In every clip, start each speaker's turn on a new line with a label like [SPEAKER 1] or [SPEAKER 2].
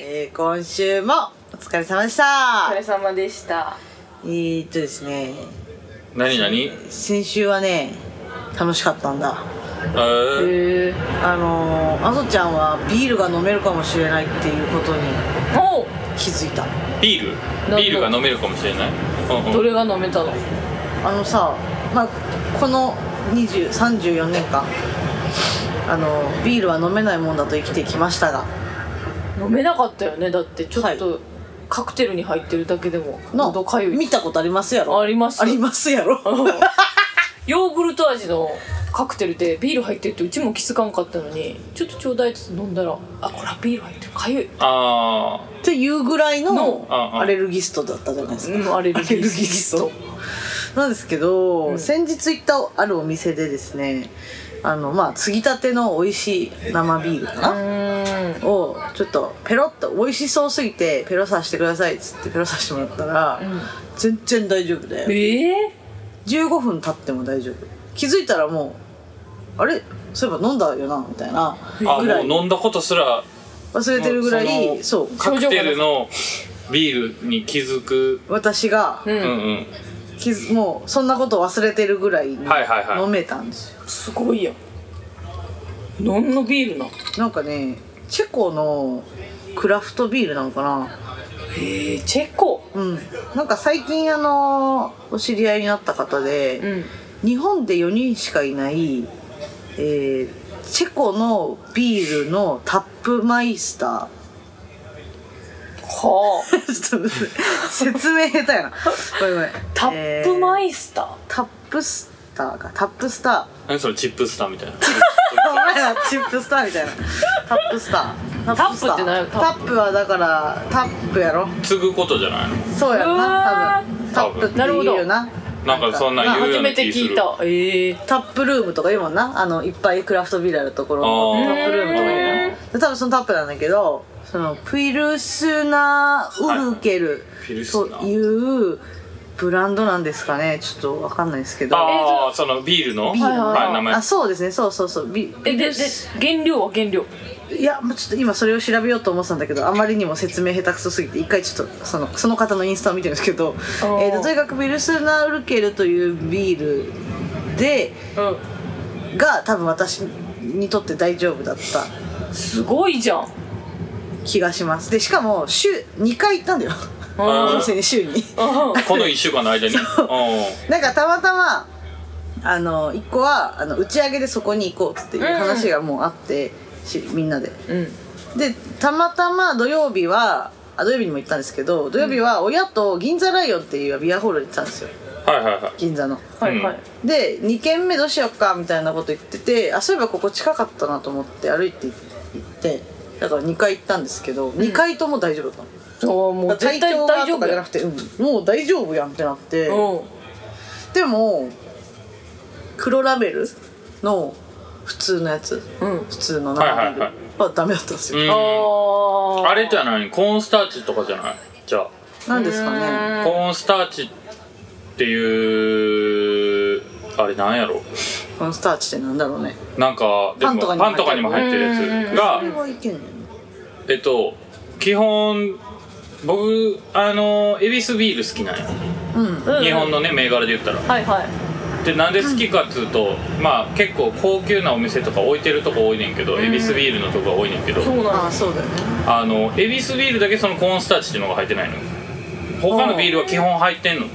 [SPEAKER 1] えー、今週もお疲れ様でした
[SPEAKER 2] お疲れ様でした
[SPEAKER 1] えー、っとですね
[SPEAKER 3] 何何
[SPEAKER 1] 先週はね楽しかったんだ
[SPEAKER 3] え
[SPEAKER 2] へ
[SPEAKER 3] ー
[SPEAKER 2] え
[SPEAKER 1] あのー、あそちゃんはビールが飲めるかもしれないっていうことに
[SPEAKER 2] お
[SPEAKER 1] 気づいた
[SPEAKER 3] ビール
[SPEAKER 2] ど
[SPEAKER 3] ビールが飲めるかもしれないうんうん
[SPEAKER 2] どれが飲めたの
[SPEAKER 1] あのさ、まあ、この20 34年間あのビールは飲めないもんだと生きてきましたが
[SPEAKER 2] 飲めなかったよねだってちょっと、
[SPEAKER 1] は
[SPEAKER 2] カクテルに入ってるだけでも
[SPEAKER 1] な
[SPEAKER 2] 喉かゆい
[SPEAKER 1] 見たことありますやろ
[SPEAKER 2] あります
[SPEAKER 1] ありますやろ
[SPEAKER 2] ヨーグルト味のカクテルでビール入ってるってうちも気づかんかったのにちょっとちょうだいって飲んだらあこれはビール入ってるかゆい
[SPEAKER 3] あ
[SPEAKER 1] っていうぐらいの
[SPEAKER 2] の
[SPEAKER 3] ああ
[SPEAKER 1] アレルギストだったじゃないですか、
[SPEAKER 2] うんアレルギ
[SPEAKER 1] アレルギ
[SPEAKER 2] ス
[SPEAKER 1] ス
[SPEAKER 2] ト
[SPEAKER 1] トなんですけど、
[SPEAKER 2] ん
[SPEAKER 1] 先日行ったあるお店でですねあのまあ継ぎたての美味しい生ビールかな、
[SPEAKER 2] うーん
[SPEAKER 1] をちょっとペロッと美味しそうすぎてペロさせてくださいっつってペロさせてもらったら、
[SPEAKER 2] ん
[SPEAKER 1] 全然大丈夫で
[SPEAKER 2] ええ
[SPEAKER 1] 15分経っても大丈夫気づいたらもうあれそういえば飲んだよなみたいな
[SPEAKER 3] ーあ
[SPEAKER 1] ぐらい
[SPEAKER 3] もう飲んだことすら
[SPEAKER 1] 忘れてるぐら
[SPEAKER 3] も
[SPEAKER 1] いうそう
[SPEAKER 3] カ
[SPEAKER 2] 症
[SPEAKER 3] ク
[SPEAKER 2] 状が
[SPEAKER 3] テルのビールに気づく
[SPEAKER 1] 私が
[SPEAKER 2] う
[SPEAKER 3] うん
[SPEAKER 2] ん、
[SPEAKER 3] うん
[SPEAKER 1] 気づもうそんなこと忘れてるぐらいに
[SPEAKER 3] はいはいはい
[SPEAKER 1] 飲めたんですよ
[SPEAKER 2] すごいやん何のビールなの
[SPEAKER 1] なんかねチェコのクラフトビールなのかな
[SPEAKER 2] えー、チェコ
[SPEAKER 1] うんなんか最近あのお知り合いになった方で、
[SPEAKER 2] うん
[SPEAKER 1] 日本で4人しかいない、えーチェコのビールのタップマイスタ
[SPEAKER 2] はあ
[SPEAKER 1] ー ちょっと説明下手やなごめんごめん
[SPEAKER 2] タップマ
[SPEAKER 1] イ、
[SPEAKER 2] イスター、
[SPEAKER 1] えータップスター かタップスタ
[SPEAKER 3] 何それチップスターみたいな
[SPEAKER 1] ーお前らチップスターみたいなタップスター
[SPEAKER 2] タップって何や
[SPEAKER 1] タップはだからタップやろ
[SPEAKER 3] 継ぐことじゃないの
[SPEAKER 1] そうやろな多
[SPEAKER 3] うわー
[SPEAKER 1] 分タップって言うよな
[SPEAKER 3] なんかそんなん言うよ
[SPEAKER 2] 初
[SPEAKER 3] うな
[SPEAKER 2] め
[SPEAKER 3] 気す
[SPEAKER 2] て
[SPEAKER 3] る
[SPEAKER 2] 聞いたええ
[SPEAKER 1] タップルームとか言うもんなあのいっぱいクラフトビールあるところ
[SPEAKER 3] あー
[SPEAKER 1] のタップルームとか言うので多分そのタップなんだけどそのプイルスナウルケル
[SPEAKER 3] いピルス
[SPEAKER 1] と
[SPEAKER 3] ナ
[SPEAKER 1] いうブランドなんですかねちょっとわかんないですけど
[SPEAKER 3] ああそのビールの
[SPEAKER 1] ビールの
[SPEAKER 2] はいはい
[SPEAKER 3] はい名前
[SPEAKER 1] あそうですねそうそうそうビ
[SPEAKER 2] えでで原料は原料
[SPEAKER 1] いやもうちょっと今それを調べようと思ってたんだけどあまりにも説明下手くそすぎて一回ちょっとそのその方のインスタを見てるんですけど、
[SPEAKER 2] ー
[SPEAKER 1] えーととにかくビルスナウルケルというビールで
[SPEAKER 2] うん
[SPEAKER 1] が多分私にとって大丈夫だった
[SPEAKER 2] すごいじゃん
[SPEAKER 1] 気がしますでしかも週2回行ったんだよ
[SPEAKER 2] うん
[SPEAKER 1] お店に週に
[SPEAKER 2] うん
[SPEAKER 3] この1週間の間にう
[SPEAKER 1] なんかたまたまあの1個はあの打ち上げでそこに行こうっていう話がもうあって、しみんなで
[SPEAKER 2] うん
[SPEAKER 1] でたまたま土曜日はあ土曜日にも行ったんですけど土曜日は親と銀座ライオンっていうビアホールに行ってたんですよ
[SPEAKER 3] んはいはいはい
[SPEAKER 1] 銀座の
[SPEAKER 2] はいはい、
[SPEAKER 1] で2軒目どうしようかみたいなこと言っててあそういえばここ近かったなと思って歩いて行ってだから2回行ったんですけど、2回とも大丈夫だったの
[SPEAKER 2] ああもう
[SPEAKER 1] 体
[SPEAKER 2] 絶対
[SPEAKER 1] 調が
[SPEAKER 2] 大丈
[SPEAKER 1] と
[SPEAKER 2] 夫
[SPEAKER 1] かじゃ
[SPEAKER 2] や
[SPEAKER 1] なくて、うんもう大丈夫やんってなって、
[SPEAKER 2] うん
[SPEAKER 1] でも黒ラベルの普通のやつ
[SPEAKER 2] うん
[SPEAKER 1] 普通の生ビール
[SPEAKER 3] はいはい
[SPEAKER 1] はダメだったんですよ、
[SPEAKER 3] うん
[SPEAKER 2] ああ
[SPEAKER 3] あれじゃないコーンスターチとかじゃないじゃあ
[SPEAKER 1] なんですかね
[SPEAKER 3] コーンスターチっていうあれなんやろ
[SPEAKER 1] このスターチってなんだろうね
[SPEAKER 3] なんかでも
[SPEAKER 1] パ
[SPEAKER 3] パ
[SPEAKER 1] ン
[SPEAKER 3] ン
[SPEAKER 1] と
[SPEAKER 3] と
[SPEAKER 1] かに
[SPEAKER 3] かに
[SPEAKER 1] も
[SPEAKER 3] も
[SPEAKER 2] っ
[SPEAKER 1] 入
[SPEAKER 3] 入ってて
[SPEAKER 2] る
[SPEAKER 3] る
[SPEAKER 2] うんうんうん
[SPEAKER 3] やつが
[SPEAKER 1] これはいけんね
[SPEAKER 3] えっと基本僕あの恵比寿ビール好きなんよ
[SPEAKER 1] うん
[SPEAKER 2] うん
[SPEAKER 3] 日本のね銘柄で言ったら
[SPEAKER 2] はいはい
[SPEAKER 3] でなんで好きかっつうとまあ結構高級なお店とか置いてるとこ多いねんけど恵比寿ビールのとこが多いねんけど
[SPEAKER 2] そうなん
[SPEAKER 1] あ
[SPEAKER 2] だ
[SPEAKER 1] あそうだよね
[SPEAKER 3] あの恵比寿ビールだけそのコーンスターチっていうのが入ってないの他のビールは基本入ってんの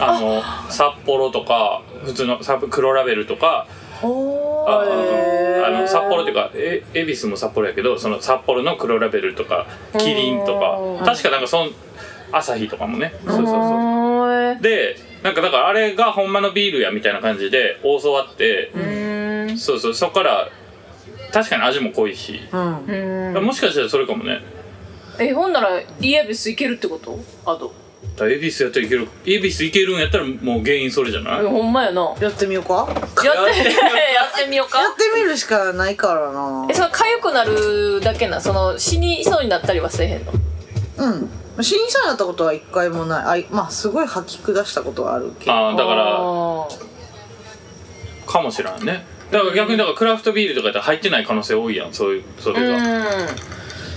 [SPEAKER 3] あの札幌とか普通のサ黒ラベルとか
[SPEAKER 2] お
[SPEAKER 3] あ
[SPEAKER 1] へー
[SPEAKER 3] あの札幌っていうかえ恵比寿も札幌やけどその札幌の黒ラベルとかキリンと
[SPEAKER 2] うん
[SPEAKER 3] か確かなんかそん朝日とかもねそうそうそう
[SPEAKER 2] う
[SPEAKER 3] でなんかだからあれがほんまのビールやみたいな感じで教わって
[SPEAKER 2] ーん
[SPEAKER 3] そうそうそっから確かに味も濃いし
[SPEAKER 1] うん
[SPEAKER 2] うん
[SPEAKER 3] もしかしたらそれかもね
[SPEAKER 2] えほんなら家別いけるってことあと
[SPEAKER 3] だから恵比寿やったらいける恵比寿いけるんやったらもう原因それじゃない
[SPEAKER 2] えほんまやなやっ
[SPEAKER 1] やってみようか
[SPEAKER 2] てや ってみようか
[SPEAKER 1] やってみるしかないからな
[SPEAKER 2] えその痒くなるだけなその死にそうになったりはせえへんの
[SPEAKER 1] うん死にそうになったことは一回もないあいまあすごい吐き下したことはあるけど
[SPEAKER 3] ああだから
[SPEAKER 2] あ
[SPEAKER 3] かもしれんねだから逆にだからクラフトビールとかやって入ってない可能性多いやんそういうそれが
[SPEAKER 2] ー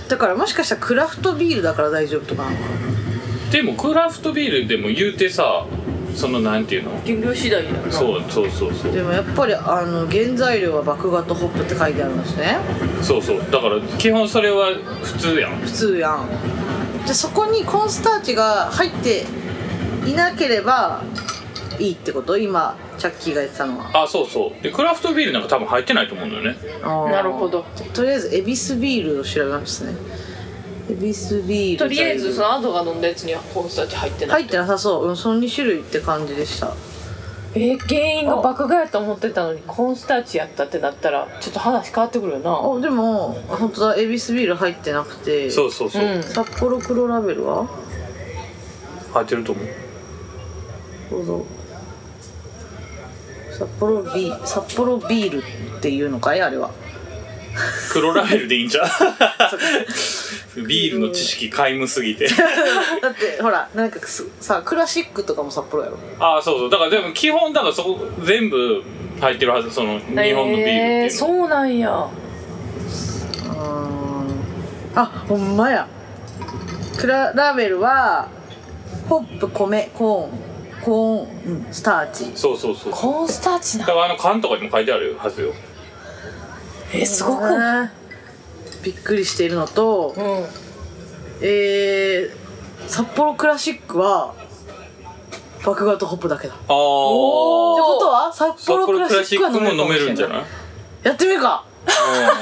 [SPEAKER 1] だからもしかしたらクラフトビールだから大丈夫とかなのかな
[SPEAKER 3] でもクラフトビールでも言うてさそのなんていうの
[SPEAKER 2] 原料次第やな
[SPEAKER 3] そうそうそうそう
[SPEAKER 1] でもやっぱりあの原材料は麦芽とホップって書いてあるんですね
[SPEAKER 3] そうそうだから基本それは普通やん
[SPEAKER 1] 普通やんじゃあそこにコーンスターチが入っていなければいいってこと今チャッキーが言ってたのは
[SPEAKER 3] あそうそうでクラフトビールなんか多分入ってないと思うんだよね
[SPEAKER 1] あー
[SPEAKER 2] なるほど
[SPEAKER 1] じゃあとりあえずエビスビールを調べますねエビスビール
[SPEAKER 2] とりあえずそのアドが飲んだやつにはコーンスターチ入ってない、
[SPEAKER 1] 入ってなさそううんその2種類って感じでした
[SPEAKER 2] えー原因が麦芽やと思ってたのにコーンスターチやったってなったらちょっと話変わってくるよな
[SPEAKER 1] あでも本当だエビスビール入ってなくて
[SPEAKER 3] そうそうそう、
[SPEAKER 2] うん
[SPEAKER 1] 札幌黒ラベルは
[SPEAKER 3] 入ってると思う
[SPEAKER 1] そうそう札幌ビー札幌ビールっていうのかいあれは
[SPEAKER 3] 黒ラベルでいいんちゃう ビールの知識皆無すぎて
[SPEAKER 1] だってほらなんかすさクラシックとかも札幌やろ
[SPEAKER 3] あそうそうだからでも基本だからそこ全部入ってるはずその日本のビールって
[SPEAKER 2] えー
[SPEAKER 3] いうの、
[SPEAKER 2] そうなんや
[SPEAKER 1] うーんあほんまやクララベルはホップ米コーンコーン、うんスターチ
[SPEAKER 3] そうそうそうそう
[SPEAKER 2] コーンスターチ
[SPEAKER 3] だ
[SPEAKER 2] な
[SPEAKER 3] からあの缶とかにも書いてあるはずよ
[SPEAKER 2] えーすごくない
[SPEAKER 1] ねびっくりしているのと
[SPEAKER 2] うん
[SPEAKER 1] えー、札幌クラシックは麦芽とホップだけだって
[SPEAKER 3] ああ
[SPEAKER 1] ことは札
[SPEAKER 3] 札
[SPEAKER 1] 幌ク
[SPEAKER 3] 幌
[SPEAKER 1] ラ
[SPEAKER 3] クラ
[SPEAKER 1] シ
[SPEAKER 3] シ
[SPEAKER 1] ッ
[SPEAKER 3] ッ
[SPEAKER 1] クは
[SPEAKER 3] クも
[SPEAKER 1] 飲
[SPEAKER 3] 飲
[SPEAKER 1] め
[SPEAKER 3] め
[SPEAKER 1] る
[SPEAKER 3] る
[SPEAKER 1] ん
[SPEAKER 3] ん
[SPEAKER 1] じ
[SPEAKER 3] じ
[SPEAKER 1] ゃ
[SPEAKER 3] ゃ
[SPEAKER 1] ない
[SPEAKER 3] ない
[SPEAKER 1] やってみるか
[SPEAKER 3] うんなんか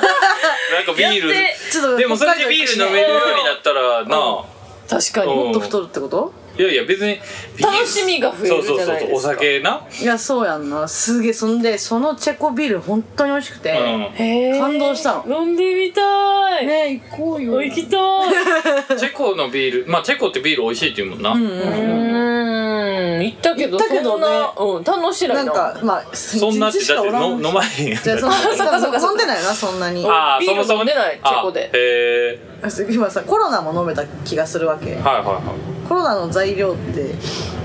[SPEAKER 3] ビール
[SPEAKER 2] やって
[SPEAKER 1] ちょっと
[SPEAKER 3] でもそれでビール飲めるようになったらなあ
[SPEAKER 2] 確かに
[SPEAKER 3] う
[SPEAKER 1] も
[SPEAKER 3] ん
[SPEAKER 1] っと太るってこと
[SPEAKER 3] いやいや別にビール
[SPEAKER 2] 楽しみが増えるじゃないですか
[SPEAKER 3] そうそうそうお酒ない
[SPEAKER 1] やそうやんなすげえそんでそのチェコビール本当に美味しくて、
[SPEAKER 3] う
[SPEAKER 2] へー
[SPEAKER 1] 感動した
[SPEAKER 2] 飲んでみたい、
[SPEAKER 1] ね行こうよ
[SPEAKER 2] お行きたい
[SPEAKER 3] んチェコのビールまあチェコってビール美味しいっていうもんな
[SPEAKER 1] うんうん
[SPEAKER 2] うーん行ったけど
[SPEAKER 1] 行ったけどね
[SPEAKER 2] そんな、うん、楽しい
[SPEAKER 1] な
[SPEAKER 2] なん
[SPEAKER 1] かまあ
[SPEAKER 3] そんなって
[SPEAKER 1] 一日し
[SPEAKER 3] だ
[SPEAKER 1] か
[SPEAKER 3] って
[SPEAKER 1] おら
[SPEAKER 3] の
[SPEAKER 1] ん
[SPEAKER 3] 飲まへんやん
[SPEAKER 1] じゃあそん
[SPEAKER 3] だっ
[SPEAKER 1] な
[SPEAKER 3] て
[SPEAKER 2] そっかそっかそっか
[SPEAKER 1] 飲んでないよなそんなに
[SPEAKER 3] ああ
[SPEAKER 2] ビー
[SPEAKER 3] そ
[SPEAKER 2] ル
[SPEAKER 3] もそも
[SPEAKER 2] 飲んでないチェコで
[SPEAKER 3] あへえ
[SPEAKER 1] 今さコロナも飲めた気がするわけ
[SPEAKER 3] はいはいはい
[SPEAKER 1] コロナの材料って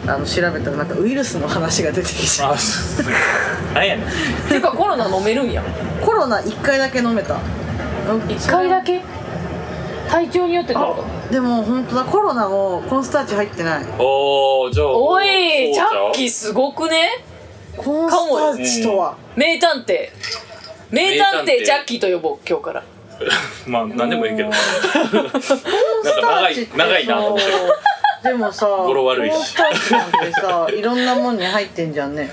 [SPEAKER 1] あの調べたらなんかウイルスの話が出てきちゃう
[SPEAKER 3] あそうなんやねん
[SPEAKER 2] てかコロナ飲めるんや
[SPEAKER 1] コロナ1回だけ飲めた
[SPEAKER 2] 一回だけ体調によってどう
[SPEAKER 1] あでも本当だコロナもコーンスターチ入ってない
[SPEAKER 3] おーじゃあ
[SPEAKER 2] おいチ
[SPEAKER 3] そうちゃ
[SPEAKER 2] ャ
[SPEAKER 3] う
[SPEAKER 2] ッキーすごくね
[SPEAKER 1] コーンスターチとは
[SPEAKER 2] 名探偵名探
[SPEAKER 3] 名探
[SPEAKER 2] 偵
[SPEAKER 3] 偵
[SPEAKER 2] ジャッキーと呼ぼう今日から
[SPEAKER 3] まあ何でもいいけど
[SPEAKER 1] コーンスターチって
[SPEAKER 3] なんか長い長いなと思って
[SPEAKER 1] そのでもさ
[SPEAKER 3] 語呂悪い
[SPEAKER 1] コーンスターチなんてさいろんなもんに入ってんじゃんね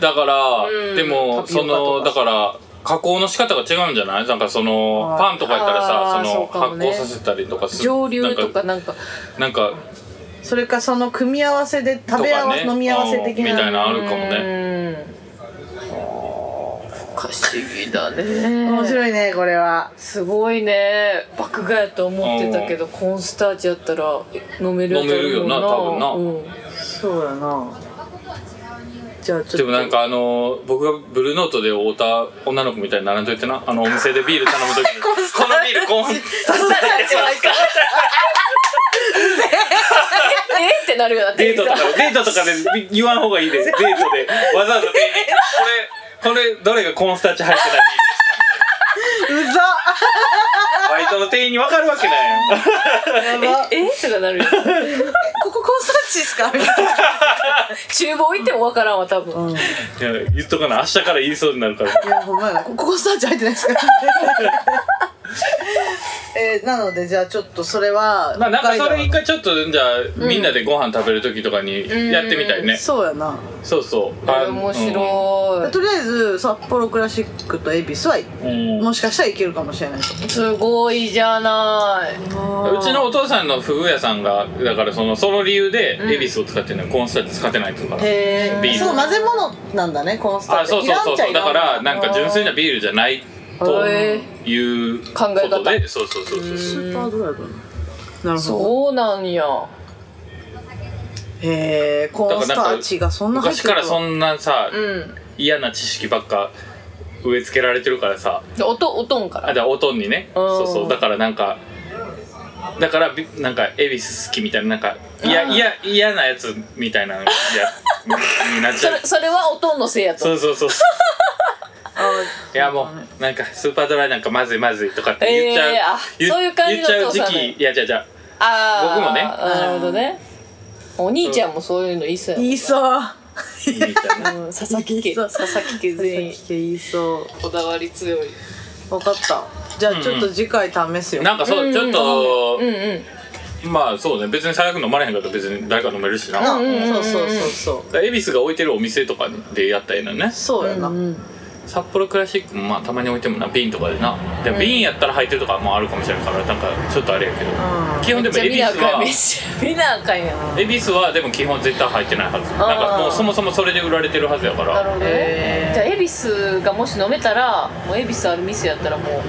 [SPEAKER 3] だから、
[SPEAKER 2] うん
[SPEAKER 3] でも
[SPEAKER 1] タピオカ
[SPEAKER 3] そ
[SPEAKER 1] と
[SPEAKER 3] の
[SPEAKER 1] か
[SPEAKER 3] だから加工の仕方が違うんじゃないなんかその
[SPEAKER 1] あー
[SPEAKER 3] パンとかやったら
[SPEAKER 2] あ
[SPEAKER 3] さ
[SPEAKER 2] ー
[SPEAKER 3] その
[SPEAKER 2] そうかも
[SPEAKER 3] 発
[SPEAKER 2] ね
[SPEAKER 3] 酵させたりとかする
[SPEAKER 2] 上流と
[SPEAKER 3] なんか
[SPEAKER 2] かなんか
[SPEAKER 3] なんか
[SPEAKER 1] それかその組み合わせで食べ合わせ、
[SPEAKER 3] とかね
[SPEAKER 1] 飲み合わせ的な
[SPEAKER 3] うんみたいなあるかもね
[SPEAKER 2] ね不可思議だね
[SPEAKER 1] 面白いねこれは
[SPEAKER 2] すごいね麦芽やと思ってたけどコーンスターチやったら飲めるやつ
[SPEAKER 3] 飲めるよな 多
[SPEAKER 2] 分な、
[SPEAKER 1] そうやなじゃあちょっと
[SPEAKER 3] でもなんかあの僕がブルーノートで会うた女の子みたいにならんといてなあのお店でビール頼む時にこのビールコーン
[SPEAKER 2] えーってなるよな
[SPEAKER 3] デートと
[SPEAKER 2] 店員さん
[SPEAKER 3] かでデートとかで言わん方がいいでデートでわざわざ店員にこれこれどれがコーンスターチ入ってたビール
[SPEAKER 1] う
[SPEAKER 3] ですかバイトの店員に分かるわけないやん
[SPEAKER 1] ざや ば
[SPEAKER 2] えーとかな るよな
[SPEAKER 1] ここコーンスターチですかみたいな
[SPEAKER 2] 厨房行ってもわからんわ多分、
[SPEAKER 1] うんい
[SPEAKER 3] いや言っとかな明日から言いそうになるから
[SPEAKER 1] やほんまやなここコーンスターチ入ってないです かえー、なのでじゃあちょっとそれは
[SPEAKER 3] まあなんかそれ一
[SPEAKER 1] 北海
[SPEAKER 3] 回ちょっとじゃあみんなでご飯食べる時とかにやってみたいね
[SPEAKER 1] 道、そうやな
[SPEAKER 3] そうそう
[SPEAKER 2] えー面白
[SPEAKER 1] とりあえず札幌クラシックと恵比寿はい
[SPEAKER 3] い、うんうん
[SPEAKER 1] もしかしたらいけるかもしれないと
[SPEAKER 2] いすごいじゃないう
[SPEAKER 3] うちのお父さんのフグ屋さんがだからそのその理由で恵比寿を使ってるのよコーンスターチ使ってないとか
[SPEAKER 1] へ
[SPEAKER 3] ビー
[SPEAKER 1] え
[SPEAKER 3] ル
[SPEAKER 1] その混ぜ物なんだねコーンスター
[SPEAKER 3] あ
[SPEAKER 1] チは
[SPEAKER 3] そうそうそうそう
[SPEAKER 1] いらん
[SPEAKER 3] だ
[SPEAKER 1] ちゃ
[SPEAKER 3] か
[SPEAKER 1] いらん
[SPEAKER 3] らなんか純粋なビールじゃないと
[SPEAKER 2] へ
[SPEAKER 3] いうこと
[SPEAKER 2] 考え
[SPEAKER 3] でそうそうそうそう
[SPEAKER 1] ス
[SPEAKER 3] そう
[SPEAKER 1] ーパードライブなるほど
[SPEAKER 2] そうなんや
[SPEAKER 1] へえコーンスターチがそんな入っ
[SPEAKER 3] 昔
[SPEAKER 1] てる
[SPEAKER 3] からそんなさ
[SPEAKER 2] うん
[SPEAKER 3] 嫌な知識ばっか植え付けられてるからさ
[SPEAKER 2] でおとおとんか
[SPEAKER 3] あ
[SPEAKER 2] ら
[SPEAKER 3] だからおとんに
[SPEAKER 2] う
[SPEAKER 3] ね
[SPEAKER 2] ん
[SPEAKER 3] そうそうだからなんかだからびなんか恵比寿好きみたいななんかいやいや嫌なや つみたいなのやになっち
[SPEAKER 2] そ
[SPEAKER 3] ゃう
[SPEAKER 2] れそれはおとんのせいやと
[SPEAKER 3] そうそうそういやもうなんかスーパードライなんかまずいまずいとかって言っち
[SPEAKER 2] えーあ
[SPEAKER 3] ゃう、言
[SPEAKER 2] そういう感じの
[SPEAKER 3] 言っちゃう時
[SPEAKER 2] お父さんね
[SPEAKER 3] 期いやじゃじゃ
[SPEAKER 2] あー
[SPEAKER 3] 僕もね
[SPEAKER 2] なるほどねお兄ちゃんもそういうの言いそうやもん
[SPEAKER 1] 言いそう
[SPEAKER 3] みたいな
[SPEAKER 2] うん佐々木家
[SPEAKER 1] 言いそう
[SPEAKER 2] 佐々木家全員
[SPEAKER 1] 佐々木家言いそ
[SPEAKER 2] こだわり強いう
[SPEAKER 1] 分かったじゃあちょっと次回試すよ、
[SPEAKER 3] なんかそう、
[SPEAKER 2] うん
[SPEAKER 3] ちょっと
[SPEAKER 2] うん、うん
[SPEAKER 3] まあそうね別に最悪飲まれへんかったら別に誰か飲めるしな、
[SPEAKER 1] な
[SPEAKER 3] だか
[SPEAKER 1] そうそうそうそう
[SPEAKER 3] ら恵比寿が置いてるお店とかでやったらいいのにね
[SPEAKER 1] そうやな、
[SPEAKER 2] うん
[SPEAKER 3] 札幌クラシックもまあたまに置いてもな瓶とかでなでも瓶やったら入ってるとかもあるかもしれんからなんかちょっとあれやけど、
[SPEAKER 1] ん
[SPEAKER 3] 基本でも
[SPEAKER 2] じゃあ
[SPEAKER 3] 恵比
[SPEAKER 2] 見なあ
[SPEAKER 3] 寿
[SPEAKER 2] かん
[SPEAKER 3] は
[SPEAKER 2] めっちゃ 見なあかんやん
[SPEAKER 3] 恵比寿はでも基本絶対入ってないはずなんかもうそもそもそれで売られてるはずや
[SPEAKER 2] な
[SPEAKER 3] か
[SPEAKER 2] る
[SPEAKER 3] ら
[SPEAKER 2] ほどね
[SPEAKER 1] へー
[SPEAKER 2] じゃあ恵比寿がもし飲めたらもう恵比寿ある店やったらも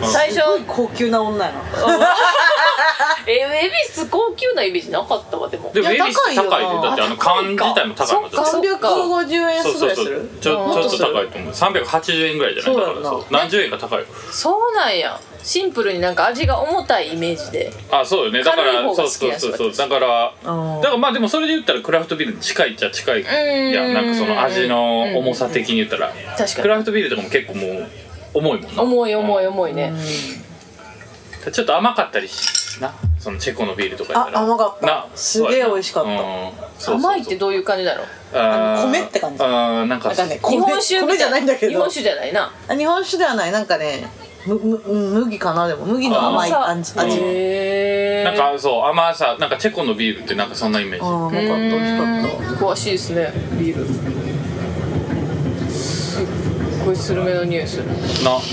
[SPEAKER 2] う最初
[SPEAKER 1] すごい高級な女やな
[SPEAKER 2] え恵比寿高級なイメージなかったわでも
[SPEAKER 3] でも
[SPEAKER 1] い
[SPEAKER 3] 恵
[SPEAKER 1] や
[SPEAKER 3] 比寿高いで
[SPEAKER 1] 高いよな
[SPEAKER 3] だってあの缶自体も高いもんだ
[SPEAKER 2] あ
[SPEAKER 3] って
[SPEAKER 2] そっか
[SPEAKER 1] 350円
[SPEAKER 3] そう
[SPEAKER 1] す
[SPEAKER 3] そ
[SPEAKER 1] ら
[SPEAKER 3] う
[SPEAKER 1] いす
[SPEAKER 3] そう
[SPEAKER 1] る
[SPEAKER 3] ちょちょっと
[SPEAKER 1] も
[SPEAKER 3] 高いと思う380円ぐらいじゃない
[SPEAKER 1] そう
[SPEAKER 3] だ
[SPEAKER 1] や
[SPEAKER 3] か
[SPEAKER 1] ん
[SPEAKER 3] ら
[SPEAKER 1] な
[SPEAKER 3] そう何十円か高いよ
[SPEAKER 2] そうなんやシンプルになんか味が重たいイメージで
[SPEAKER 3] あそうよねだか
[SPEAKER 2] 軽い
[SPEAKER 3] ら
[SPEAKER 2] 方が
[SPEAKER 3] そう
[SPEAKER 2] 好き
[SPEAKER 3] そう
[SPEAKER 2] やし
[SPEAKER 3] そうそうだから
[SPEAKER 1] あー
[SPEAKER 3] だからまあでもそれで言ったらクラフトビールに近いっちゃ近い
[SPEAKER 2] ん
[SPEAKER 3] やんなんかその味の重さ的に言ったら
[SPEAKER 2] 確か
[SPEAKER 3] ク
[SPEAKER 2] に
[SPEAKER 3] ラフトビールとかも結構もう重いもんな
[SPEAKER 2] 重い重い重いね
[SPEAKER 3] ちょっと甘かったりしなそのチェコのビールとかやったら
[SPEAKER 1] あ甘かった
[SPEAKER 3] な
[SPEAKER 1] すげえ
[SPEAKER 3] そうやな
[SPEAKER 1] 美味しかった
[SPEAKER 3] うんそうそうそう
[SPEAKER 2] 甘いってどういう感じだろう
[SPEAKER 3] あー
[SPEAKER 1] あの米って感じ
[SPEAKER 3] あーなんか
[SPEAKER 1] なんかね
[SPEAKER 2] 日
[SPEAKER 1] 米
[SPEAKER 2] 本酒
[SPEAKER 1] 米じゃないんだけど
[SPEAKER 2] 日本酒じゃないな
[SPEAKER 1] あ日本酒ではないなんかねむむうん麦かなでも麦の甘い感じ
[SPEAKER 2] 甘さ
[SPEAKER 1] 味うん
[SPEAKER 2] へー
[SPEAKER 3] なんかそう甘さなんかチェコのビールってなんかそんなイメージ
[SPEAKER 1] 甘かった美味しかった
[SPEAKER 2] 詳しいですねビールすっごいスルメの匂いする
[SPEAKER 3] な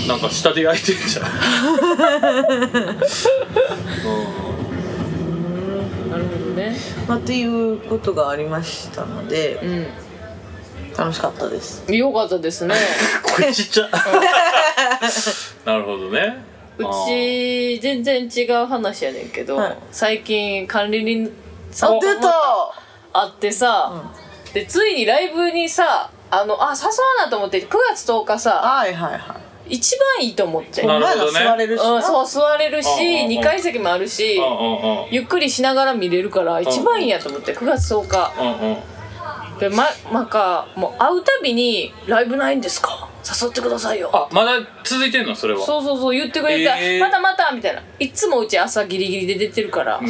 [SPEAKER 3] なんか下で焼いてるじゃん
[SPEAKER 2] なるほどね
[SPEAKER 1] まあ、っていうことがありましたので
[SPEAKER 2] う
[SPEAKER 1] 楽しかったです
[SPEAKER 2] んよかったです ね
[SPEAKER 3] これちっちゃ なるほどね
[SPEAKER 2] う
[SPEAKER 3] あー
[SPEAKER 2] ち全然違う話やねんけど、
[SPEAKER 1] はい
[SPEAKER 2] 最近管理人さ
[SPEAKER 1] あ
[SPEAKER 2] ん
[SPEAKER 1] 出た
[SPEAKER 2] 会ってさ、でついにライブにさあのあ誘わなと思って9月10日さ
[SPEAKER 1] はいはいは
[SPEAKER 2] 一番いいと思って
[SPEAKER 1] い
[SPEAKER 3] な
[SPEAKER 1] お
[SPEAKER 3] るほ
[SPEAKER 1] 前
[SPEAKER 3] ど
[SPEAKER 1] ら座
[SPEAKER 3] ね
[SPEAKER 1] れるしな
[SPEAKER 2] うん、そう座れるし
[SPEAKER 3] うんうんうん
[SPEAKER 2] 2階席もあるし
[SPEAKER 3] う
[SPEAKER 2] ゆっくりしながら見れるから一番いいやと思って9月10日
[SPEAKER 3] んうんうんうんうん
[SPEAKER 2] でままかもう会うたびに「ライブないんですか誘ってくださいよ」
[SPEAKER 3] あまだ続いてんのそれは
[SPEAKER 2] そうそうそう言ってくれて「
[SPEAKER 3] えー
[SPEAKER 2] またまた」みたいないつもうち朝ギリギリで出てるから、
[SPEAKER 3] うん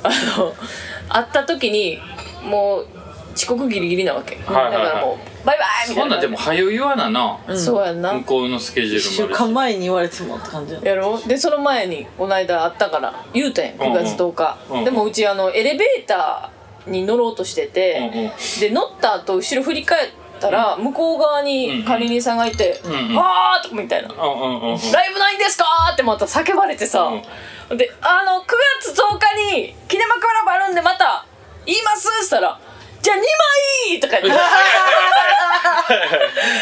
[SPEAKER 2] あの会った時にもう遅刻ギリギリなわけ、
[SPEAKER 3] はいはいはい
[SPEAKER 2] だからもう「バイバイ」みたい
[SPEAKER 3] そん
[SPEAKER 2] な
[SPEAKER 3] なんでも早う言わなな、
[SPEAKER 1] ん
[SPEAKER 2] そうやんな、
[SPEAKER 3] 向こうのスケジュ
[SPEAKER 1] 1週
[SPEAKER 3] ールも
[SPEAKER 1] 間
[SPEAKER 3] あるし
[SPEAKER 1] 前に言われてもって感じやな
[SPEAKER 2] やろでその前にこの間会ったから言うたやん
[SPEAKER 3] うんうん
[SPEAKER 2] 9月10日、
[SPEAKER 3] うんうん
[SPEAKER 2] でもうちあのエレベーターに乗ろうとしてて、
[SPEAKER 3] うんうん
[SPEAKER 2] で乗った後後ろ振り返ったら向こう側
[SPEAKER 3] うんう
[SPEAKER 2] に
[SPEAKER 3] ん
[SPEAKER 2] 管理人さんがいて「
[SPEAKER 3] んうん
[SPEAKER 2] あー!」とかみたいな「
[SPEAKER 3] うんうんうんうん
[SPEAKER 2] ライブないんですか?」ってまた叫ばれてさ、で「あの9月10日にキネマクラブあるんでまた言います」っつったら「じゃあ2枚!」とか言 って「えほんま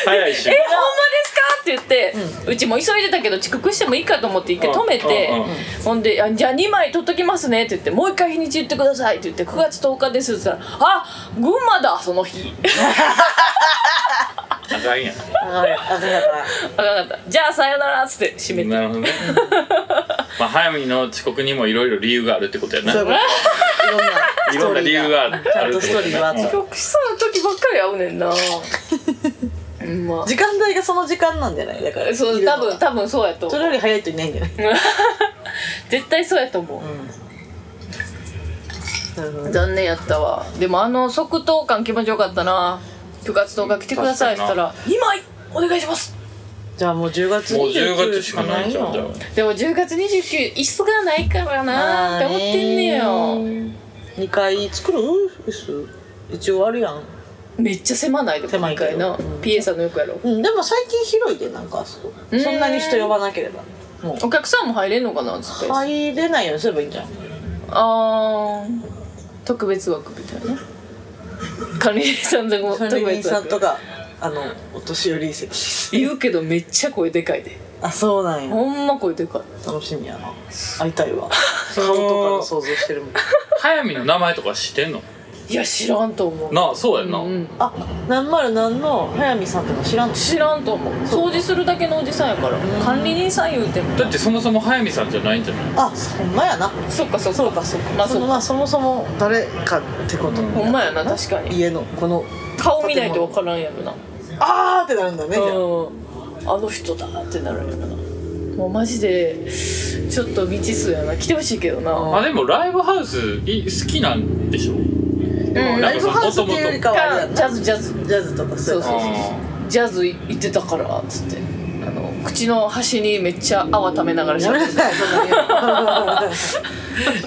[SPEAKER 3] 早いし
[SPEAKER 2] ですか?」って言って、うちもう急いでたけど遅刻してもいいかと思って一回止めて、
[SPEAKER 3] うんうんうん
[SPEAKER 2] ほんであ「じゃあ2枚取っときますね」って言って「もう一回日にち言ってください」って言って「9月10日です」って言ったら「あ群馬だその日」
[SPEAKER 3] あか んや
[SPEAKER 1] あれあれだから
[SPEAKER 2] 分かったじゃあさよならっつって閉めて
[SPEAKER 3] なるほどねまあ早見の遅刻にもいろいろ理由があるってことやな
[SPEAKER 1] そういうこといろんない
[SPEAKER 3] ろんな理由がある
[SPEAKER 1] ちゃんと
[SPEAKER 3] って
[SPEAKER 1] スト
[SPEAKER 3] こ
[SPEAKER 1] ー
[SPEAKER 3] と
[SPEAKER 1] リーがあ
[SPEAKER 3] や
[SPEAKER 1] っ
[SPEAKER 3] な
[SPEAKER 1] た
[SPEAKER 2] 奥さんの時ばっかり会うねん なうんま
[SPEAKER 1] 時間帯がその時間なんじゃないだから
[SPEAKER 2] そう
[SPEAKER 1] いるの
[SPEAKER 2] 多
[SPEAKER 1] が
[SPEAKER 2] 分多分そうやと
[SPEAKER 1] そ
[SPEAKER 2] 思
[SPEAKER 1] れよ
[SPEAKER 2] う
[SPEAKER 1] り早い人いないんじゃない
[SPEAKER 2] 絶対そうやと思う、
[SPEAKER 1] なるほど
[SPEAKER 2] 残念やったわでもあの即答感気持ちよかったな9月10日来てくださいって言ったら2枚お願いします
[SPEAKER 1] じゃあもう10月
[SPEAKER 3] もう
[SPEAKER 1] 29
[SPEAKER 3] 10月しかないじゃんじゃあ
[SPEAKER 2] でも10月29椅子がないからなって思ってんねよ
[SPEAKER 1] 2回作る椅子一応あるやん
[SPEAKER 2] めっちゃ狭ないで
[SPEAKER 1] 狭い
[SPEAKER 2] 今回な
[SPEAKER 1] けどうん
[SPEAKER 2] ピエさんのよくやろ
[SPEAKER 1] うんでも最近広いでなんかあそこ
[SPEAKER 2] うん
[SPEAKER 1] そんなに人呼ばなければもう
[SPEAKER 2] お客さんも入れんのかなっつってあ
[SPEAKER 1] 入れないようにすればいいんじゃん
[SPEAKER 2] あー特別枠みたいな管理人さんでも
[SPEAKER 1] 管
[SPEAKER 2] 特
[SPEAKER 1] 理人
[SPEAKER 2] 別
[SPEAKER 1] さん
[SPEAKER 2] 枠
[SPEAKER 1] とかあのお年寄り席
[SPEAKER 2] 言うけどめっちゃ声でかいで
[SPEAKER 1] あそうなんや
[SPEAKER 2] ほんま声でかい
[SPEAKER 1] 楽しみやな会いたいわ顔とかの想像してるもん
[SPEAKER 3] 早見の名前とか知ってんの
[SPEAKER 2] いや知らんと思う
[SPEAKER 3] なあそうやんな、
[SPEAKER 2] うん、
[SPEAKER 1] あ何の速見さんっての知らんの
[SPEAKER 2] 知らんと思う掃除するだけのおじさんやから管理人さん言うても
[SPEAKER 3] だってそもそも早見さんじゃないんじゃない
[SPEAKER 1] あほんまやな
[SPEAKER 2] そっかそっか
[SPEAKER 1] そうかそうか
[SPEAKER 2] まあそ
[SPEAKER 1] そ
[SPEAKER 2] っ
[SPEAKER 1] のま
[SPEAKER 2] か
[SPEAKER 1] あそもそも誰かってこと
[SPEAKER 3] うん
[SPEAKER 2] ほんまやな確かに
[SPEAKER 1] 家のこの
[SPEAKER 2] 顔見ないと分からんやろな
[SPEAKER 1] あーってなるんだねじゃあ
[SPEAKER 2] うんあの人だってなるんやろなもうマジでちょっと未知数やな来てほしいけどな、
[SPEAKER 3] まあでもライブハウスい好きなんでしょ
[SPEAKER 2] うん
[SPEAKER 1] ライブハウスっていうよりかはあれやん
[SPEAKER 2] ジャ
[SPEAKER 1] な
[SPEAKER 2] ズジャズ
[SPEAKER 1] ジャズとかそういう
[SPEAKER 2] そうそうジャズ行ってたからっつってあの口の端にめっちゃ泡ためながらし
[SPEAKER 1] や
[SPEAKER 2] ゃべ
[SPEAKER 1] め
[SPEAKER 2] っ
[SPEAKER 1] な
[SPEAKER 2] て
[SPEAKER 1] さいそんな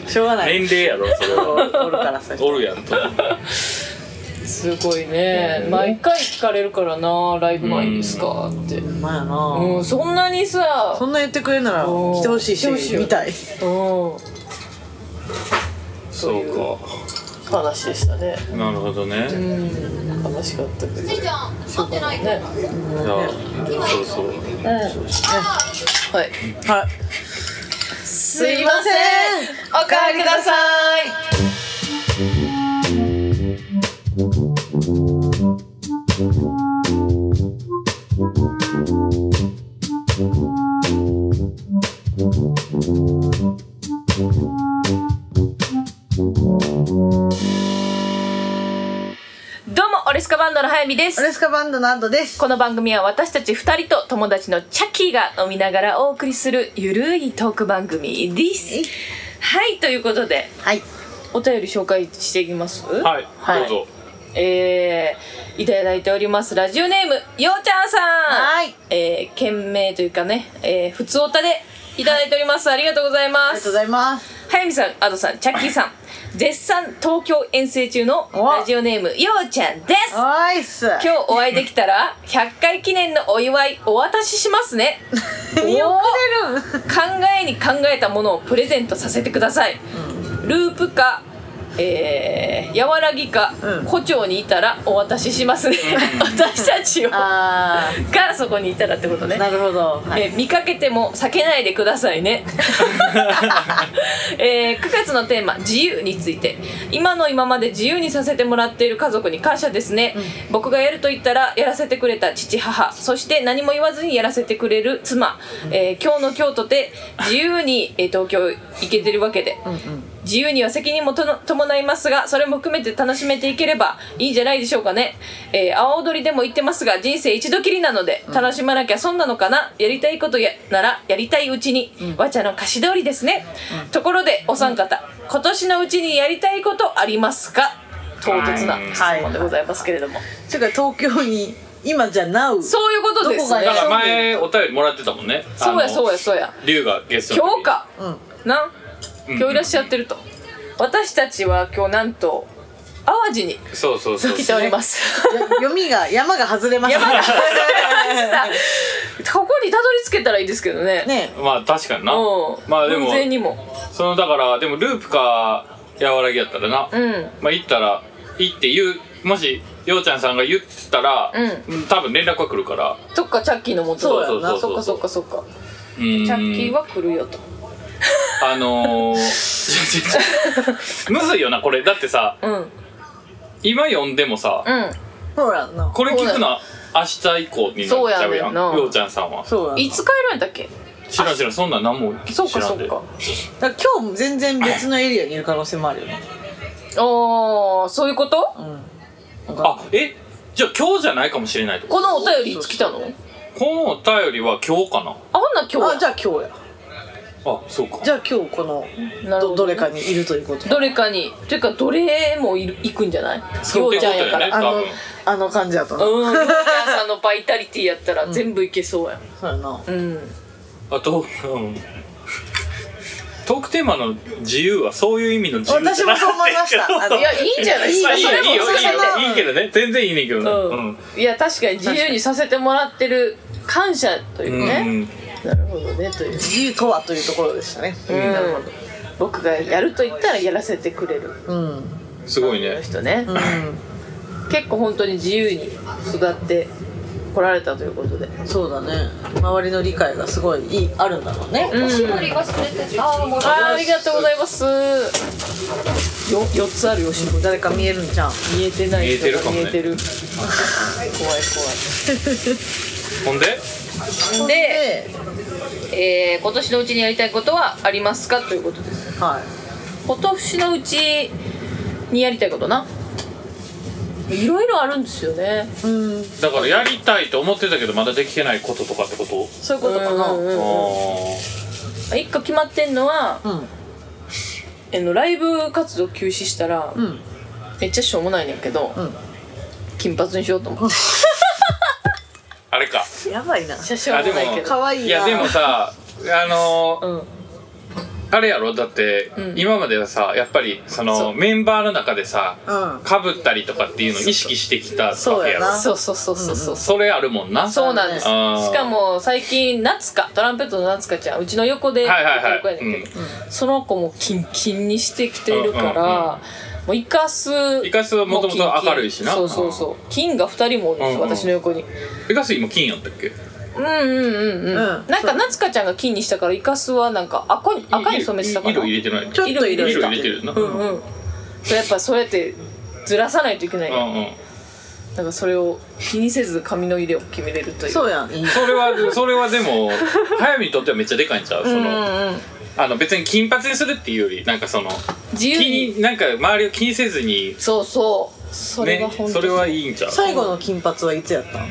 [SPEAKER 1] にしょうがない
[SPEAKER 3] 年齢やろそれ
[SPEAKER 1] お
[SPEAKER 3] は
[SPEAKER 1] るからさ
[SPEAKER 3] おるやんと
[SPEAKER 2] た すごいね毎回聞かれるからなライブ前ですかって
[SPEAKER 1] ほんまやな、
[SPEAKER 2] うんそんなにさ
[SPEAKER 1] そんな言ってくれるなら
[SPEAKER 2] おー
[SPEAKER 1] 来てほしい
[SPEAKER 2] 来て
[SPEAKER 1] し
[SPEAKER 2] ほしいよ
[SPEAKER 1] 見たい
[SPEAKER 2] うん
[SPEAKER 3] そう
[SPEAKER 2] 話でしたね
[SPEAKER 3] かなるほどね
[SPEAKER 2] うん悲しかったけど
[SPEAKER 4] スイちゃん待ってない
[SPEAKER 2] ね
[SPEAKER 3] じゃあそうそう
[SPEAKER 2] はい
[SPEAKER 1] はい
[SPEAKER 2] す
[SPEAKER 1] いません
[SPEAKER 2] お帰りくださいどうもオレスカバンドの早見です
[SPEAKER 1] オレスカバンドのアンドです
[SPEAKER 2] この番組は私たち2人と友達のチャッキーが飲みながらお送りするゆるいトーク番組です
[SPEAKER 1] えい。
[SPEAKER 2] はい、ということで
[SPEAKER 1] はい
[SPEAKER 2] お便り紹介していきます。
[SPEAKER 3] はい、
[SPEAKER 1] はい
[SPEAKER 3] どうぞ
[SPEAKER 2] えー、いただいておりますラジオネームようちゃんさん。
[SPEAKER 1] はい
[SPEAKER 2] えー、件名というかね、えー、普通おたでいただいております。ありがとうござい
[SPEAKER 1] あ
[SPEAKER 2] ま
[SPEAKER 1] りがと
[SPEAKER 2] す
[SPEAKER 1] うご。ざいます
[SPEAKER 2] はやみさん、アドさん、チャッキーさん、絶賛東京遠征中の
[SPEAKER 1] お
[SPEAKER 2] ラジオネームようちゃんです。
[SPEAKER 1] ナイス
[SPEAKER 2] 今日お会いできたら100回記念のお祝いお渡しします ねおー考えに考えたものをプレゼントさせてください、ループかえー、和らぎか、
[SPEAKER 1] うん
[SPEAKER 2] 胡蝶にいたらお渡ししますね 私たちをが
[SPEAKER 1] あ
[SPEAKER 2] そこにいたらってことね
[SPEAKER 1] ーなるほどはい
[SPEAKER 2] えー見かけても避けないでください ね、えー9月のテーマ「自由」について今の今まで自由にさせてもらっている家族に感謝ですね、僕がやると言ったらやらせてくれた父母そして何も言わずにやらせてくれる妻、えー今日の京都で自由に、えー東京行けてるわけで、自由には責任もとの伴いますがそれも含めて楽しめていければいいんじゃないでしょうかね、えー、阿波踊りでも言ってますが人生一度きりなので楽しまなきゃ損なのかな、やりたいことやならやりたいうちに、わちゃの歌詞通りですね、ところでお三方、今年のうちにやりたいことありますか唐突な質問でございますけれども、
[SPEAKER 1] ていうか東京に今じゃなう
[SPEAKER 2] そういうことですね
[SPEAKER 1] ど
[SPEAKER 3] だ
[SPEAKER 1] こ
[SPEAKER 3] から
[SPEAKER 1] が
[SPEAKER 3] 前お便りもらってたもんね
[SPEAKER 2] そうやそうや
[SPEAKER 3] う
[SPEAKER 2] そうや
[SPEAKER 3] 龍がゲストの時
[SPEAKER 2] 今日か、
[SPEAKER 1] うん
[SPEAKER 2] な
[SPEAKER 3] うん
[SPEAKER 2] 今日いらっしゃってると、私たちは今日なんと淡路に
[SPEAKER 3] そうそうそう
[SPEAKER 2] 来ております
[SPEAKER 1] よ読みが山が外れました
[SPEAKER 2] 山が外ここにたどり着けたらいいですけどね。
[SPEAKER 1] ね
[SPEAKER 3] まあ確かにな
[SPEAKER 2] うん。
[SPEAKER 3] まあでも
[SPEAKER 2] 偶然にも。
[SPEAKER 3] そのだからでもループか和らぎやったらな、
[SPEAKER 2] うん。
[SPEAKER 3] まあ行ったら行って言うもしようちゃんさんが言ったら、うん、多分連絡は来るから
[SPEAKER 2] そっか、チャッキーのもとだ
[SPEAKER 3] そうそうそう
[SPEAKER 2] そっかそっかそっか。
[SPEAKER 3] うーん
[SPEAKER 2] チャッキーは来るよと。
[SPEAKER 3] あのーちょちょちょむずいよなこれだってさ
[SPEAKER 2] うん。うん。
[SPEAKER 3] 今読んでもさ、
[SPEAKER 1] そうやんな
[SPEAKER 3] これ聞くのは明日以降になっちゃうやん
[SPEAKER 2] そうやねんな
[SPEAKER 3] ようちゃんさんは
[SPEAKER 1] そうやんない
[SPEAKER 2] つ帰るんだっけ
[SPEAKER 3] 知らん知らんそんなん何も知ら
[SPEAKER 2] そ
[SPEAKER 3] ん
[SPEAKER 2] う
[SPEAKER 3] で
[SPEAKER 2] かそうか。
[SPEAKER 1] だから今日も全然別のエリアにいる可能性もあるよね
[SPEAKER 2] ああ、そういうこと
[SPEAKER 1] うん
[SPEAKER 3] あえじゃあ今日じゃないかもしれないとこ
[SPEAKER 2] このお便りいつ来たの
[SPEAKER 3] のお便りは今日かな
[SPEAKER 2] あ、ほんなら今日
[SPEAKER 1] あじ
[SPEAKER 2] や。
[SPEAKER 1] ゃあ今日や
[SPEAKER 3] あそうか
[SPEAKER 1] じゃあ今日この
[SPEAKER 2] なるほ
[SPEAKER 1] ど
[SPEAKER 2] ど
[SPEAKER 1] どれかにいるということ
[SPEAKER 2] どれかに。というか、どれもいる行くんじゃない
[SPEAKER 3] そ
[SPEAKER 2] よ
[SPEAKER 3] う
[SPEAKER 2] うちゃんやか
[SPEAKER 3] って
[SPEAKER 2] ら。
[SPEAKER 3] こと
[SPEAKER 1] あの
[SPEAKER 3] 多分
[SPEAKER 1] あの感じやとな、
[SPEAKER 2] うん。ようちゃんさんのバイタリティやったら全部いけそうやん。
[SPEAKER 1] そうやな
[SPEAKER 2] うん。
[SPEAKER 3] あと、うん、トークテーマの自由はそういう意味の自由
[SPEAKER 1] 私もそう思いましたあの
[SPEAKER 2] いや、いいんじゃない
[SPEAKER 1] いい
[SPEAKER 3] まあいいよ
[SPEAKER 2] それも
[SPEAKER 3] いいよ
[SPEAKER 2] それも
[SPEAKER 1] それ
[SPEAKER 3] いいよいいけどね全然いいねんけどね
[SPEAKER 2] うんいや確かに自由にさせてもらってる感謝という
[SPEAKER 3] うん
[SPEAKER 2] ね、
[SPEAKER 3] うん
[SPEAKER 2] なるほどねという、
[SPEAKER 1] 自由とはというところでしたね
[SPEAKER 2] うん僕がやると言ったらやらせてくれる
[SPEAKER 1] うんうん
[SPEAKER 3] すごい
[SPEAKER 2] この
[SPEAKER 3] ね
[SPEAKER 2] 人ね、結構本当に自由に育ってこられたということで
[SPEAKER 1] そうだね周りの理解がすごいいいあるんだろうね、
[SPEAKER 4] しぼりがすれてたあーもう
[SPEAKER 2] あーありがとうございますよ4つあるよし
[SPEAKER 1] 誰か見えるんじゃん
[SPEAKER 2] 見えてない
[SPEAKER 3] 見えてる
[SPEAKER 2] 人
[SPEAKER 3] か
[SPEAKER 2] が
[SPEAKER 3] もね
[SPEAKER 2] 見えてる怖い
[SPEAKER 3] ほんで
[SPEAKER 2] 怖いで、
[SPEAKER 1] で、
[SPEAKER 2] えー今年のうちにやりたいことはありますかということです
[SPEAKER 1] は
[SPEAKER 2] 今年のうちにやりたいことないろいろあるんですよね
[SPEAKER 1] うん
[SPEAKER 3] だからやりたいと思ってたけどまだできてないこととかってこと、
[SPEAKER 1] そういうことかな
[SPEAKER 2] うんうんうん
[SPEAKER 3] あ
[SPEAKER 2] 一個決まってんのは
[SPEAKER 1] うん
[SPEAKER 2] あのライブ活動休止したら、
[SPEAKER 1] うん
[SPEAKER 2] めっちゃしょうもないねんけど、
[SPEAKER 1] ん
[SPEAKER 2] 金髪にしようと 思って
[SPEAKER 3] ああれか
[SPEAKER 1] やばいな
[SPEAKER 2] めっちゃしょう
[SPEAKER 3] あで
[SPEAKER 2] も
[SPEAKER 3] も
[SPEAKER 2] ないけど
[SPEAKER 1] 可愛いない
[SPEAKER 3] やでもさあのー
[SPEAKER 2] うん
[SPEAKER 3] あれやろだって、
[SPEAKER 2] うん
[SPEAKER 3] 今まではさやっぱりその
[SPEAKER 2] そう
[SPEAKER 3] メンバーの中でさ
[SPEAKER 1] うん
[SPEAKER 3] かぶったりとかっていうのを意識してきたわ
[SPEAKER 1] そう
[SPEAKER 3] けや
[SPEAKER 1] や
[SPEAKER 3] ろ
[SPEAKER 1] な
[SPEAKER 2] そうそうそうそうそう、
[SPEAKER 3] それあるもんな
[SPEAKER 2] そうなんです。し
[SPEAKER 3] あー
[SPEAKER 2] かも最近夏香トランペットの夏香ちゃんうちの横で
[SPEAKER 3] はいはいは
[SPEAKER 2] や
[SPEAKER 3] い
[SPEAKER 2] ってる子やねんけど、その子もキンキンにしてきてるから、
[SPEAKER 3] うんうんうん
[SPEAKER 2] もうイカス
[SPEAKER 3] イカスはもともと明るいしな
[SPEAKER 2] そうそうそう金が二人もおるんですよ、
[SPEAKER 3] うんうん
[SPEAKER 2] 私の横に
[SPEAKER 3] ペガス今金やったっけ
[SPEAKER 2] うんうんうんうん、
[SPEAKER 1] うん
[SPEAKER 2] なんか夏香ちゃんが金にしたからイカスはなんか赤に赤に染めてたか
[SPEAKER 3] い色
[SPEAKER 2] ら
[SPEAKER 3] 入れてない
[SPEAKER 1] ちょっと入れ
[SPEAKER 3] 色
[SPEAKER 1] た
[SPEAKER 3] 入れてるな
[SPEAKER 2] うんうんそうやっぱそうやってずらさないといけない、
[SPEAKER 3] うんうん
[SPEAKER 2] なんかそれを気にせず髪の入れを決めれるという
[SPEAKER 1] そうやんいい
[SPEAKER 3] それはそれはでも早見にとってはめっちゃでかいんちゃうそ
[SPEAKER 2] うんう
[SPEAKER 3] の
[SPEAKER 2] んうん
[SPEAKER 3] あの別に金髪にするっていうよりなんかその
[SPEAKER 2] 自
[SPEAKER 3] 気
[SPEAKER 2] 由に
[SPEAKER 3] になんか周りを気にせずに
[SPEAKER 2] そうそうそれが
[SPEAKER 3] ね
[SPEAKER 2] 本当、
[SPEAKER 3] それはいいんちゃう
[SPEAKER 1] 最後の金髪はいつやったん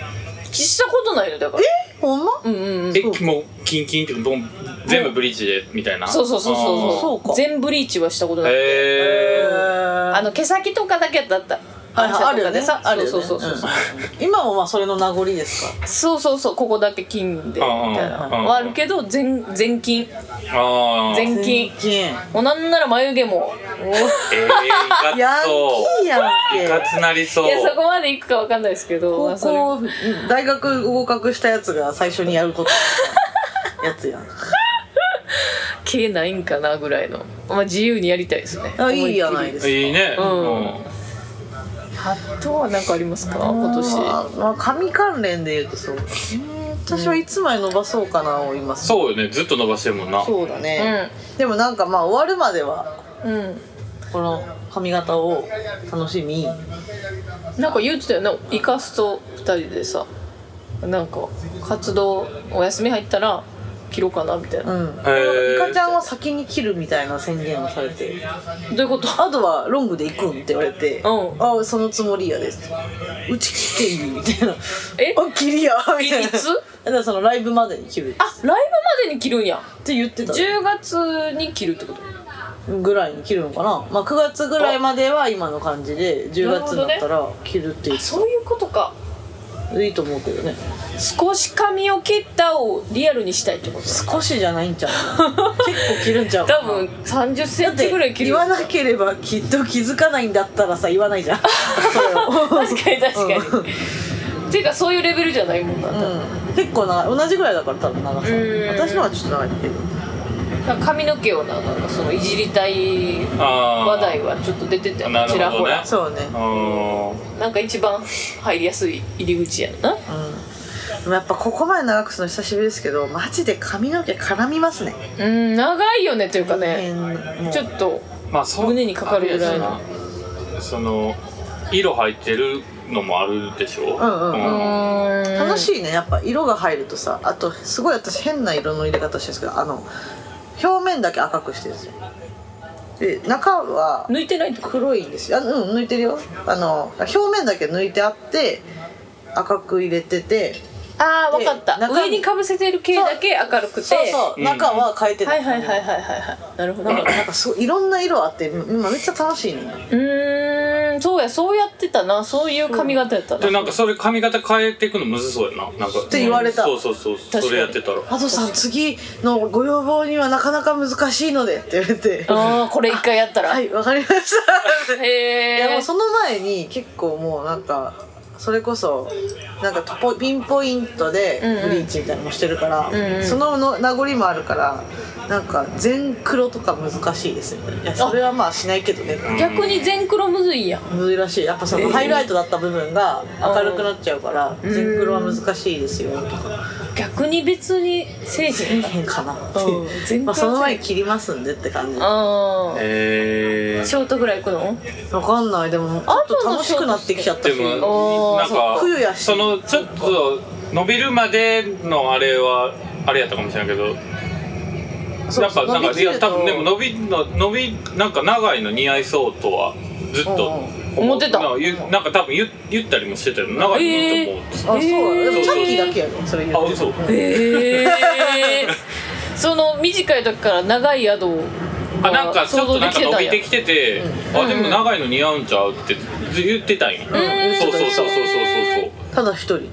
[SPEAKER 2] したことないのだから
[SPEAKER 1] ほんま
[SPEAKER 2] うんうんうん
[SPEAKER 3] え
[SPEAKER 1] そう
[SPEAKER 3] もうキンキンってどん全部ブリッジでみたいな
[SPEAKER 2] そうそうそうそう
[SPEAKER 1] そうか
[SPEAKER 2] 全ブリーチはしたこと
[SPEAKER 3] あー
[SPEAKER 2] ない
[SPEAKER 3] へえ
[SPEAKER 2] あ
[SPEAKER 1] あ
[SPEAKER 2] の毛先とかだけだった
[SPEAKER 1] はいはいあるよね
[SPEAKER 2] 反射とかでさ
[SPEAKER 1] あるよね
[SPEAKER 2] そうそうそうそう、
[SPEAKER 1] うん今もまあそれの名残ですか
[SPEAKER 2] そうそうそうここだけ金でみたいな
[SPEAKER 3] うんうんうん
[SPEAKER 2] はあるけど全全金
[SPEAKER 3] ああえ
[SPEAKER 2] 全金
[SPEAKER 1] 金
[SPEAKER 2] もうなんなら眉毛も
[SPEAKER 3] えー、い
[SPEAKER 1] ヤ
[SPEAKER 3] か
[SPEAKER 1] ン
[SPEAKER 3] つ
[SPEAKER 1] キ
[SPEAKER 3] そ
[SPEAKER 1] ーやん
[SPEAKER 3] うい
[SPEAKER 1] け
[SPEAKER 3] かつなりそう
[SPEAKER 2] いやそこまでいくかわかんないですけどま
[SPEAKER 1] 高
[SPEAKER 2] あそれ
[SPEAKER 1] 校大学合格したやつが最初にやることやつやん
[SPEAKER 2] 毛ないんかなぐらいのまあ自由にやりたいですね
[SPEAKER 1] あいいや
[SPEAKER 2] 思
[SPEAKER 1] な
[SPEAKER 2] っ
[SPEAKER 1] い
[SPEAKER 2] きり
[SPEAKER 1] ですか
[SPEAKER 3] いいね
[SPEAKER 2] うん
[SPEAKER 3] うん
[SPEAKER 2] あとは何かありますか今年
[SPEAKER 1] あーまあ髪関連で言うとそう私はいつまで伸ばそうかなを今う
[SPEAKER 3] そうよねずっと伸ばしてるもんな
[SPEAKER 1] そうだね、でもなんかまあ終わるまでは
[SPEAKER 2] うんうん
[SPEAKER 1] この髪型を楽しみ
[SPEAKER 2] なんか言ってたよねイカスと2人でさなんか活動お休み入ったら切ろうかなみたいな、
[SPEAKER 1] うん
[SPEAKER 3] へー
[SPEAKER 1] イカちゃんは先に切るみたいな宣言をされて
[SPEAKER 2] どういうこと
[SPEAKER 1] あとはロングで行くんって言われて、
[SPEAKER 2] うん
[SPEAKER 1] あそのつもりやですうち切っていいみたいな
[SPEAKER 2] え
[SPEAKER 1] あ切りやみたいない
[SPEAKER 2] つ
[SPEAKER 1] だからそのライブまでに切る
[SPEAKER 2] あライブまでに切るんや
[SPEAKER 1] って言ってた
[SPEAKER 2] 10月に切るってこと
[SPEAKER 1] ぐらいに切るのかな、まあ、9月ぐらいまでは今の感じで10月になったら切るって言っ
[SPEAKER 2] そういうことか
[SPEAKER 1] ていいと思うけどね
[SPEAKER 2] 少し髪を切ったをリアルにしたいってこと
[SPEAKER 1] 少しじゃないんちゃう結構切るんちゃう
[SPEAKER 2] 多分3 0セ
[SPEAKER 1] だっ
[SPEAKER 2] ンチ
[SPEAKER 1] て
[SPEAKER 2] ぐらい切る
[SPEAKER 1] 言わなければきっと気づかないんだったらさ言わな いじゃんそれを
[SPEAKER 2] 確かに確かに、ていうかそういうレベルじゃないもんな、
[SPEAKER 1] うん結構長い同じぐらいだから多分長さ
[SPEAKER 2] うん
[SPEAKER 1] 私のはちょっと長いけど
[SPEAKER 2] なんか髪の毛をななんかそのいじりたい
[SPEAKER 3] あー
[SPEAKER 2] 話題はちょっと出てたよ
[SPEAKER 3] なるほどね
[SPEAKER 2] ちらほら
[SPEAKER 1] そうね
[SPEAKER 3] あ
[SPEAKER 2] なんか一番入りやすい入り口やんな
[SPEAKER 1] うんでもやっぱここまで長くするの久しぶりですけどマジで髪の毛絡みますね
[SPEAKER 2] うん長いよねというかね
[SPEAKER 1] もう
[SPEAKER 2] ちょっと
[SPEAKER 3] ーまあそう
[SPEAKER 2] 胸にかかるぐらいの
[SPEAKER 3] あれやしなその色入ってるのもあるでしょ
[SPEAKER 1] うんうんう楽
[SPEAKER 2] 楽
[SPEAKER 1] しいねやっぱ色が入るとさあとすごい私変な色の入れ方してるんですけどあの表面だけ赤くしてるんですよで中は
[SPEAKER 2] 抜いてないとか
[SPEAKER 1] 黒いんですよあうん抜いてるよあの表面だけ抜いてあって赤く入れてて
[SPEAKER 2] ああわ
[SPEAKER 1] で
[SPEAKER 2] かった
[SPEAKER 1] 中身
[SPEAKER 2] 上にかぶせてる系だけ明るくて
[SPEAKER 1] そうそう、
[SPEAKER 3] うん
[SPEAKER 1] 中は変えて
[SPEAKER 2] はいはいはいはいはいはいなるほど
[SPEAKER 1] なんかなんかすごいいろんな色あって今めっちゃ楽しいね
[SPEAKER 2] うーんそうやそうやってたなそういう髪型やったな
[SPEAKER 3] でなんかそれ髪型変えていくのむずそうやななんかって
[SPEAKER 1] 言われた
[SPEAKER 3] そうそうそう
[SPEAKER 2] かに
[SPEAKER 3] それやってたら
[SPEAKER 1] ハトさん次のご要望にはなかなか難しいのでって言われて「
[SPEAKER 2] ああこれ一回やったら、
[SPEAKER 1] はいわかりました」
[SPEAKER 2] へ
[SPEAKER 1] いや
[SPEAKER 2] え
[SPEAKER 1] もうその前に結構もうなんかそれこそなんかトポピンポイントで
[SPEAKER 2] うんうん
[SPEAKER 1] ブリーチみたいなのもしてるから、
[SPEAKER 2] んうん
[SPEAKER 1] そのの名残もあるからなんか全黒とか難しいですよねいやそれはまあしないけどね
[SPEAKER 2] 逆に全黒むずいやん
[SPEAKER 1] むずいらしいやっぱそのハイライトだった部分が明るくなっちゃうから
[SPEAKER 2] ん
[SPEAKER 1] 全黒は難しいですよとか
[SPEAKER 2] 逆に別にせえへん
[SPEAKER 1] 変かなって
[SPEAKER 2] うん全黒
[SPEAKER 1] まあその前に切りますんでって感じわ
[SPEAKER 2] ああ
[SPEAKER 3] え
[SPEAKER 2] ショートぐらいいくの
[SPEAKER 1] かんないでもちょっと楽しくなってきちゃった
[SPEAKER 3] で
[SPEAKER 1] し
[SPEAKER 3] も
[SPEAKER 2] あー
[SPEAKER 3] なんか
[SPEAKER 1] 冬やし
[SPEAKER 3] そのちょっと伸びるまでのあれはあれやったかもしれないけど
[SPEAKER 1] そう
[SPEAKER 3] やっぱなん
[SPEAKER 1] 伸び
[SPEAKER 3] か
[SPEAKER 1] き
[SPEAKER 3] い
[SPEAKER 1] ると
[SPEAKER 3] や多分でも伸びの伸びなんか長いの似合いそうとはずっと
[SPEAKER 1] うん
[SPEAKER 2] 思ってた
[SPEAKER 3] なんか言うなんか多分言言ったりもしてたよなんか言うと思うって
[SPEAKER 1] あそう
[SPEAKER 2] えー
[SPEAKER 1] でもチャッキーだけやろそれ言う
[SPEAKER 3] あ
[SPEAKER 1] の
[SPEAKER 3] 嘘
[SPEAKER 2] へえ その短い時から長い宿を
[SPEAKER 3] あなんかちょっとなんか伸びて
[SPEAKER 2] き
[SPEAKER 3] きててあでも長いの似合うんちゃうってず言ってたんやそうそうそうそうそうそう
[SPEAKER 1] ただ一人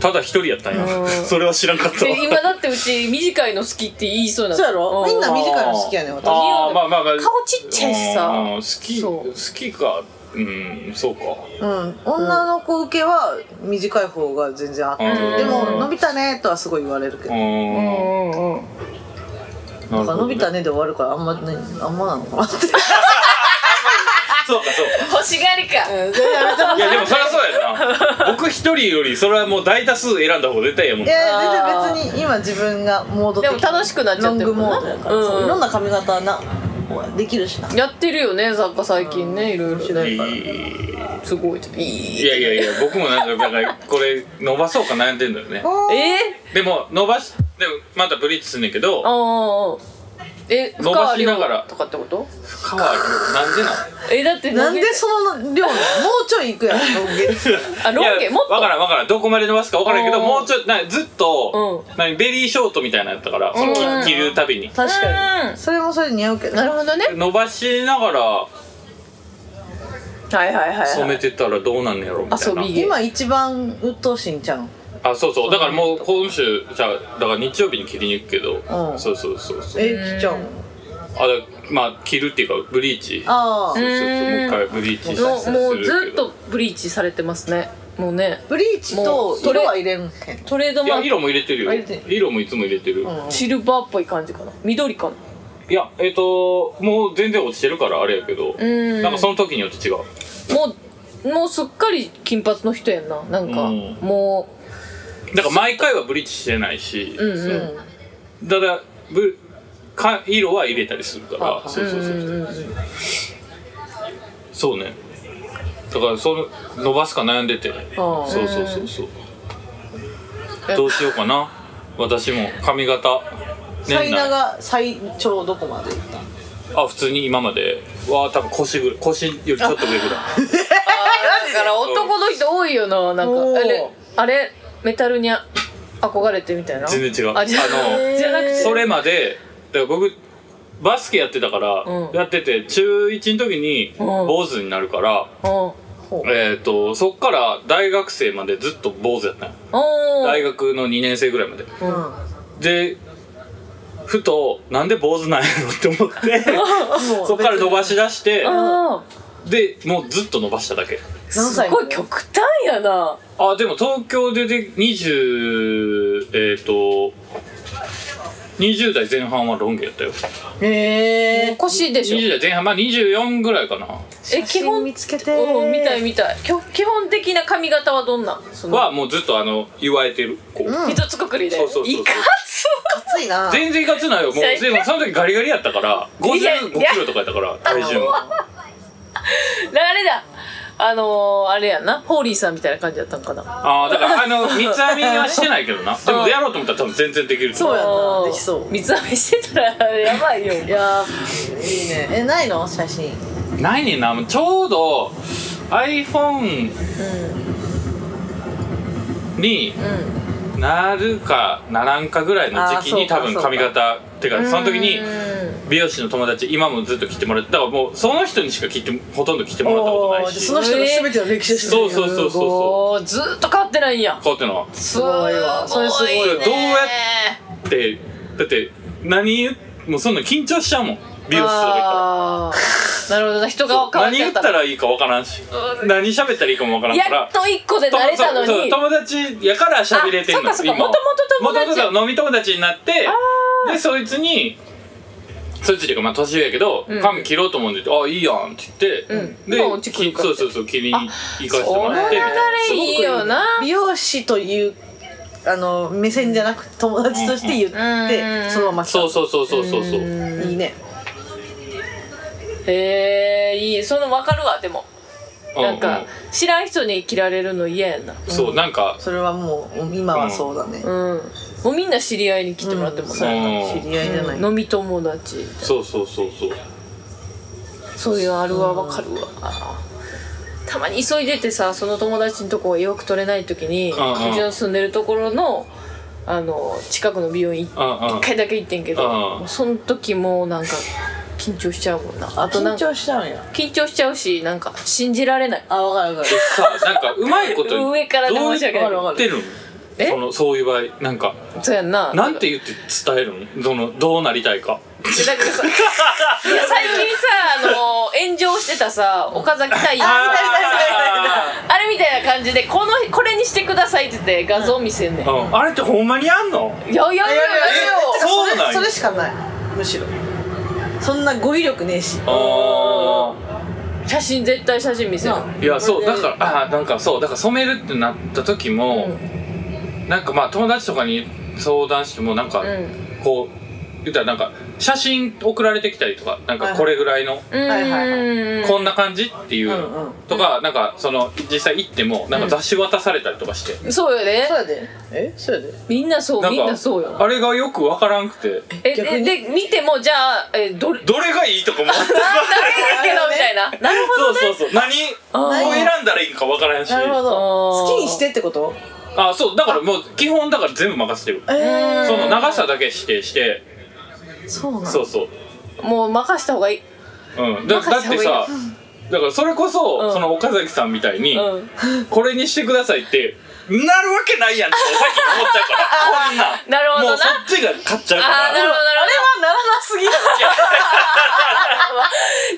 [SPEAKER 3] ただ一人やったん
[SPEAKER 2] うん
[SPEAKER 3] や それは知らんかったわ
[SPEAKER 2] 今だってうち短いの好きって言いそうな
[SPEAKER 1] そうやろ
[SPEAKER 2] ん
[SPEAKER 1] みんな短いの好きやねん私
[SPEAKER 3] あーまあまあまあ
[SPEAKER 2] 顔ちっちゃいしさ
[SPEAKER 3] うん好き
[SPEAKER 2] そう
[SPEAKER 3] 好きかうんそうか
[SPEAKER 1] うん女の子受けは短い方が全然あって
[SPEAKER 3] うん
[SPEAKER 1] でも「伸びたね」とはすごい言われるけ
[SPEAKER 3] う
[SPEAKER 1] ど
[SPEAKER 2] うんんうんうん
[SPEAKER 3] な
[SPEAKER 1] なんか伸びた
[SPEAKER 3] ね
[SPEAKER 1] ねで終わるからあんまねあんまなのかなって
[SPEAKER 3] そうかそうか
[SPEAKER 2] 欲しがりか
[SPEAKER 3] いやでもそりゃそうや んな僕一人よりそれはもう大多数選んだ方が絶対やもん
[SPEAKER 1] いや全然別に今自分がモード的に
[SPEAKER 2] でも楽しくなっちゃって
[SPEAKER 1] ロ
[SPEAKER 2] る
[SPEAKER 1] ング
[SPEAKER 2] もん
[SPEAKER 1] モ
[SPEAKER 2] な
[SPEAKER 1] ードやから、そう
[SPEAKER 2] うん
[SPEAKER 1] いろんな髪型なほらできるし な
[SPEAKER 2] やってるよね作家最近ねいろいろ
[SPEAKER 1] 面白いから
[SPEAKER 2] すごいちょっとい
[SPEAKER 3] い
[SPEAKER 2] い
[SPEAKER 3] やいやいや僕もなんかだからこれ伸ばそうか悩んでんだよね
[SPEAKER 2] え
[SPEAKER 3] でも伸ばしでもまたブリッジすんねんけど
[SPEAKER 2] ー、ああえ
[SPEAKER 3] 伸
[SPEAKER 2] 深
[SPEAKER 3] ば
[SPEAKER 2] 川
[SPEAKER 3] しながら
[SPEAKER 2] 亮とかってこと
[SPEAKER 3] 変わるなんでな
[SPEAKER 2] えだって
[SPEAKER 1] なんでその量なのもうちょいいくやんロン毛
[SPEAKER 2] あロン毛
[SPEAKER 3] いや
[SPEAKER 2] もっと
[SPEAKER 3] わからんわからんどこまで伸ばすかわからんけど
[SPEAKER 2] うん
[SPEAKER 3] もうちょいなずっと、
[SPEAKER 2] う
[SPEAKER 3] 何ベリーショートみたいなのやったからその
[SPEAKER 2] うん
[SPEAKER 3] 着るたびに
[SPEAKER 1] 確か
[SPEAKER 2] うん
[SPEAKER 1] にそれもそれ似合うけど
[SPEAKER 2] なるほどね
[SPEAKER 3] 伸ばしながら
[SPEAKER 2] はいはいはい、はい、
[SPEAKER 3] 染めてたらどうなんのやろみたいな
[SPEAKER 2] 遊び
[SPEAKER 1] 今一番鬱陶しいんちゃうん
[SPEAKER 3] あそうそうだからもう今週じゃあだから日曜日に切りに行くけど、
[SPEAKER 1] うん
[SPEAKER 3] そうそうそうそう
[SPEAKER 1] えきちゃうの
[SPEAKER 3] あだまあ切るっていうかブリーチ
[SPEAKER 1] ああ
[SPEAKER 3] そうそうそう
[SPEAKER 2] うん
[SPEAKER 3] もう一回ブリーチ
[SPEAKER 2] もうも
[SPEAKER 3] す
[SPEAKER 2] う
[SPEAKER 3] るけど
[SPEAKER 2] ずっとブリーチされてますねもうね
[SPEAKER 1] ブリーチと色は入れんけん
[SPEAKER 2] トレード
[SPEAKER 3] い
[SPEAKER 2] マ
[SPEAKER 3] や
[SPEAKER 2] ーク
[SPEAKER 3] 色も入れてるよ
[SPEAKER 1] あ入れてる
[SPEAKER 3] 色もいつも入れてる、
[SPEAKER 1] うん
[SPEAKER 2] シルバーっぽい感じかな緑かない
[SPEAKER 3] やえっ、ともう全然落ちてるからあれやけど、
[SPEAKER 2] ん
[SPEAKER 3] なんかその時によって違う
[SPEAKER 2] もうもうすっかり金髪の人やんななんか、
[SPEAKER 3] うん
[SPEAKER 2] も
[SPEAKER 3] だから毎回はブリッジしてないし、
[SPEAKER 2] ううんうん
[SPEAKER 1] うん
[SPEAKER 3] ただブか色は入れたりするから、
[SPEAKER 1] はいはい
[SPEAKER 3] そうそうそうそう、
[SPEAKER 2] うんうん
[SPEAKER 3] そうねだからその伸ばすか悩んでて、
[SPEAKER 1] あ
[SPEAKER 3] そうそうそうそうどうしようかな私も髪型
[SPEAKER 1] サイ
[SPEAKER 3] 年
[SPEAKER 1] ナ
[SPEAKER 3] 内
[SPEAKER 1] が最長どこまでいった
[SPEAKER 3] あ普通に今までは多分腰ぐらい腰よりちょっと上ぐらい
[SPEAKER 2] だから男の人多いよななん
[SPEAKER 1] お
[SPEAKER 2] かあ
[SPEAKER 1] ー
[SPEAKER 2] れあれメタルにあ憧れてみたいな
[SPEAKER 3] 全然違う
[SPEAKER 2] あじゃあ
[SPEAKER 3] あの
[SPEAKER 2] じゃなくて
[SPEAKER 3] それまでだから僕バスケやってたから、
[SPEAKER 2] うん
[SPEAKER 3] やってて中1の時に坊主になるから、
[SPEAKER 2] うんお
[SPEAKER 3] えっ、とそっから大学生までずっと坊主やったんよ大
[SPEAKER 2] ー
[SPEAKER 3] 学の2年生ぐらいまで
[SPEAKER 1] うん
[SPEAKER 3] でふとなんで坊主なんやろって思って
[SPEAKER 1] もう
[SPEAKER 3] そっから伸ばし出して
[SPEAKER 2] あ
[SPEAKER 3] でもうずっと伸ばしただけ
[SPEAKER 2] ー
[SPEAKER 1] 何
[SPEAKER 2] す
[SPEAKER 1] 歳
[SPEAKER 2] ごい極端やな
[SPEAKER 3] あでも東京でで20えっ、と20代前半はロン毛やったよ
[SPEAKER 1] へえ
[SPEAKER 2] おかしいでしょ
[SPEAKER 3] 20代前半まあ24ぐらいかな
[SPEAKER 2] え基本
[SPEAKER 1] 見つけて
[SPEAKER 2] うん見たい見たいきょ基本的な髪型はどんなんその
[SPEAKER 3] はもうずっとあの言われてるこう、
[SPEAKER 1] ん
[SPEAKER 2] 一つくくりで
[SPEAKER 3] そうそうそうそう
[SPEAKER 2] いかつ
[SPEAKER 1] 暑いな
[SPEAKER 3] 全然いかつないよもう
[SPEAKER 2] 最高
[SPEAKER 3] でもその時ガリガリやったから
[SPEAKER 2] いや
[SPEAKER 3] 55キロとかやったから体重も
[SPEAKER 2] あれだあのー、あれやんなホーリーさんみたいな感じだったんかな
[SPEAKER 3] ああだからあ の三つ編みはしてないけどなでもやろうと思ったら多分全然できると思
[SPEAKER 1] そうやな
[SPEAKER 2] うん
[SPEAKER 1] できそう
[SPEAKER 2] 三つ編みしてたらやばいよ
[SPEAKER 1] いやーいいねえないの写真
[SPEAKER 3] ないねんなちょうど iPhone になるかならんかぐらいの時期に
[SPEAKER 1] あーそうか
[SPEAKER 3] 多分
[SPEAKER 1] そうか
[SPEAKER 3] 髪型っていうかその時に
[SPEAKER 2] うん
[SPEAKER 3] 美容師の友達今もずっと切ってもらってだからもうその人にしか切ってほとんど切ってもらったこと
[SPEAKER 1] お
[SPEAKER 3] な
[SPEAKER 1] ー
[SPEAKER 3] い
[SPEAKER 1] じゃあ
[SPEAKER 3] し
[SPEAKER 1] その人の全ての歴史ですね
[SPEAKER 3] そうそうそうそうそ
[SPEAKER 2] おーずーっと変わってないんや
[SPEAKER 3] うこうってのは
[SPEAKER 2] す
[SPEAKER 1] ごいわ
[SPEAKER 2] それすごいね
[SPEAKER 3] どうやってだって何言うもうそんな緊張しちゃうもん美容室とか行ったら。
[SPEAKER 2] あーなるほどな人が変わっ
[SPEAKER 3] 何
[SPEAKER 2] ちゃ
[SPEAKER 3] 言
[SPEAKER 2] っ
[SPEAKER 3] ったたらいいかわからんし何喋ったらいいかもわからんから
[SPEAKER 2] やっと一個で慣れたのに
[SPEAKER 3] そうそう友達やから喋れてんの
[SPEAKER 2] あそうかそうか
[SPEAKER 3] 今は
[SPEAKER 2] 元々友達
[SPEAKER 3] 元々飲み友達になってでそいつにそいつっていうかまあ年上やけど、
[SPEAKER 2] ん
[SPEAKER 3] 髪切ろうと思うんであいいやんって言って、
[SPEAKER 2] うん
[SPEAKER 3] で
[SPEAKER 2] 今うち来る
[SPEAKER 3] き
[SPEAKER 2] から
[SPEAKER 3] そ
[SPEAKER 2] っ
[SPEAKER 3] う
[SPEAKER 2] て
[SPEAKER 3] そうそう切りに行かせてもらってみたいな
[SPEAKER 2] その流れいいよな
[SPEAKER 1] 美容師というあの目線じゃなくて友達として言って
[SPEAKER 2] うん
[SPEAKER 1] そのまま来た
[SPEAKER 3] そうそうそうそうそうそう
[SPEAKER 1] いいね
[SPEAKER 2] へえいいその分かるわでも
[SPEAKER 3] う
[SPEAKER 2] なんか知らん人に切られるの嫌やな
[SPEAKER 3] うんそうなんか
[SPEAKER 1] それはもう今はそうだね
[SPEAKER 2] うんもうみんな知り合いに来てもらっても
[SPEAKER 1] そう
[SPEAKER 2] ね、
[SPEAKER 1] やな
[SPEAKER 3] うん
[SPEAKER 1] 知り合いじゃない
[SPEAKER 2] 飲み友達
[SPEAKER 3] そうそうそうそう
[SPEAKER 2] そういうあるわ分かるわあーたまに急いでてさその友達のとこよく取れない時にうち
[SPEAKER 3] んうん
[SPEAKER 2] の住んでるところのあの近くの美容院
[SPEAKER 3] うんうん
[SPEAKER 2] 一回だけ行ってんけど
[SPEAKER 3] うん
[SPEAKER 2] もうその時もうなんか緊張しちゃうもんなあとな
[SPEAKER 1] 緊
[SPEAKER 2] んか
[SPEAKER 1] 張しちゃうんや
[SPEAKER 2] 緊張しちゃうしなんか信じられない
[SPEAKER 1] あわかるわか る
[SPEAKER 3] さあなんかうまいことどう
[SPEAKER 2] 上からで申し訳ない
[SPEAKER 3] 言ってるん
[SPEAKER 2] え
[SPEAKER 3] そのそういう場合なんか
[SPEAKER 2] そうやんな
[SPEAKER 3] な
[SPEAKER 2] なん
[SPEAKER 3] て言って伝えるんそのどうなりたいか
[SPEAKER 2] だからさいや最近さあの炎上してたさ岡崎太一あれみたいな感じでこのこれにしてくださいって言って画像見せんねん、
[SPEAKER 3] あーあれってほんまにあんの
[SPEAKER 2] いやいやいやいやいや
[SPEAKER 1] てか
[SPEAKER 3] そうなんや
[SPEAKER 1] それそれしかないむしろそんな語彙力ねえし
[SPEAKER 3] あ
[SPEAKER 2] 写真絶対写真見せる
[SPEAKER 3] あいやそうだから
[SPEAKER 1] ら
[SPEAKER 3] ああーなんかそうだから染めるってなった時も、なんかまあ友達とかに相談してもなんか、
[SPEAKER 2] うん
[SPEAKER 3] こう言ったらなんか写真送られてきたりとかな
[SPEAKER 1] はい
[SPEAKER 3] んか
[SPEAKER 1] はい
[SPEAKER 3] これぐらいの、
[SPEAKER 1] はいはいは
[SPEAKER 2] うん
[SPEAKER 3] こんな感じっていう、
[SPEAKER 1] うんうん
[SPEAKER 3] とかなんかその実際行ってもなんか雑誌渡されたりとかして、
[SPEAKER 2] そうよね
[SPEAKER 1] そうやでえそうやで
[SPEAKER 2] みんなそう
[SPEAKER 3] なん
[SPEAKER 2] み
[SPEAKER 3] か
[SPEAKER 2] んなそうよ
[SPEAKER 3] あれがよくわからんくて
[SPEAKER 2] え
[SPEAKER 1] 逆
[SPEAKER 2] で
[SPEAKER 1] に
[SPEAKER 2] で見てもじゃあえどれ
[SPEAKER 3] どれがいいとかも
[SPEAKER 2] だけどみたいななるほ
[SPEAKER 3] そうそうそう何
[SPEAKER 2] ど
[SPEAKER 1] ない
[SPEAKER 3] を
[SPEAKER 2] あ
[SPEAKER 3] 選んだらいいんかわからんし
[SPEAKER 1] なるほ
[SPEAKER 2] あー
[SPEAKER 1] ど好きにしてってこと
[SPEAKER 3] あそうだからもう基本だから全部任せてる
[SPEAKER 1] え
[SPEAKER 3] その長さだけ指定して
[SPEAKER 1] ーそうなの
[SPEAKER 3] そうそう
[SPEAKER 2] ーもう任した方がいい
[SPEAKER 3] うんだだ
[SPEAKER 2] 任
[SPEAKER 3] っ
[SPEAKER 2] せた
[SPEAKER 3] て
[SPEAKER 2] 方がい
[SPEAKER 3] さだからそれこそ、
[SPEAKER 2] うん
[SPEAKER 3] その岡崎さんみたいに、
[SPEAKER 2] うん
[SPEAKER 3] これにしてくださいってなるわけないやんってさっき思っちゃう からこんなん
[SPEAKER 2] なるほどな
[SPEAKER 3] もうそっちが勝っちゃうから
[SPEAKER 2] ああな るほどなるほど
[SPEAKER 1] あれはならなす ぎだろ
[SPEAKER 2] だっ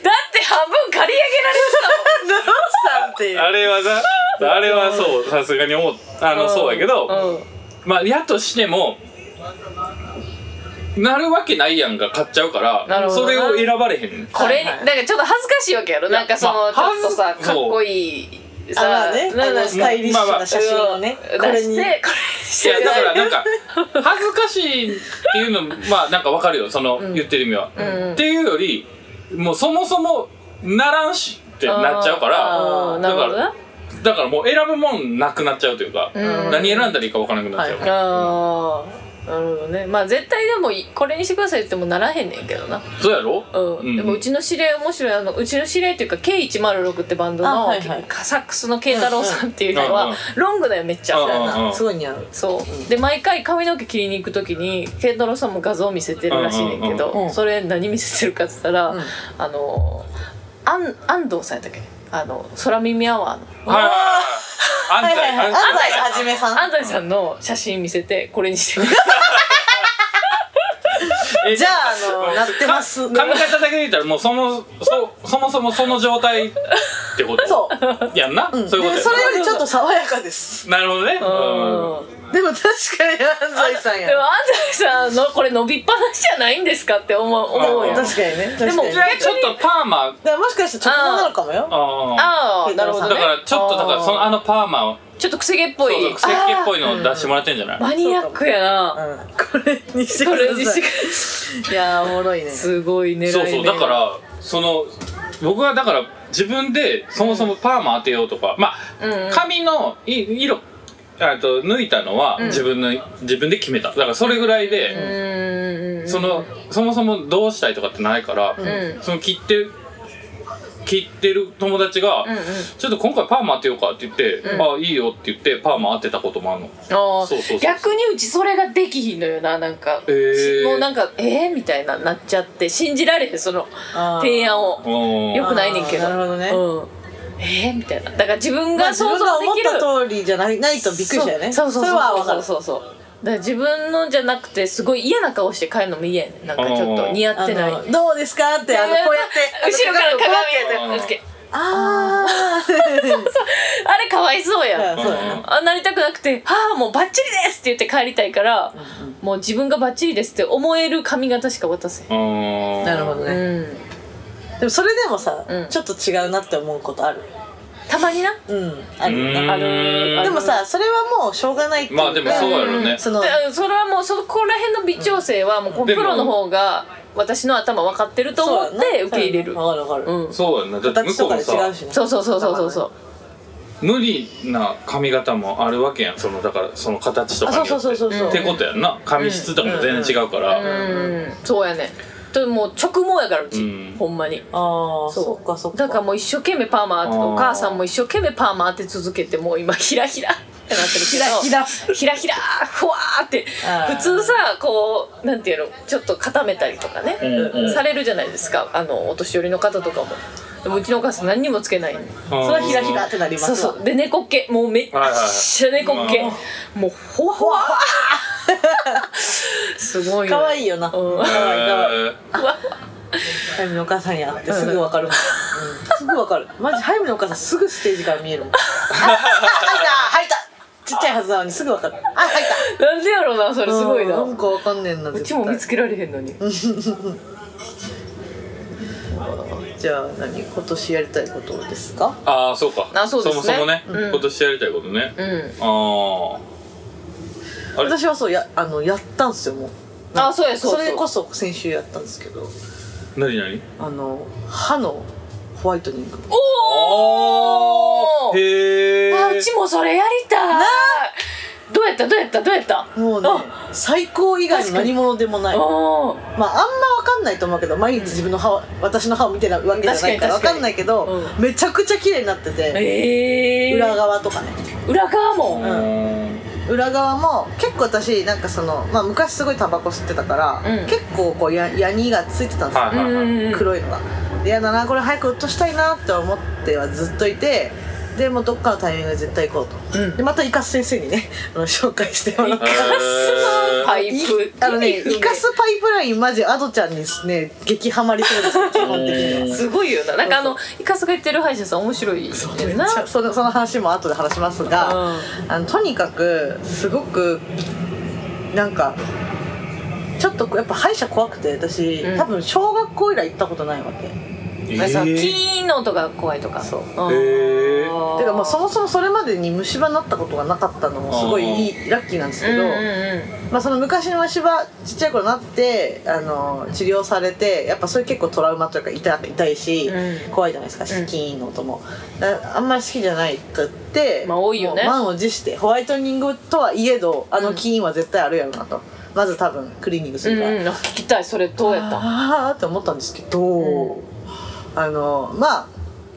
[SPEAKER 2] て半分借り上げられ
[SPEAKER 1] ナロさんっていう
[SPEAKER 3] あれはな、あれはそう、さすがに思う、あの、
[SPEAKER 2] てた
[SPEAKER 3] そうやけど、
[SPEAKER 2] うん
[SPEAKER 3] まあ、やとしても、なるわけないやんが買っちゃうか
[SPEAKER 2] なる
[SPEAKER 3] ら、
[SPEAKER 2] ほど
[SPEAKER 3] そ
[SPEAKER 2] な
[SPEAKER 3] れを選ばれへん。
[SPEAKER 2] これに
[SPEAKER 1] はいは
[SPEAKER 2] ないんかちょっと恥ずかしいわけやろなんかそ
[SPEAKER 3] ま
[SPEAKER 2] の
[SPEAKER 3] あ
[SPEAKER 2] ちょっとさ
[SPEAKER 3] 恥ず
[SPEAKER 2] かっこいい
[SPEAKER 1] あま
[SPEAKER 2] さ
[SPEAKER 1] あね
[SPEAKER 2] なん
[SPEAKER 1] あ
[SPEAKER 2] か
[SPEAKER 1] のスタイリッシュな写真をね
[SPEAKER 2] うん
[SPEAKER 1] これに
[SPEAKER 2] 出してこれ
[SPEAKER 3] いや、だからなんか、恥ずかしいっていうの、まあ、なんかわかるよ、その、言ってる意味は。
[SPEAKER 2] んうん
[SPEAKER 3] っていうより、もうそもそも、ならんしってなっちゃうか
[SPEAKER 2] あ
[SPEAKER 3] ら、
[SPEAKER 2] ーな
[SPEAKER 3] だ
[SPEAKER 2] る
[SPEAKER 3] か
[SPEAKER 2] ほど
[SPEAKER 3] ら
[SPEAKER 2] な、
[SPEAKER 3] だからもう選ぶもんなくなっちゃうというか、
[SPEAKER 2] ん
[SPEAKER 3] 何選んだらいいかわからなくなっちゃうから。
[SPEAKER 2] ああなるほどねまあ絶対でもいこれにしてくださいって言ってもならへんねんけどな
[SPEAKER 3] そうやろ
[SPEAKER 2] うん、でもうちの知り合い面白いあのうちの知り合いっていうか K106 ってバンド
[SPEAKER 1] あ
[SPEAKER 2] の、
[SPEAKER 1] はいはい
[SPEAKER 2] サックスの慶太郎さんっていうのは、
[SPEAKER 3] うんうん
[SPEAKER 2] ロングだよめっちゃ、
[SPEAKER 3] うんうんうん
[SPEAKER 1] すごい似合う
[SPEAKER 2] そうで毎回髪の毛切りに行く時に慶太郎さんも画像見せてるらしいねんけど、
[SPEAKER 3] うん
[SPEAKER 1] うんうんうん
[SPEAKER 2] それ何見せてるかっつったら、
[SPEAKER 1] うん
[SPEAKER 2] あの安安藤さんやったっけあの空耳アワーの
[SPEAKER 3] はいはいはいはい。安西、安西。
[SPEAKER 1] 安西はじめさん
[SPEAKER 2] 安西さんの写真見せてこれにしてくれた
[SPEAKER 3] え
[SPEAKER 1] じゃああのなってます
[SPEAKER 3] か髪型だけで言ったらもうそもそそもそもその状態ってこと
[SPEAKER 1] そう
[SPEAKER 3] やんな、
[SPEAKER 1] うん
[SPEAKER 3] そういうこと
[SPEAKER 1] で
[SPEAKER 3] や
[SPEAKER 1] それよりちょっと爽やかです
[SPEAKER 3] なるほどねうん
[SPEAKER 2] うん
[SPEAKER 1] でも確かに安西さん
[SPEAKER 2] でも
[SPEAKER 1] や
[SPEAKER 2] 安西さんのこれ伸びっぱなしじゃないんですかって思う思う
[SPEAKER 3] も
[SPEAKER 2] やん
[SPEAKER 1] 確かにね
[SPEAKER 2] で
[SPEAKER 1] 確
[SPEAKER 2] も
[SPEAKER 1] かに
[SPEAKER 3] じゃあちょっとパーマ
[SPEAKER 1] だからもしかしたら直毛なのかもよ
[SPEAKER 3] あ
[SPEAKER 2] ああなるほ
[SPEAKER 3] あ
[SPEAKER 2] ど、ね、
[SPEAKER 3] だからちょっとだからそのあのパーマを
[SPEAKER 2] ちょっと癖毛っぽ
[SPEAKER 3] そう
[SPEAKER 2] い
[SPEAKER 3] そう癖っ気っぽい
[SPEAKER 2] あ
[SPEAKER 3] のを出してもらってんじゃない
[SPEAKER 2] ーマニアックや
[SPEAKER 1] う
[SPEAKER 2] な、
[SPEAKER 1] んこれにして
[SPEAKER 2] これ
[SPEAKER 1] く
[SPEAKER 2] に
[SPEAKER 1] だ
[SPEAKER 2] し
[SPEAKER 1] さ
[SPEAKER 2] て
[SPEAKER 1] い
[SPEAKER 2] くれ
[SPEAKER 1] いやーおもろいね
[SPEAKER 2] すごい狙い目
[SPEAKER 3] そうそうだからその僕はだから自分でそもそもパーマ当てようとかま
[SPEAKER 2] うんう
[SPEAKER 3] あ
[SPEAKER 2] ん
[SPEAKER 3] 髪のい色あと抜いたのは自分の、自分で決めただからそれぐらいで、
[SPEAKER 2] うーん
[SPEAKER 3] そのそもそもどうしたいとかってないから、
[SPEAKER 2] ん
[SPEAKER 3] その切って切ってる友達が、
[SPEAKER 2] うんうん
[SPEAKER 3] ちょっと今回パーマ当てようかって言って、あいいよって言ってパーマ当てたこともあるの
[SPEAKER 2] あー
[SPEAKER 3] そうそうそう
[SPEAKER 2] 逆にうちそれができひんのよななんか、
[SPEAKER 3] へー
[SPEAKER 2] もうなんかえー、みたいななっちゃって信じられへんその
[SPEAKER 1] あー
[SPEAKER 2] 提案を
[SPEAKER 3] うん
[SPEAKER 2] よくないねんけど
[SPEAKER 1] あーなるほどね
[SPEAKER 2] うん、えー、みたいなだから自分
[SPEAKER 1] まあ
[SPEAKER 2] が
[SPEAKER 1] 自
[SPEAKER 2] 想
[SPEAKER 1] 分
[SPEAKER 2] 像
[SPEAKER 1] が
[SPEAKER 2] で
[SPEAKER 1] 思っ
[SPEAKER 2] きる、
[SPEAKER 1] た通りじゃないないとびっくりしたよね
[SPEAKER 2] そうそう
[SPEAKER 1] れ
[SPEAKER 2] そう
[SPEAKER 1] はわか
[SPEAKER 2] そう
[SPEAKER 1] る
[SPEAKER 2] そうそうだから自分のじゃなくてすごい嫌な顔して帰るのも嫌やねんなんかちょっと似合ってない
[SPEAKER 1] あのどうですかってあのこうやって
[SPEAKER 2] 後ろから
[SPEAKER 1] こうやって
[SPEAKER 2] 鏡
[SPEAKER 3] やって
[SPEAKER 2] をつけ
[SPEAKER 1] あー
[SPEAKER 2] あれかわいそうやん
[SPEAKER 1] そうだね
[SPEAKER 2] あなりたくなくて「はあもうバッチリです!」って言って帰りたいから、もう自分がバッチリですって思える髪型しか渡せへん
[SPEAKER 3] うん
[SPEAKER 1] なるほど
[SPEAKER 2] う
[SPEAKER 1] ね
[SPEAKER 2] ん
[SPEAKER 1] でもそれでもさ
[SPEAKER 2] うん
[SPEAKER 1] ちょっと違うなって思うことある
[SPEAKER 2] たまにな
[SPEAKER 1] うんある
[SPEAKER 3] うーん
[SPEAKER 2] ある
[SPEAKER 1] でもさそれはもうしょうがないっていうか
[SPEAKER 3] まあでもそうやろね、
[SPEAKER 1] その
[SPEAKER 2] だからそれはもうそこら辺の微調整はもうこう
[SPEAKER 3] で
[SPEAKER 2] プ
[SPEAKER 3] も
[SPEAKER 2] ロの方が私の頭分かってると思って受け入れる
[SPEAKER 1] わかるわか
[SPEAKER 2] う
[SPEAKER 1] る
[SPEAKER 2] ん
[SPEAKER 3] そうやんなだって
[SPEAKER 1] 形
[SPEAKER 3] 向ことう
[SPEAKER 1] か
[SPEAKER 3] も
[SPEAKER 1] で違
[SPEAKER 3] さ
[SPEAKER 1] うしね
[SPEAKER 2] そうそうそうそうそうそう
[SPEAKER 3] 無理な髪型もあるわけやんそのだからその形とかによって
[SPEAKER 1] あそうそうそうそうそう
[SPEAKER 3] ってことやんな髪質とかも全然違うから、
[SPEAKER 2] うんそうやねともう直毛やからうち、
[SPEAKER 3] うん
[SPEAKER 2] ほんまに
[SPEAKER 1] ああ
[SPEAKER 2] そう
[SPEAKER 1] そっかそっか
[SPEAKER 2] だからもう一生懸命パーマ当てて
[SPEAKER 3] あー
[SPEAKER 2] お母さんも一生懸命パーマ当て続けてもう今ひらひらってなってるけ
[SPEAKER 1] ひ
[SPEAKER 2] ど
[SPEAKER 1] らひら
[SPEAKER 2] ひらひらふわーって
[SPEAKER 1] あー
[SPEAKER 2] 普通さこうなんていうのちょっと固めたりとかね、
[SPEAKER 3] うんうん
[SPEAKER 2] されるじゃないですかあのお年寄りの方とかもでもうちのお母さん何にもつけないの
[SPEAKER 1] それはひらひらってなります
[SPEAKER 2] そ
[SPEAKER 1] わ
[SPEAKER 2] うそうで猫っ毛もうめっちゃ猫っ毛、
[SPEAKER 3] はいはいは
[SPEAKER 2] もうほわほわすごいよね
[SPEAKER 1] 可愛いよな
[SPEAKER 2] うん
[SPEAKER 3] えー
[SPEAKER 1] ハイムのお母さんやってすぐわかるもん、うんすぐわかるマジハイムのお母さんすぐステージから見え るもんあ入った入ったちっちゃいはずなのにすぐわかるあ入った
[SPEAKER 2] なんでやろうなそれすごいな
[SPEAKER 1] うんなんかわかんねんな
[SPEAKER 2] うち
[SPEAKER 1] 絶
[SPEAKER 2] も見
[SPEAKER 1] 対
[SPEAKER 2] つけられへんのに
[SPEAKER 1] じゃあ何今年やりたいことですか
[SPEAKER 3] ああそうか
[SPEAKER 2] あそうですね
[SPEAKER 3] もそもね、
[SPEAKER 2] うん
[SPEAKER 3] 今年やりたいことね、
[SPEAKER 2] うん
[SPEAKER 3] あああれ
[SPEAKER 1] 私はそうやあのやったんすよもう
[SPEAKER 2] あそうやそうそう
[SPEAKER 1] それこそ先週やったんですけど
[SPEAKER 3] 何何
[SPEAKER 1] あの歯のホワイトニング
[SPEAKER 2] おお
[SPEAKER 3] あーへえ
[SPEAKER 2] あうちもそれやりたいどうやったどうやったどうやった
[SPEAKER 1] もうね最高以外の何物でもない
[SPEAKER 2] おー
[SPEAKER 1] まああんま分かんないと思うけど毎日自分の歯を、私の歯を見てるわけじゃないか
[SPEAKER 2] 確かに確
[SPEAKER 1] ら分
[SPEAKER 2] かに
[SPEAKER 1] かんないけど、
[SPEAKER 2] う
[SPEAKER 1] めちゃくちゃ綺麗になってて、
[SPEAKER 2] ええー、
[SPEAKER 1] 裏側とかね
[SPEAKER 2] 裏側も、
[SPEAKER 3] う
[SPEAKER 2] うん
[SPEAKER 3] ん
[SPEAKER 1] 裏側も結構私なんかその、まあ、昔すごいタバコ吸ってたから、
[SPEAKER 2] うん
[SPEAKER 1] 結構こうやヤニがついてたんですよ、
[SPEAKER 3] はいはいはい、
[SPEAKER 2] うん
[SPEAKER 1] 黒いのが嫌だなこれ早く落としたいなって思ってはずっといてでもうどっかのタイミングで絶対行こうと、
[SPEAKER 2] うん
[SPEAKER 1] でまたイカス先生にねあの紹介してもらって
[SPEAKER 3] イカスの
[SPEAKER 2] パイプ
[SPEAKER 1] あのね
[SPEAKER 2] いいね
[SPEAKER 1] イカスパイプラインマジアドちゃんにね激ハマりそうですよ基本的には
[SPEAKER 2] すごいよななんかあのイカスが言ってる歯医者さん面白いよねな
[SPEAKER 1] じゃあそのその話も後で話しますが、あのとにかくすごくなんかちょっとやっぱ歯医者怖くて私、
[SPEAKER 2] うん
[SPEAKER 1] 多分小学校以来行ったことないわけ
[SPEAKER 3] え
[SPEAKER 2] まあさ、キ
[SPEAKER 3] ー
[SPEAKER 2] ーの音が怖いとか
[SPEAKER 1] そう
[SPEAKER 2] うん
[SPEAKER 3] へー
[SPEAKER 1] てかまあそもそもそれまでに虫歯になったことがなかったのもすごいいいラッキーなんですけど、
[SPEAKER 2] うんうんうん
[SPEAKER 1] まあ、その昔の虫歯ちっちゃい頃なってあの治療されてやっぱそれ結構トラウマというか痛い痛いし、
[SPEAKER 2] うん
[SPEAKER 1] 怖いじゃないですか
[SPEAKER 2] ん
[SPEAKER 1] シキーンの音も、だあんまり好きじゃないって言って、
[SPEAKER 2] まあ多いよね
[SPEAKER 1] もう満を持してホワイトニングとはいえどあのキーンは絶対あるやろなと、まず多分クリーニングするから、
[SPEAKER 2] うんうん、あ聞きたいそれどうやった
[SPEAKER 1] ああって思ったんですけど、
[SPEAKER 2] う
[SPEAKER 1] あのまあ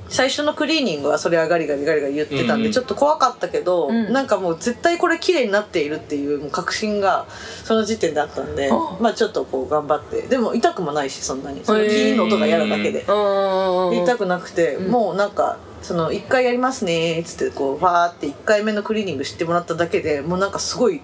[SPEAKER 1] 最初のクリーニングはそれはガリガリガリガリ言ってたん
[SPEAKER 3] うん
[SPEAKER 1] で、
[SPEAKER 3] うん
[SPEAKER 1] ちょっと怖かったけど、
[SPEAKER 2] うん
[SPEAKER 1] なんかもう絶対これ綺麗になっているっていうもう確信がその時点であったんで、
[SPEAKER 2] あ
[SPEAKER 1] まあちょっとこう頑張ってでも痛くもないしそんなにその
[SPEAKER 2] へ
[SPEAKER 1] キ
[SPEAKER 2] ー
[SPEAKER 1] ーンの音が嫌なだけで、
[SPEAKER 2] うんうんうん
[SPEAKER 1] 痛くなくて、
[SPEAKER 2] うん
[SPEAKER 1] もうなんかその1回やりますねっつってこうファーって1回目のクリーニングしてもらっただけでもうなんかすごい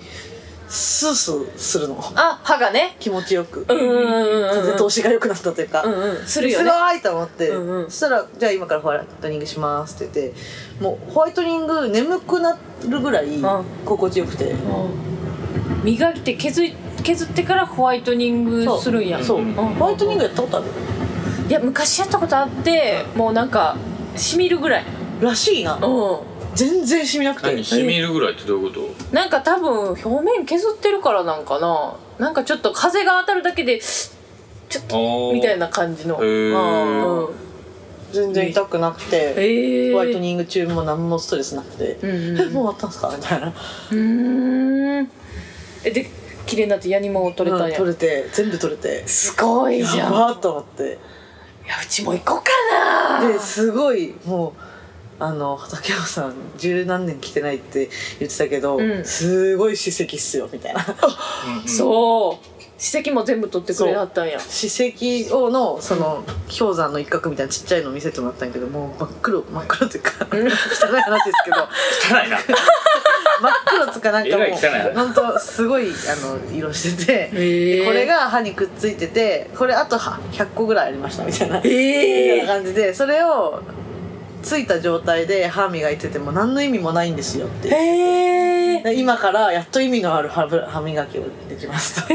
[SPEAKER 1] スースーするの
[SPEAKER 2] あ歯がね
[SPEAKER 1] 気持ちよく、
[SPEAKER 2] うんうんうんうん
[SPEAKER 1] 風通しが良くなったというか、
[SPEAKER 2] うんうんするよ
[SPEAKER 1] す
[SPEAKER 2] ね
[SPEAKER 1] ごいと思って、
[SPEAKER 2] うんうん
[SPEAKER 1] そしたら「じゃあ今からホワイトニングします」って言ってもうホワイトニング眠くなるぐらい
[SPEAKER 2] ん
[SPEAKER 1] 心地よくて、
[SPEAKER 2] うん磨いて削い削ってからホワイトニングするんや
[SPEAKER 1] そう、
[SPEAKER 3] うん
[SPEAKER 1] ホワイトニングやったことある
[SPEAKER 2] いや昔やったことあってもうなんかしみるぐらい
[SPEAKER 1] らしいな
[SPEAKER 2] う
[SPEAKER 1] 全然しみなくて
[SPEAKER 3] 何しみるぐらいってどういうこと
[SPEAKER 2] んなんか多分表面削ってるからなんかななんかちょっと風が当たるだけで
[SPEAKER 3] ああ
[SPEAKER 2] みたいな感じの
[SPEAKER 3] へー
[SPEAKER 2] うん
[SPEAKER 1] 全然痛くなく
[SPEAKER 2] え
[SPEAKER 1] て、
[SPEAKER 2] ー
[SPEAKER 1] ホワイトニング中も何もストレスなくて「
[SPEAKER 2] うんうん
[SPEAKER 1] えもう終わったんすか?」みたいな、
[SPEAKER 2] うーんえで綺麗になってヤニも取れたん
[SPEAKER 1] うん
[SPEAKER 2] や
[SPEAKER 1] 取れて全部取れて
[SPEAKER 2] すごいじゃ
[SPEAKER 1] や
[SPEAKER 2] んいや
[SPEAKER 1] ばーと思って
[SPEAKER 2] うちも行こうかな
[SPEAKER 1] ですごいもうあの畠山さん十何年来てないって言ってたけど、
[SPEAKER 2] うん
[SPEAKER 1] すごい歯石っすよみたいな
[SPEAKER 3] うんうん
[SPEAKER 2] そう歯石も全部取ってくれはったんや
[SPEAKER 1] 歯石をのその氷山の一角みたいなちっちゃいの見せてもらったんやけどもう真っ黒真っ黒っていうか汚い話ですけ ど
[SPEAKER 3] 汚いな
[SPEAKER 1] 真っ黒つかなんかも
[SPEAKER 3] えらい汚い話
[SPEAKER 1] うほんとすごいあの色してて、
[SPEAKER 2] へー
[SPEAKER 1] これが歯にくっついててこれあとは100個ぐらいありましたみたいな。みたい
[SPEAKER 2] え
[SPEAKER 1] な感じでそれをついた状態で歯磨いてても何の意味もないんですよっていう
[SPEAKER 2] へえー、
[SPEAKER 1] で今からやっと意味のある歯ぶ歯磨きをできますと。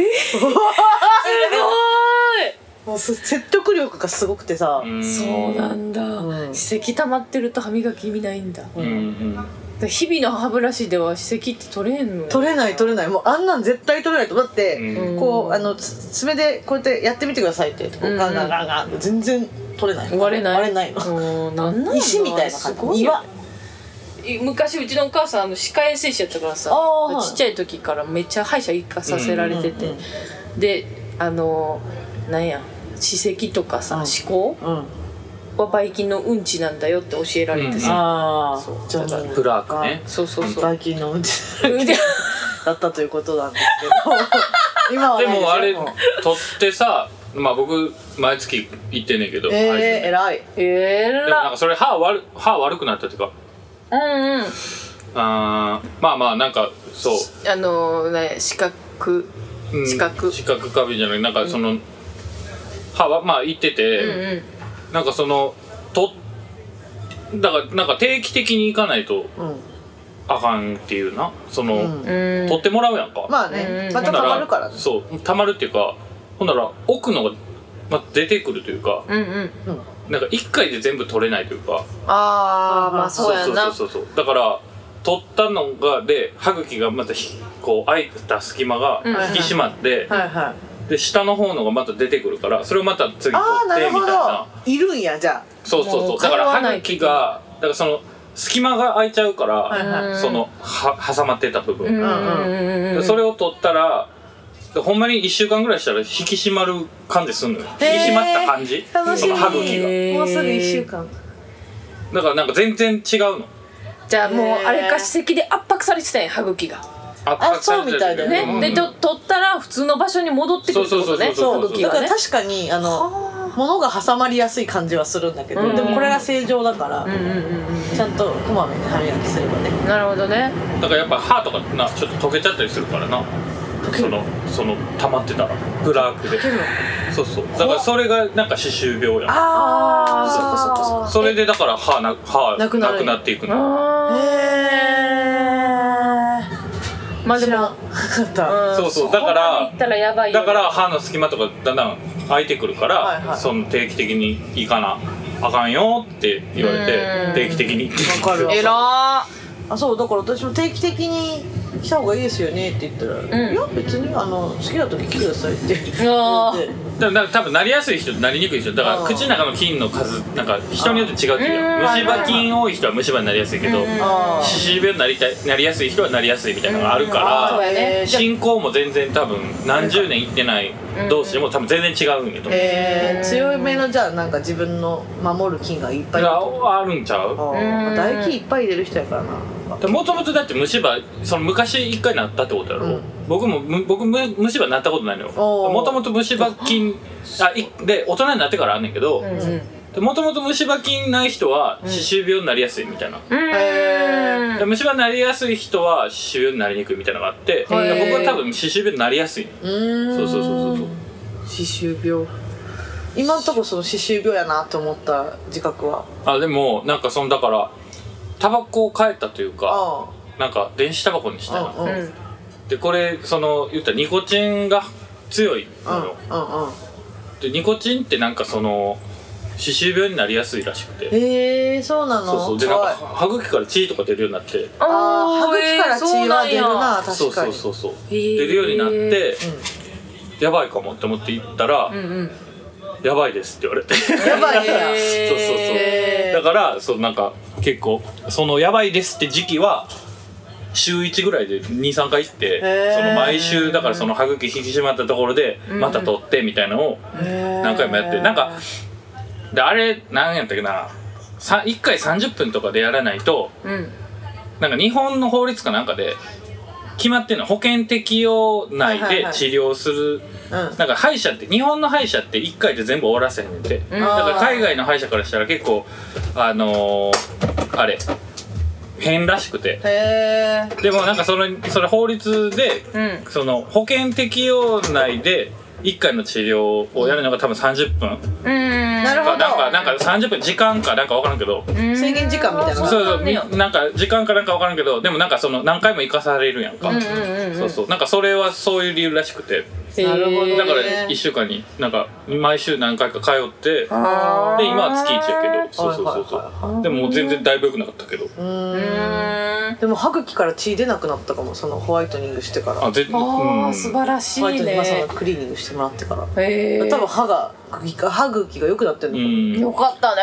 [SPEAKER 2] す
[SPEAKER 1] もうす説得力がすごくてさ、
[SPEAKER 3] うん
[SPEAKER 2] ごいそうなんだ、
[SPEAKER 1] うん
[SPEAKER 2] 歯石溜まってると歯磨き意味ないんだ
[SPEAKER 3] うんうん
[SPEAKER 2] で日々の歯ブラシでは歯石って取れんの
[SPEAKER 1] 取れない取れないもうあんなん絶対取れないとだって、
[SPEAKER 3] うん
[SPEAKER 1] こ
[SPEAKER 2] う
[SPEAKER 1] うんあのつ爪でこうやってやってみてくださいってこ
[SPEAKER 2] うん
[SPEAKER 1] うガンガンガンガンって全然取れない
[SPEAKER 2] 割れない
[SPEAKER 1] 割れないの
[SPEAKER 2] うんなんなん
[SPEAKER 1] 石みたいな
[SPEAKER 2] す
[SPEAKER 1] 感じ
[SPEAKER 2] ごいよ
[SPEAKER 1] 岩
[SPEAKER 2] ね昔うちのお母さんあの歯科衛生士やったからさ
[SPEAKER 1] あーはい
[SPEAKER 2] ちっちゃい時からめっちゃ歯医者行かさせられてて、
[SPEAKER 1] うんうん
[SPEAKER 2] であのなんや史跡とかさ、
[SPEAKER 1] うん
[SPEAKER 2] 思考
[SPEAKER 1] うん
[SPEAKER 2] はばい菌のうんちなんだよって教えられてさ、
[SPEAKER 1] ああ
[SPEAKER 2] そう
[SPEAKER 1] じゃあ
[SPEAKER 2] だから
[SPEAKER 1] もう
[SPEAKER 3] プラークね
[SPEAKER 2] そうそうそう
[SPEAKER 1] バイキンのうんち
[SPEAKER 2] うんち
[SPEAKER 1] だったということなんですけど今はな
[SPEAKER 3] で
[SPEAKER 1] い
[SPEAKER 3] もあれ
[SPEAKER 1] すよもう
[SPEAKER 3] 取ってさまあ僕毎月行ってんねんけど、
[SPEAKER 1] え
[SPEAKER 3] 配信
[SPEAKER 1] え
[SPEAKER 3] で
[SPEAKER 1] 偉い
[SPEAKER 2] え
[SPEAKER 3] でもなん
[SPEAKER 2] ら
[SPEAKER 3] かそれ歯悪歯悪くなったっていうか
[SPEAKER 2] うんうん
[SPEAKER 3] あーまあまあなんかそう
[SPEAKER 2] あのー、ね四角
[SPEAKER 3] うん
[SPEAKER 2] 視覚
[SPEAKER 3] 視覚過敏じゃなくなんかその、歯はまあ行ってて、
[SPEAKER 2] うんうん
[SPEAKER 3] なんかそのとだからなんか定期的に行かないと
[SPEAKER 1] うん
[SPEAKER 3] あかんっていうなその、
[SPEAKER 1] うん
[SPEAKER 2] うん
[SPEAKER 3] 取ってもらうやんか、
[SPEAKER 1] まあ
[SPEAKER 2] う
[SPEAKER 1] ね
[SPEAKER 2] ん
[SPEAKER 1] また
[SPEAKER 3] ほんな
[SPEAKER 1] 変わるからね
[SPEAKER 3] そうたまるっていうかほんなら奥のが、まあ、出てくるというか
[SPEAKER 2] うんうん
[SPEAKER 3] なんか一回で全部取れないというか
[SPEAKER 2] ああまあそうやな
[SPEAKER 3] そうそうそうそうだから取ったのがで歯茎がまたひこう開いた隙間が
[SPEAKER 2] うん
[SPEAKER 3] 引き締まって、
[SPEAKER 1] はいはい
[SPEAKER 3] で下の方のがまた出てくるからそれをまた次取
[SPEAKER 1] ああな
[SPEAKER 3] っ
[SPEAKER 1] る
[SPEAKER 3] てみ
[SPEAKER 1] ほ
[SPEAKER 3] たいな
[SPEAKER 1] どいるんやじゃ
[SPEAKER 3] そうそう
[SPEAKER 2] も
[SPEAKER 3] そううだから
[SPEAKER 2] 通わ
[SPEAKER 3] 歯
[SPEAKER 2] ないとい
[SPEAKER 3] 茎
[SPEAKER 2] けない
[SPEAKER 3] がだからその隙間が開いちゃうから、
[SPEAKER 1] はいはい
[SPEAKER 2] うん
[SPEAKER 3] そのは挟まってた部分、
[SPEAKER 2] うんうんうんうん
[SPEAKER 3] でそれを取ったらでほんまに1週間ぐらいしたら引き締まる感じすんのよ引き
[SPEAKER 1] へー
[SPEAKER 3] 締まった感じ
[SPEAKER 1] あ楽し
[SPEAKER 3] そ
[SPEAKER 1] み
[SPEAKER 3] の歯茎が
[SPEAKER 2] へー
[SPEAKER 1] もうすぐ1週間
[SPEAKER 3] だからなんか全然違うの
[SPEAKER 2] じゃあもう
[SPEAKER 1] へー
[SPEAKER 2] あれか歯石で圧迫されてたんや歯茎が
[SPEAKER 3] 圧迫されて
[SPEAKER 1] そうみ
[SPEAKER 3] る
[SPEAKER 1] たいだよ
[SPEAKER 2] ね、
[SPEAKER 1] うん
[SPEAKER 2] でと取ったら普通の場所に戻ってくるってことね
[SPEAKER 3] そう
[SPEAKER 2] 歯
[SPEAKER 3] そうそうそう
[SPEAKER 2] 茎
[SPEAKER 1] だ
[SPEAKER 2] が
[SPEAKER 1] から
[SPEAKER 2] ね
[SPEAKER 1] 確かにあの物が挟まりやすい感じはするんだけど
[SPEAKER 2] うん
[SPEAKER 1] でもこれが正常だから
[SPEAKER 2] うんうんうんう
[SPEAKER 1] ちゃんとこまめに歯磨きすればね
[SPEAKER 2] んなるほどね
[SPEAKER 3] だからやっぱ歯とかなちょっと溶けちゃったりするからなそのその溜まってたらプラークでそうそうだからそれがなんか歯周病やん
[SPEAKER 1] あ
[SPEAKER 2] ーそっかそっかそっ
[SPEAKER 1] そ
[SPEAKER 3] それでだから歯な歯
[SPEAKER 1] な
[SPEAKER 3] な
[SPEAKER 1] く
[SPEAKER 3] く
[SPEAKER 1] なる
[SPEAKER 3] なっていくの
[SPEAKER 2] あー
[SPEAKER 1] へえ
[SPEAKER 2] まあで
[SPEAKER 1] 知らん
[SPEAKER 2] も
[SPEAKER 1] かった
[SPEAKER 2] ん
[SPEAKER 3] そうそう
[SPEAKER 2] こまで
[SPEAKER 3] だから
[SPEAKER 2] 行ったらやばいよ
[SPEAKER 3] だから歯の隙間とかだんだん開いてくるから、
[SPEAKER 1] はいはい
[SPEAKER 3] その定期的に行かなあかんよって言われ
[SPEAKER 2] うん
[SPEAKER 3] て定期的に行って
[SPEAKER 1] わかるわ
[SPEAKER 2] えら
[SPEAKER 1] あそうだから私も定期的に来た方がいいですよねって言ったら「いや別にあの好きな時来てください」って言われて
[SPEAKER 3] だから多分なりやすい人となりにくい人だか
[SPEAKER 1] う
[SPEAKER 3] ら
[SPEAKER 1] ん
[SPEAKER 3] 口の中の菌の数なんか人によって違うっていう
[SPEAKER 2] うん
[SPEAKER 3] か虫歯菌多い人は虫歯になりやすいけど
[SPEAKER 2] うん
[SPEAKER 1] あ
[SPEAKER 3] 歯周病になりたいなりやすい人はなりやすいみたいなのがある
[SPEAKER 2] うんそう
[SPEAKER 3] か
[SPEAKER 2] やね
[SPEAKER 1] え
[SPEAKER 3] ら
[SPEAKER 1] ーじゃあ
[SPEAKER 3] 進行も全然多分何十年いってない同士でも多分全然違うんやと思う
[SPEAKER 1] えー強めのじゃあなんか自分の守る菌がいっぱい
[SPEAKER 3] だか
[SPEAKER 1] あ
[SPEAKER 3] らあるんちゃう
[SPEAKER 1] ー
[SPEAKER 2] うん
[SPEAKER 1] 唾液いっぱい入れる人やからな
[SPEAKER 3] もともとだって虫歯その昔一回なったってことやろ、
[SPEAKER 1] うん
[SPEAKER 3] 僕もむ僕む虫歯なったことないのよ
[SPEAKER 1] おー
[SPEAKER 3] もともと虫歯菌あいで大人になってからあんねんけど
[SPEAKER 2] うんうん
[SPEAKER 3] もともと虫歯菌ない人は歯周病になりやすいみたいな、
[SPEAKER 1] へ
[SPEAKER 3] で虫歯になりやすい人は歯周病になりにくいみたいなのがあって僕
[SPEAKER 2] ー
[SPEAKER 3] は多分歯周病になりやすいの
[SPEAKER 1] うーん
[SPEAKER 3] そうそうそうそう
[SPEAKER 2] 歯周病
[SPEAKER 1] 今んとこその歯周病やなと思った自覚は
[SPEAKER 3] あでもなんかそのだからタバコを変えたというか
[SPEAKER 1] あ
[SPEAKER 3] なんか電子タバコにし
[SPEAKER 1] あ
[SPEAKER 3] た
[SPEAKER 1] うん
[SPEAKER 3] な
[SPEAKER 1] うんうん
[SPEAKER 2] うん
[SPEAKER 3] でこれその言ったらニコチンが強いのよ
[SPEAKER 1] うんうん
[SPEAKER 3] でニコチンってなんかその歯周病になりやすいらしくて
[SPEAKER 1] へえそうなの
[SPEAKER 3] そうそうでなんか
[SPEAKER 1] 怖い
[SPEAKER 3] 歯茎から血とか出るようになって
[SPEAKER 2] あ
[SPEAKER 1] あ
[SPEAKER 2] ー
[SPEAKER 1] ー歯茎から
[SPEAKER 2] えー
[SPEAKER 1] 血
[SPEAKER 2] そう
[SPEAKER 1] は
[SPEAKER 2] ん
[SPEAKER 1] 出る
[SPEAKER 2] や
[SPEAKER 1] な
[SPEAKER 3] そ
[SPEAKER 1] 確
[SPEAKER 3] う
[SPEAKER 1] か
[SPEAKER 3] そ
[SPEAKER 1] に
[SPEAKER 3] うそうそう
[SPEAKER 2] へー
[SPEAKER 3] 出るようになってやばいかもって思って行ったら
[SPEAKER 2] うんうん
[SPEAKER 3] 「やばいです」って言われて
[SPEAKER 1] やばいやん
[SPEAKER 3] そうそうそう だからそうなんか結構その「やばいです」って時期は週1ぐらいで23回行っ
[SPEAKER 1] へ
[SPEAKER 3] て
[SPEAKER 1] ー
[SPEAKER 3] その毎週だからその歯茎引き締まったところでまた取ってみたいなのを何
[SPEAKER 1] 何
[SPEAKER 3] 回もやってなんかであれ何やったっけなさ1回30分とかでやらないと
[SPEAKER 2] うん
[SPEAKER 3] なんか日本の法律かなんかで決まってるの保険適用内
[SPEAKER 1] はいはい
[SPEAKER 3] で
[SPEAKER 1] はい
[SPEAKER 3] 治療する
[SPEAKER 1] うん
[SPEAKER 3] なんか歯医者って日本の歯医者って1回で全部終わらせへんねんてだ
[SPEAKER 2] ん
[SPEAKER 3] から海外の歯医者からしたら結構あのーあれ変らしくて
[SPEAKER 1] へえ
[SPEAKER 3] でもなんかそれそれ法律で
[SPEAKER 2] うん
[SPEAKER 3] その保険適用内で1回の治療をやるのが多分30分
[SPEAKER 2] うん
[SPEAKER 1] なるほど
[SPEAKER 3] かなんかなんか30分時間かなんか分からんけど
[SPEAKER 1] 制限時間みたいな
[SPEAKER 3] そう
[SPEAKER 1] の
[SPEAKER 3] そう
[SPEAKER 2] なんだよ
[SPEAKER 3] みなんか時間かなんか分からんけどでもなんかその何回も行かされるやんか、そうそうなんかそれはそういう理由らしくて
[SPEAKER 1] なるほど
[SPEAKER 3] だから
[SPEAKER 1] へー
[SPEAKER 3] 1週間になんか毎週何回か通ってで今
[SPEAKER 2] あー
[SPEAKER 3] は月1やけどそうそうそうそう、
[SPEAKER 1] はい
[SPEAKER 3] でももう全然だいぶ良くなかったけど
[SPEAKER 1] うーん
[SPEAKER 2] うーんーん
[SPEAKER 1] でも歯茎から血出なくなったかもそのホワイトニングしてから
[SPEAKER 3] あ、ぜ
[SPEAKER 2] あ
[SPEAKER 3] う
[SPEAKER 2] あ
[SPEAKER 3] ん
[SPEAKER 2] 素晴らしい
[SPEAKER 1] ホワイトニング、まあそ
[SPEAKER 2] ね
[SPEAKER 1] のクリーニングしてもらってから、
[SPEAKER 2] へえ
[SPEAKER 1] 多分歯が茎が歯茎が良くなってるの
[SPEAKER 3] う
[SPEAKER 1] かな、
[SPEAKER 3] ん。
[SPEAKER 2] よかった
[SPEAKER 1] うん
[SPEAKER 2] ね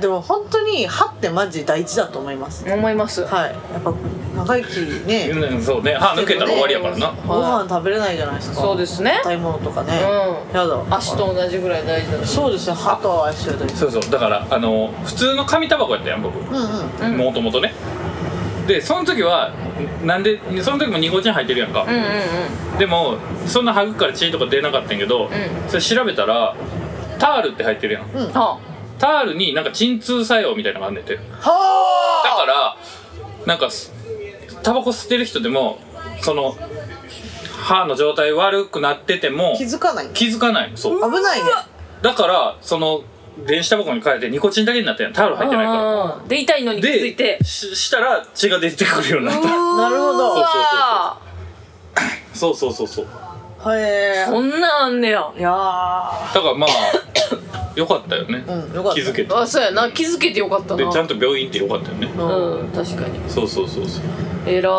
[SPEAKER 1] でも本当に歯ってマジ大事だと思います、
[SPEAKER 2] 思います
[SPEAKER 1] はいやっぱ長生きね
[SPEAKER 3] うんそうね。歯抜けたら終わりやからな。
[SPEAKER 1] ご飯食べれないじゃないですか
[SPEAKER 2] そうですね
[SPEAKER 1] 買い物とかね、
[SPEAKER 2] うん
[SPEAKER 1] やだ
[SPEAKER 2] 足と同じぐらい大事だね
[SPEAKER 1] そうですね歯とは一緒です
[SPEAKER 3] そうそう。だから、あの、普通の紙タバコやったやん、僕。
[SPEAKER 1] うんうん
[SPEAKER 2] うん
[SPEAKER 3] もともとね。で、その時は、なんで、その時もニコチン入ってるやんか。
[SPEAKER 2] うんうんうん
[SPEAKER 3] でも、そんな歯茎から血とか出なかったんやけど、
[SPEAKER 2] ん
[SPEAKER 3] それ調べたら、タールって入ってるやん。
[SPEAKER 2] は
[SPEAKER 3] タールになんか鎮痛作用みたいなのがあんねんて。だ
[SPEAKER 1] は
[SPEAKER 3] から、なんかす、タバコ吸ってる人でも、その、歯の状態悪くなってても
[SPEAKER 1] あ気、づかない
[SPEAKER 3] 気づかないの。そう。
[SPEAKER 1] 危ないね
[SPEAKER 3] だからその電子タバコに変えてニコチンだけになってんのタオル
[SPEAKER 2] あ
[SPEAKER 3] 入ってないか
[SPEAKER 2] うんで痛いの
[SPEAKER 3] ら
[SPEAKER 2] に気づいて
[SPEAKER 3] でししたら血が出てくるようになった
[SPEAKER 1] なるほど
[SPEAKER 2] うわ
[SPEAKER 3] そうそうそうそうだ
[SPEAKER 1] へえ
[SPEAKER 2] こんなんあんねや
[SPEAKER 1] いやー
[SPEAKER 3] からまあ よかったよね、
[SPEAKER 1] うんよかった
[SPEAKER 3] 気づけて
[SPEAKER 2] あそうやな気づけてよかった
[SPEAKER 3] で
[SPEAKER 2] な
[SPEAKER 3] ちゃんと病院行ってよかったよね、
[SPEAKER 2] うん確かに
[SPEAKER 3] そうそうそうそう
[SPEAKER 2] えら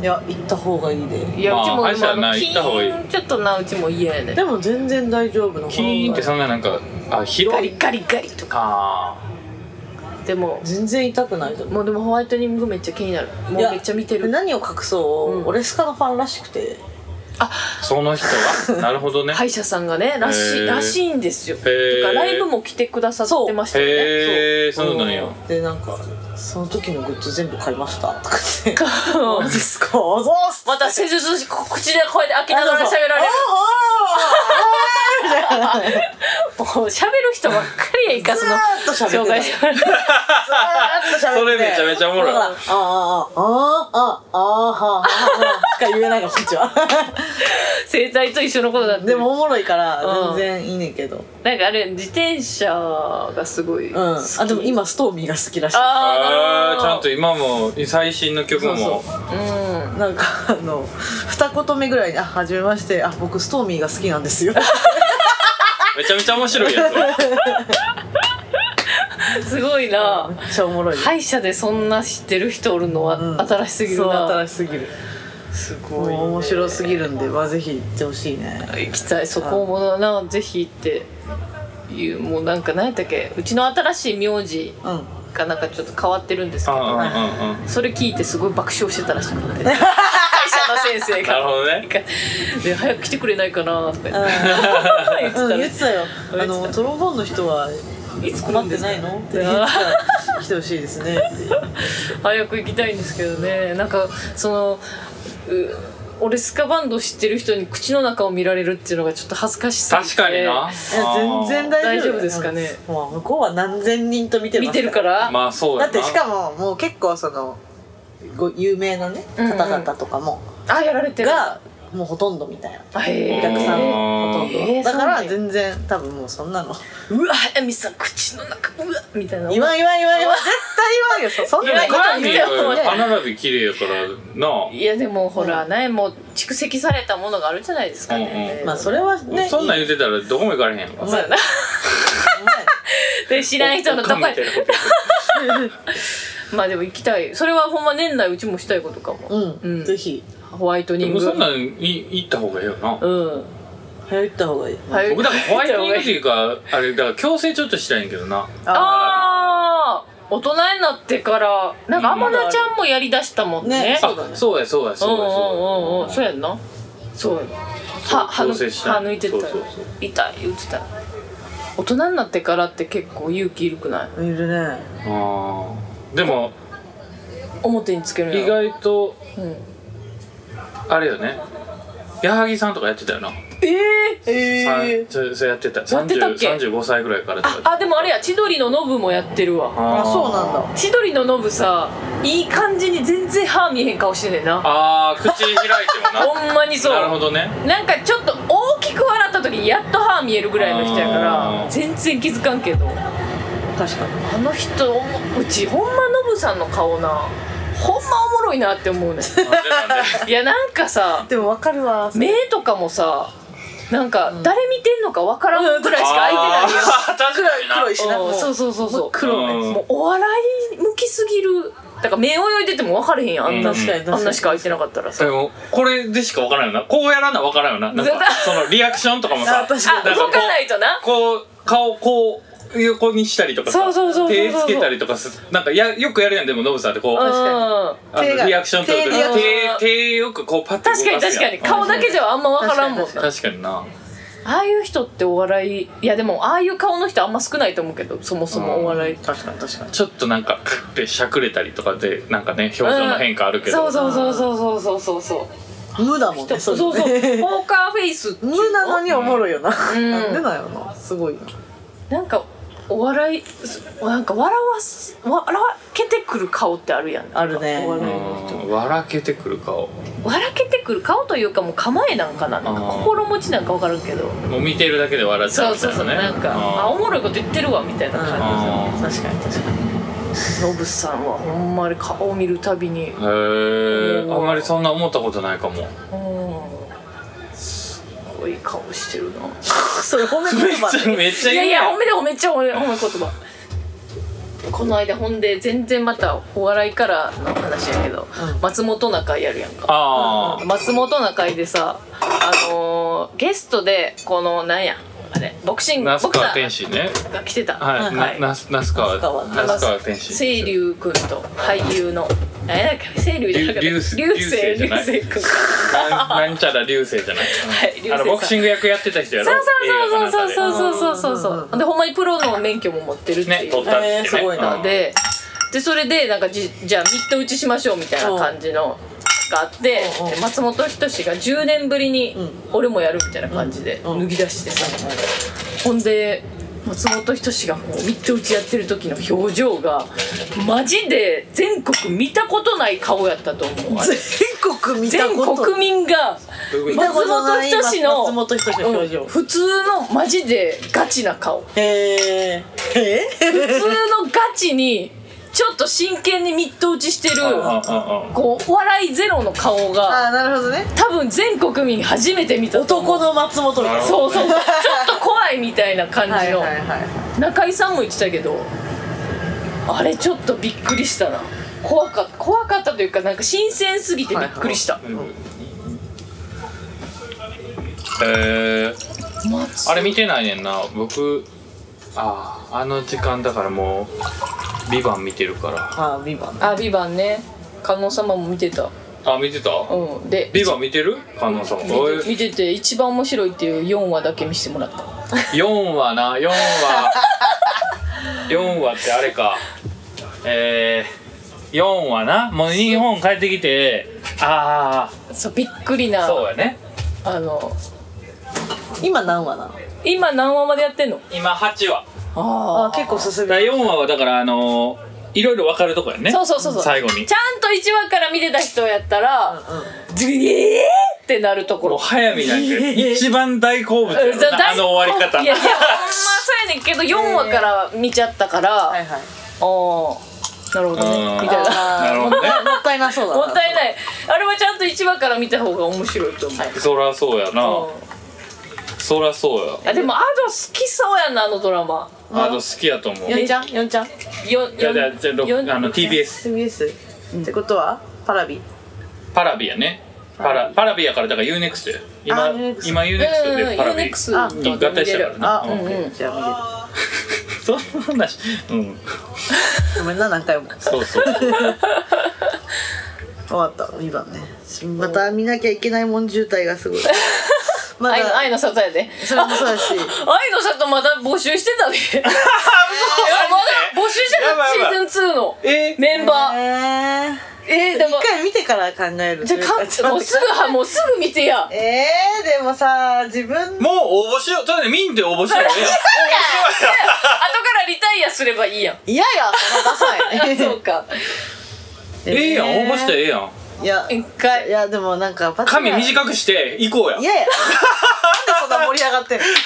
[SPEAKER 1] いや行った方がいいで
[SPEAKER 2] いいや
[SPEAKER 3] ま
[SPEAKER 2] う
[SPEAKER 3] あ
[SPEAKER 2] ちも
[SPEAKER 3] あれじゃない
[SPEAKER 2] キ
[SPEAKER 3] 行った方がいい
[SPEAKER 2] ーンちょっとなうちも嫌やね
[SPEAKER 1] でも全然大丈夫な方が
[SPEAKER 3] キーンってそんななんかあ
[SPEAKER 2] ガ
[SPEAKER 3] 広い
[SPEAKER 2] リガリガリとか
[SPEAKER 3] あ
[SPEAKER 2] でも
[SPEAKER 1] 全然痛くないと思う
[SPEAKER 2] もうでもホワイトニングめっちゃ気になるもう
[SPEAKER 1] いや
[SPEAKER 2] めっちゃ見てる
[SPEAKER 1] 何を隠そう、
[SPEAKER 2] うん
[SPEAKER 1] 俺スカのファンらしくて
[SPEAKER 3] ーその人 はなるほどね、
[SPEAKER 2] 歯医者さんがねらし
[SPEAKER 3] へ
[SPEAKER 2] い
[SPEAKER 3] ー
[SPEAKER 2] らしいんですよだか
[SPEAKER 3] ー
[SPEAKER 2] らライブも来てくださってましたよね
[SPEAKER 3] へえそうなんや
[SPEAKER 1] でなんかその時のグッズ全部買いましたとかって
[SPEAKER 2] うん
[SPEAKER 1] マジっすかそうっす
[SPEAKER 2] また施術し口でこうやって開けながら喋られるもう喋る人ばっかりやんかその
[SPEAKER 1] ずーっと喋ってた
[SPEAKER 2] 紹介してもらう
[SPEAKER 3] それめちゃめちゃおもろい
[SPEAKER 1] あああああああああああしか言えないかもこっちは
[SPEAKER 2] 整体と一緒のことだって
[SPEAKER 1] でもおもろいから
[SPEAKER 2] うん
[SPEAKER 1] 全然いいねんけど
[SPEAKER 2] なんかあれ自転車がすごい
[SPEAKER 1] うん
[SPEAKER 2] 好き
[SPEAKER 1] あでも今ストーミーが好きらしい
[SPEAKER 2] あ
[SPEAKER 3] あ
[SPEAKER 2] ー
[SPEAKER 3] ーちゃんと
[SPEAKER 2] なる
[SPEAKER 3] 今も最新の曲も
[SPEAKER 1] そう
[SPEAKER 2] ほどうん
[SPEAKER 1] なんかあの二言目ぐらいに「あはじめましてあ僕ストーミーが好きなんですよ」
[SPEAKER 3] めちゃめちゃ面白いや つ
[SPEAKER 2] すごいな、
[SPEAKER 1] めっちゃおもろい
[SPEAKER 2] 歯医者でそんな知ってる人おるのは
[SPEAKER 1] うん
[SPEAKER 2] 新しすぎる
[SPEAKER 1] そう
[SPEAKER 2] な、
[SPEAKER 1] 新しすぎる
[SPEAKER 2] す
[SPEAKER 1] も
[SPEAKER 2] ご
[SPEAKER 1] う
[SPEAKER 2] い、ね、
[SPEAKER 1] 面白すぎるんでまあぜひ行ってほしいね
[SPEAKER 2] 行きたいそこもなぜひ行っていうもうなんか何やったっけうちの新しい名字
[SPEAKER 1] うん
[SPEAKER 2] がなんかちょっと変わってるんですけ
[SPEAKER 3] あ
[SPEAKER 2] ど
[SPEAKER 3] あうんうんうん
[SPEAKER 2] それ聞いてすごい爆笑してたらしくて歯医者の先生
[SPEAKER 3] なる
[SPEAKER 2] が
[SPEAKER 3] ほどね
[SPEAKER 2] 「で早く来てくれないかな」とか言って言ってた
[SPEAKER 1] うん
[SPEAKER 2] らしい
[SPEAKER 1] 言ってたよ
[SPEAKER 2] 言ってた
[SPEAKER 1] あのトロンボーンの人はい
[SPEAKER 2] つ来
[SPEAKER 1] 困
[SPEAKER 2] る
[SPEAKER 1] っ
[SPEAKER 2] ん
[SPEAKER 1] て
[SPEAKER 2] ですか
[SPEAKER 1] ないのって言ってたら来てほしいです ね
[SPEAKER 2] 早く行きたいんですけどねなんかそのう俺スカバンド知ってる人に口の中を見られるっていうのがちょっと恥ずかしさ
[SPEAKER 3] 確かにない
[SPEAKER 1] や全然大丈夫
[SPEAKER 2] 大丈夫ですかね
[SPEAKER 1] もう向こうは何千人と見てます
[SPEAKER 2] 見てるから
[SPEAKER 3] あー
[SPEAKER 2] ら、
[SPEAKER 3] まあそうや
[SPEAKER 1] だ
[SPEAKER 3] な
[SPEAKER 1] ってしかももう結構そのご有名なね
[SPEAKER 2] うんうん
[SPEAKER 1] 方々とかも、
[SPEAKER 2] あやられてる
[SPEAKER 1] がもうほとんどみたいな
[SPEAKER 2] あへ
[SPEAKER 1] お
[SPEAKER 2] え
[SPEAKER 1] 客さんほとんど、
[SPEAKER 2] えー
[SPEAKER 1] だか
[SPEAKER 2] そうな
[SPEAKER 1] ら
[SPEAKER 2] んや
[SPEAKER 1] 全然多分もうそんなの
[SPEAKER 2] うわ早見さん口の中うわみたいな
[SPEAKER 1] 言わん言わん言わん言わん絶対言わんよそそん
[SPEAKER 3] で
[SPEAKER 1] な
[SPEAKER 3] も
[SPEAKER 1] の
[SPEAKER 2] 言わん
[SPEAKER 3] カービィ
[SPEAKER 2] 言わん
[SPEAKER 3] は歯並び綺麗やからない
[SPEAKER 2] やでもほら、ねもう蓄積されたものがあるじゃないですかね、
[SPEAKER 3] うん
[SPEAKER 1] まあそれはね
[SPEAKER 3] そんなん
[SPEAKER 1] いい
[SPEAKER 3] 言ってたらどこも行かれへんやんか
[SPEAKER 1] お
[SPEAKER 2] そう
[SPEAKER 1] 前
[SPEAKER 2] やな
[SPEAKER 1] お前
[SPEAKER 2] で知らない人のとこ
[SPEAKER 3] おっか
[SPEAKER 2] に
[SPEAKER 3] みたいなこと言ってる
[SPEAKER 2] まあでも行きたいそれはほんま年内うちもしたいことかも、
[SPEAKER 1] うん、
[SPEAKER 2] うん
[SPEAKER 1] ぜひ
[SPEAKER 2] ホワイトニ
[SPEAKER 3] で
[SPEAKER 2] ング
[SPEAKER 3] もそんなんい行った方がええよな
[SPEAKER 2] うん
[SPEAKER 1] 早いった方がいい
[SPEAKER 2] 早く
[SPEAKER 3] 僕だからホワイトニングっていうかあれだから矯正ちょっとしたいんやけどな
[SPEAKER 2] ああ大人になってからなんか天菜ちゃんもやりだしたもんね
[SPEAKER 1] ねそうだ
[SPEAKER 3] あそうやそう
[SPEAKER 2] うん
[SPEAKER 3] や
[SPEAKER 2] うん
[SPEAKER 3] そうや
[SPEAKER 2] うんうん
[SPEAKER 3] そ
[SPEAKER 2] そう
[SPEAKER 3] う
[SPEAKER 2] やんなそうや
[SPEAKER 3] や
[SPEAKER 2] な
[SPEAKER 3] そう
[SPEAKER 2] 歯歯抜
[SPEAKER 3] 矯正したい
[SPEAKER 2] 歯抜いてた
[SPEAKER 3] そうそうそう
[SPEAKER 2] 痛い言ってた大人になってからって結構勇気いるくない
[SPEAKER 1] いるね
[SPEAKER 3] あーでも
[SPEAKER 2] 表につける
[SPEAKER 3] 意
[SPEAKER 2] の
[SPEAKER 3] 外と
[SPEAKER 2] うん
[SPEAKER 3] あれよね矢作さんとかやってたよな
[SPEAKER 2] ええ
[SPEAKER 3] さん
[SPEAKER 1] ええ
[SPEAKER 3] そそれやってた
[SPEAKER 2] やってたっけ
[SPEAKER 3] 30 35歳ぐらいからとか
[SPEAKER 2] ああでもあれや千鳥のノブもやってるわ
[SPEAKER 1] あ
[SPEAKER 3] ー
[SPEAKER 1] そうなんだ
[SPEAKER 2] 千鳥のノブさいい感じに全然歯見えへん顔してんねんな
[SPEAKER 3] あー口開いても
[SPEAKER 2] ほんまにそ
[SPEAKER 3] ななるほ
[SPEAKER 2] う
[SPEAKER 3] どね
[SPEAKER 2] なんかちょっと大きく笑った時にやっと歯見えるぐらいの人やか
[SPEAKER 3] あ
[SPEAKER 2] ら
[SPEAKER 3] ー
[SPEAKER 2] 全然気づかんけど
[SPEAKER 1] 確かに
[SPEAKER 2] あの人うちほんまノブさんの顔なほんまおもろいなって思うねん
[SPEAKER 3] なんでなんで
[SPEAKER 2] いやなんかさ
[SPEAKER 1] でもわかるわ
[SPEAKER 2] 目とかもさなんか誰見てんのかわからんぐらいしか開いてないよ
[SPEAKER 3] あー確かにな
[SPEAKER 1] 黒いしな
[SPEAKER 2] うん
[SPEAKER 1] も
[SPEAKER 2] そうそうそうそう
[SPEAKER 1] 黒ね
[SPEAKER 3] うん
[SPEAKER 2] もうお笑い向きすぎるだから目泳いでても分かれへんやんあんな、
[SPEAKER 3] うん確かに
[SPEAKER 1] 確かに
[SPEAKER 2] あんなしか開いてなかったらさ
[SPEAKER 3] でもこれでしか分からんよなこうやらな分からんよななん
[SPEAKER 2] 絶
[SPEAKER 3] か
[SPEAKER 2] 対
[SPEAKER 3] そのリアクションとかも
[SPEAKER 1] あ
[SPEAKER 3] さ
[SPEAKER 1] 確
[SPEAKER 2] あ
[SPEAKER 1] か
[SPEAKER 3] なん
[SPEAKER 2] 動
[SPEAKER 3] こ
[SPEAKER 2] かないうとな
[SPEAKER 3] こう顔こう横にしたりとかさ
[SPEAKER 2] そうそうそうそうそう
[SPEAKER 3] 手つけたりとかすなんかやよくやるやんでもノブさんってこう、
[SPEAKER 1] 確
[SPEAKER 2] うん
[SPEAKER 3] あ
[SPEAKER 1] 手が
[SPEAKER 3] のリアクション取ると
[SPEAKER 1] 手リア
[SPEAKER 2] クション
[SPEAKER 3] 手手よくこうパッと動か
[SPEAKER 2] 確
[SPEAKER 3] す
[SPEAKER 2] か
[SPEAKER 3] や
[SPEAKER 2] に
[SPEAKER 3] ん
[SPEAKER 2] 確かに顔だけじゃあんま分からんもん
[SPEAKER 1] 確か
[SPEAKER 2] な
[SPEAKER 3] 確かにな
[SPEAKER 2] ああいう人ってお笑いいやでもああいう顔の人あんま少ないと思うけどそもそもお笑い
[SPEAKER 1] 確かに確かに
[SPEAKER 3] ちょっとなんかクッてしゃくれたりとかでなんかね表情の変化あるけど、
[SPEAKER 2] そうそうそうそうそうそうそう
[SPEAKER 1] 無だもんね
[SPEAKER 2] そうそう
[SPEAKER 1] れね
[SPEAKER 2] ポーカーフェイスっていう
[SPEAKER 1] 無
[SPEAKER 2] の
[SPEAKER 1] なのにおもろいよな、
[SPEAKER 2] ん
[SPEAKER 1] なんでなんやろなすごいな
[SPEAKER 2] なんかお笑いすなんか笑わす笑わけてくる顔ってあるやん
[SPEAKER 1] あるね
[SPEAKER 2] お笑いの人
[SPEAKER 3] うん笑けてくる顔
[SPEAKER 2] 笑けてくる顔というかもう構えなんかななんか
[SPEAKER 3] あー
[SPEAKER 2] 心持ちなんかわかるけど
[SPEAKER 3] もう見てるだけで笑っちゃ
[SPEAKER 2] そうう
[SPEAKER 3] みた
[SPEAKER 2] そう
[SPEAKER 3] い
[SPEAKER 2] そ
[SPEAKER 3] な
[SPEAKER 2] う
[SPEAKER 3] ね
[SPEAKER 2] なんかあおもろいこと言ってるわみたいな感
[SPEAKER 3] うん
[SPEAKER 2] じですよね確かに確かにノブさんはほんまに顔を見るたびにうん
[SPEAKER 3] へえあんまりそんな思ったことないかも
[SPEAKER 2] すごい顔して るな
[SPEAKER 1] それ褒め
[SPEAKER 3] めっ
[SPEAKER 1] 言葉
[SPEAKER 3] ちゃめっちゃ
[SPEAKER 2] い
[SPEAKER 3] いい
[SPEAKER 2] や
[SPEAKER 3] やん
[SPEAKER 2] いや、おめでおめっちゃおめでおめで言葉。この間ほんで全然またお笑いからの話やけど、
[SPEAKER 1] うん
[SPEAKER 2] 松本中居やるやんか
[SPEAKER 3] ああ
[SPEAKER 2] 松本中居でさあのー、ゲストでこのなんやあれボクシング
[SPEAKER 3] 那
[SPEAKER 2] ボ
[SPEAKER 3] 須
[SPEAKER 2] クサー
[SPEAKER 3] 川天心ね
[SPEAKER 2] が来てた、
[SPEAKER 3] はい、
[SPEAKER 2] は
[SPEAKER 3] ない那須那須川那須川天心
[SPEAKER 2] 清流君と俳優のえなんだっけ清流じゃなくて
[SPEAKER 3] 流
[SPEAKER 2] 流
[SPEAKER 3] 流星
[SPEAKER 2] 星流星
[SPEAKER 3] じゃない
[SPEAKER 2] 君か
[SPEAKER 3] なんなんちゃら流星じゃない、
[SPEAKER 2] はい流星さん
[SPEAKER 3] あのボクシング役やってた人やろ
[SPEAKER 2] そうそうそう
[SPEAKER 3] う
[SPEAKER 2] そうそうそうそうそうそうでほんまにプロの免許も持ってるっていう、
[SPEAKER 3] ね撮ったって
[SPEAKER 1] えーすごいな
[SPEAKER 3] うん
[SPEAKER 2] ででそれでなんかじじゃあミット打ちしましょうみたいな感じのがあって
[SPEAKER 1] うんうん
[SPEAKER 2] で松本人志が10年ぶりに
[SPEAKER 1] ん
[SPEAKER 2] 俺もやるみたいな感じで
[SPEAKER 1] うん
[SPEAKER 2] 脱ぎ出してさほんで松本人志がこうミット打ちやってる時の表情がマジで全国見たことない顔やったと思うあれ
[SPEAKER 1] 全国見た
[SPEAKER 2] 全
[SPEAKER 1] こと
[SPEAKER 2] 国民が
[SPEAKER 3] 見
[SPEAKER 1] たことない
[SPEAKER 2] 松本人志の
[SPEAKER 1] 松本人志の表情
[SPEAKER 2] うん普通のマジでガチな 顔
[SPEAKER 1] えー、え
[SPEAKER 2] 普通のガチにちょっと真剣にミット打ちしてる
[SPEAKER 3] あ
[SPEAKER 2] こう笑いゼロの顔が
[SPEAKER 1] ああなるほどね
[SPEAKER 2] 多分全国民初めて見たと思う
[SPEAKER 1] 男の松本みたいな
[SPEAKER 2] そうそうち ょっと怖いみたいな感
[SPEAKER 1] は
[SPEAKER 2] じ
[SPEAKER 1] い
[SPEAKER 2] の
[SPEAKER 1] はいはい
[SPEAKER 2] 中居さんも言ってたけどあれちょっとびっくりしたな怖かった怖かったというかなんか新鮮すぎてびっくりした、
[SPEAKER 3] うんうんえー、あれ見てないねんな僕あああの時間だからもう「ビバン見てるか
[SPEAKER 1] あービバン
[SPEAKER 2] あビバンね観音様も見てた
[SPEAKER 3] らあ見てた、
[SPEAKER 2] うんで
[SPEAKER 3] ビバン見てる観音さん
[SPEAKER 2] 見て見てて一番面白いっていう4話だけ見せてもらった
[SPEAKER 3] 4話な4話4話ってあれかえー、4話なもう日本帰ってきてあ
[SPEAKER 2] そうびっくり
[SPEAKER 3] あ
[SPEAKER 2] な
[SPEAKER 3] そうやね
[SPEAKER 2] あの
[SPEAKER 1] 今何話なの
[SPEAKER 2] 今何話までやってんの
[SPEAKER 3] 今8話
[SPEAKER 1] あ
[SPEAKER 2] あ
[SPEAKER 1] ー結構進
[SPEAKER 3] だか
[SPEAKER 1] み
[SPEAKER 3] ら4話はだからあのー、いろいろ分かるとこやね
[SPEAKER 2] そうそうそうそう
[SPEAKER 3] 最後に
[SPEAKER 2] ちゃんと1話から見てた人やったら「ええー!」ってなるとこ
[SPEAKER 3] もう
[SPEAKER 2] ろ
[SPEAKER 3] 早見なんて一番大好物やろ
[SPEAKER 2] じゃ
[SPEAKER 3] な
[SPEAKER 2] だい
[SPEAKER 3] あの終わり方
[SPEAKER 2] いやいやほんまそうやねん けど4話から見ちゃったから、
[SPEAKER 1] はいはい
[SPEAKER 2] ああなるほどね
[SPEAKER 3] うん
[SPEAKER 2] みたいな
[SPEAKER 1] あー
[SPEAKER 3] なるほどね
[SPEAKER 1] もったいなそうだ
[SPEAKER 2] も
[SPEAKER 1] な
[SPEAKER 2] ったいないあれはちゃんと1話から見た方が面白いと思う、
[SPEAKER 3] そらそうやな、
[SPEAKER 2] うん
[SPEAKER 3] そらそうや
[SPEAKER 2] あでもアド好きそうやなあのドラマ
[SPEAKER 3] あの好きやと思う
[SPEAKER 1] よんちゃんよんちゃん
[SPEAKER 2] よ
[SPEAKER 3] じゃあじゃあじゃあろ
[SPEAKER 2] よん
[SPEAKER 3] あの TBS
[SPEAKER 1] SBS ってことはパラビ
[SPEAKER 3] パラビやねパラパラビやからだから UNEXT や今
[SPEAKER 1] あ UNEXT
[SPEAKER 3] 今
[SPEAKER 2] うん
[SPEAKER 3] UNEXT でパラ
[SPEAKER 2] ユ
[SPEAKER 3] ビ
[SPEAKER 2] ネ
[SPEAKER 3] に
[SPEAKER 2] ク
[SPEAKER 3] 合
[SPEAKER 2] スと見
[SPEAKER 3] 体し
[SPEAKER 2] れ
[SPEAKER 3] たか
[SPEAKER 2] る
[SPEAKER 3] ら
[SPEAKER 1] あ
[SPEAKER 3] な、
[SPEAKER 1] オ
[SPEAKER 3] うん
[SPEAKER 1] ッケーじゃあ見れる
[SPEAKER 3] そんな話うん
[SPEAKER 1] ごめんな何回も
[SPEAKER 3] そうそう
[SPEAKER 1] 終わった2番ねまた見なきゃいけないもん渋滞がす ごいま
[SPEAKER 2] 愛の
[SPEAKER 1] だ
[SPEAKER 2] 愛の里やで
[SPEAKER 1] それもそうだ し
[SPEAKER 2] 愛の里まだ募集 してたでいやまだ募集して
[SPEAKER 3] やばいやば
[SPEAKER 2] た
[SPEAKER 3] い
[SPEAKER 2] シーズン2の
[SPEAKER 3] え
[SPEAKER 2] メンバー
[SPEAKER 1] え
[SPEAKER 2] えー、
[SPEAKER 1] ー、
[SPEAKER 2] で
[SPEAKER 1] 一
[SPEAKER 2] も
[SPEAKER 1] 回見てから考える
[SPEAKER 2] じゃあかもうすぐはもうすぐ見て や
[SPEAKER 1] えー、でもさ自分
[SPEAKER 3] もう応募しようとりあえずミンで応募しようよ
[SPEAKER 2] 後からリタイアすればいいやん
[SPEAKER 1] 嫌やそのダサ い
[SPEAKER 2] そうか
[SPEAKER 3] ええやん応募してええやん
[SPEAKER 1] いや
[SPEAKER 2] 一回
[SPEAKER 1] いやでもなんか
[SPEAKER 3] 髪
[SPEAKER 1] い
[SPEAKER 3] 短くして行こうや
[SPEAKER 1] 嫌やなんでそんな盛り上がってんの私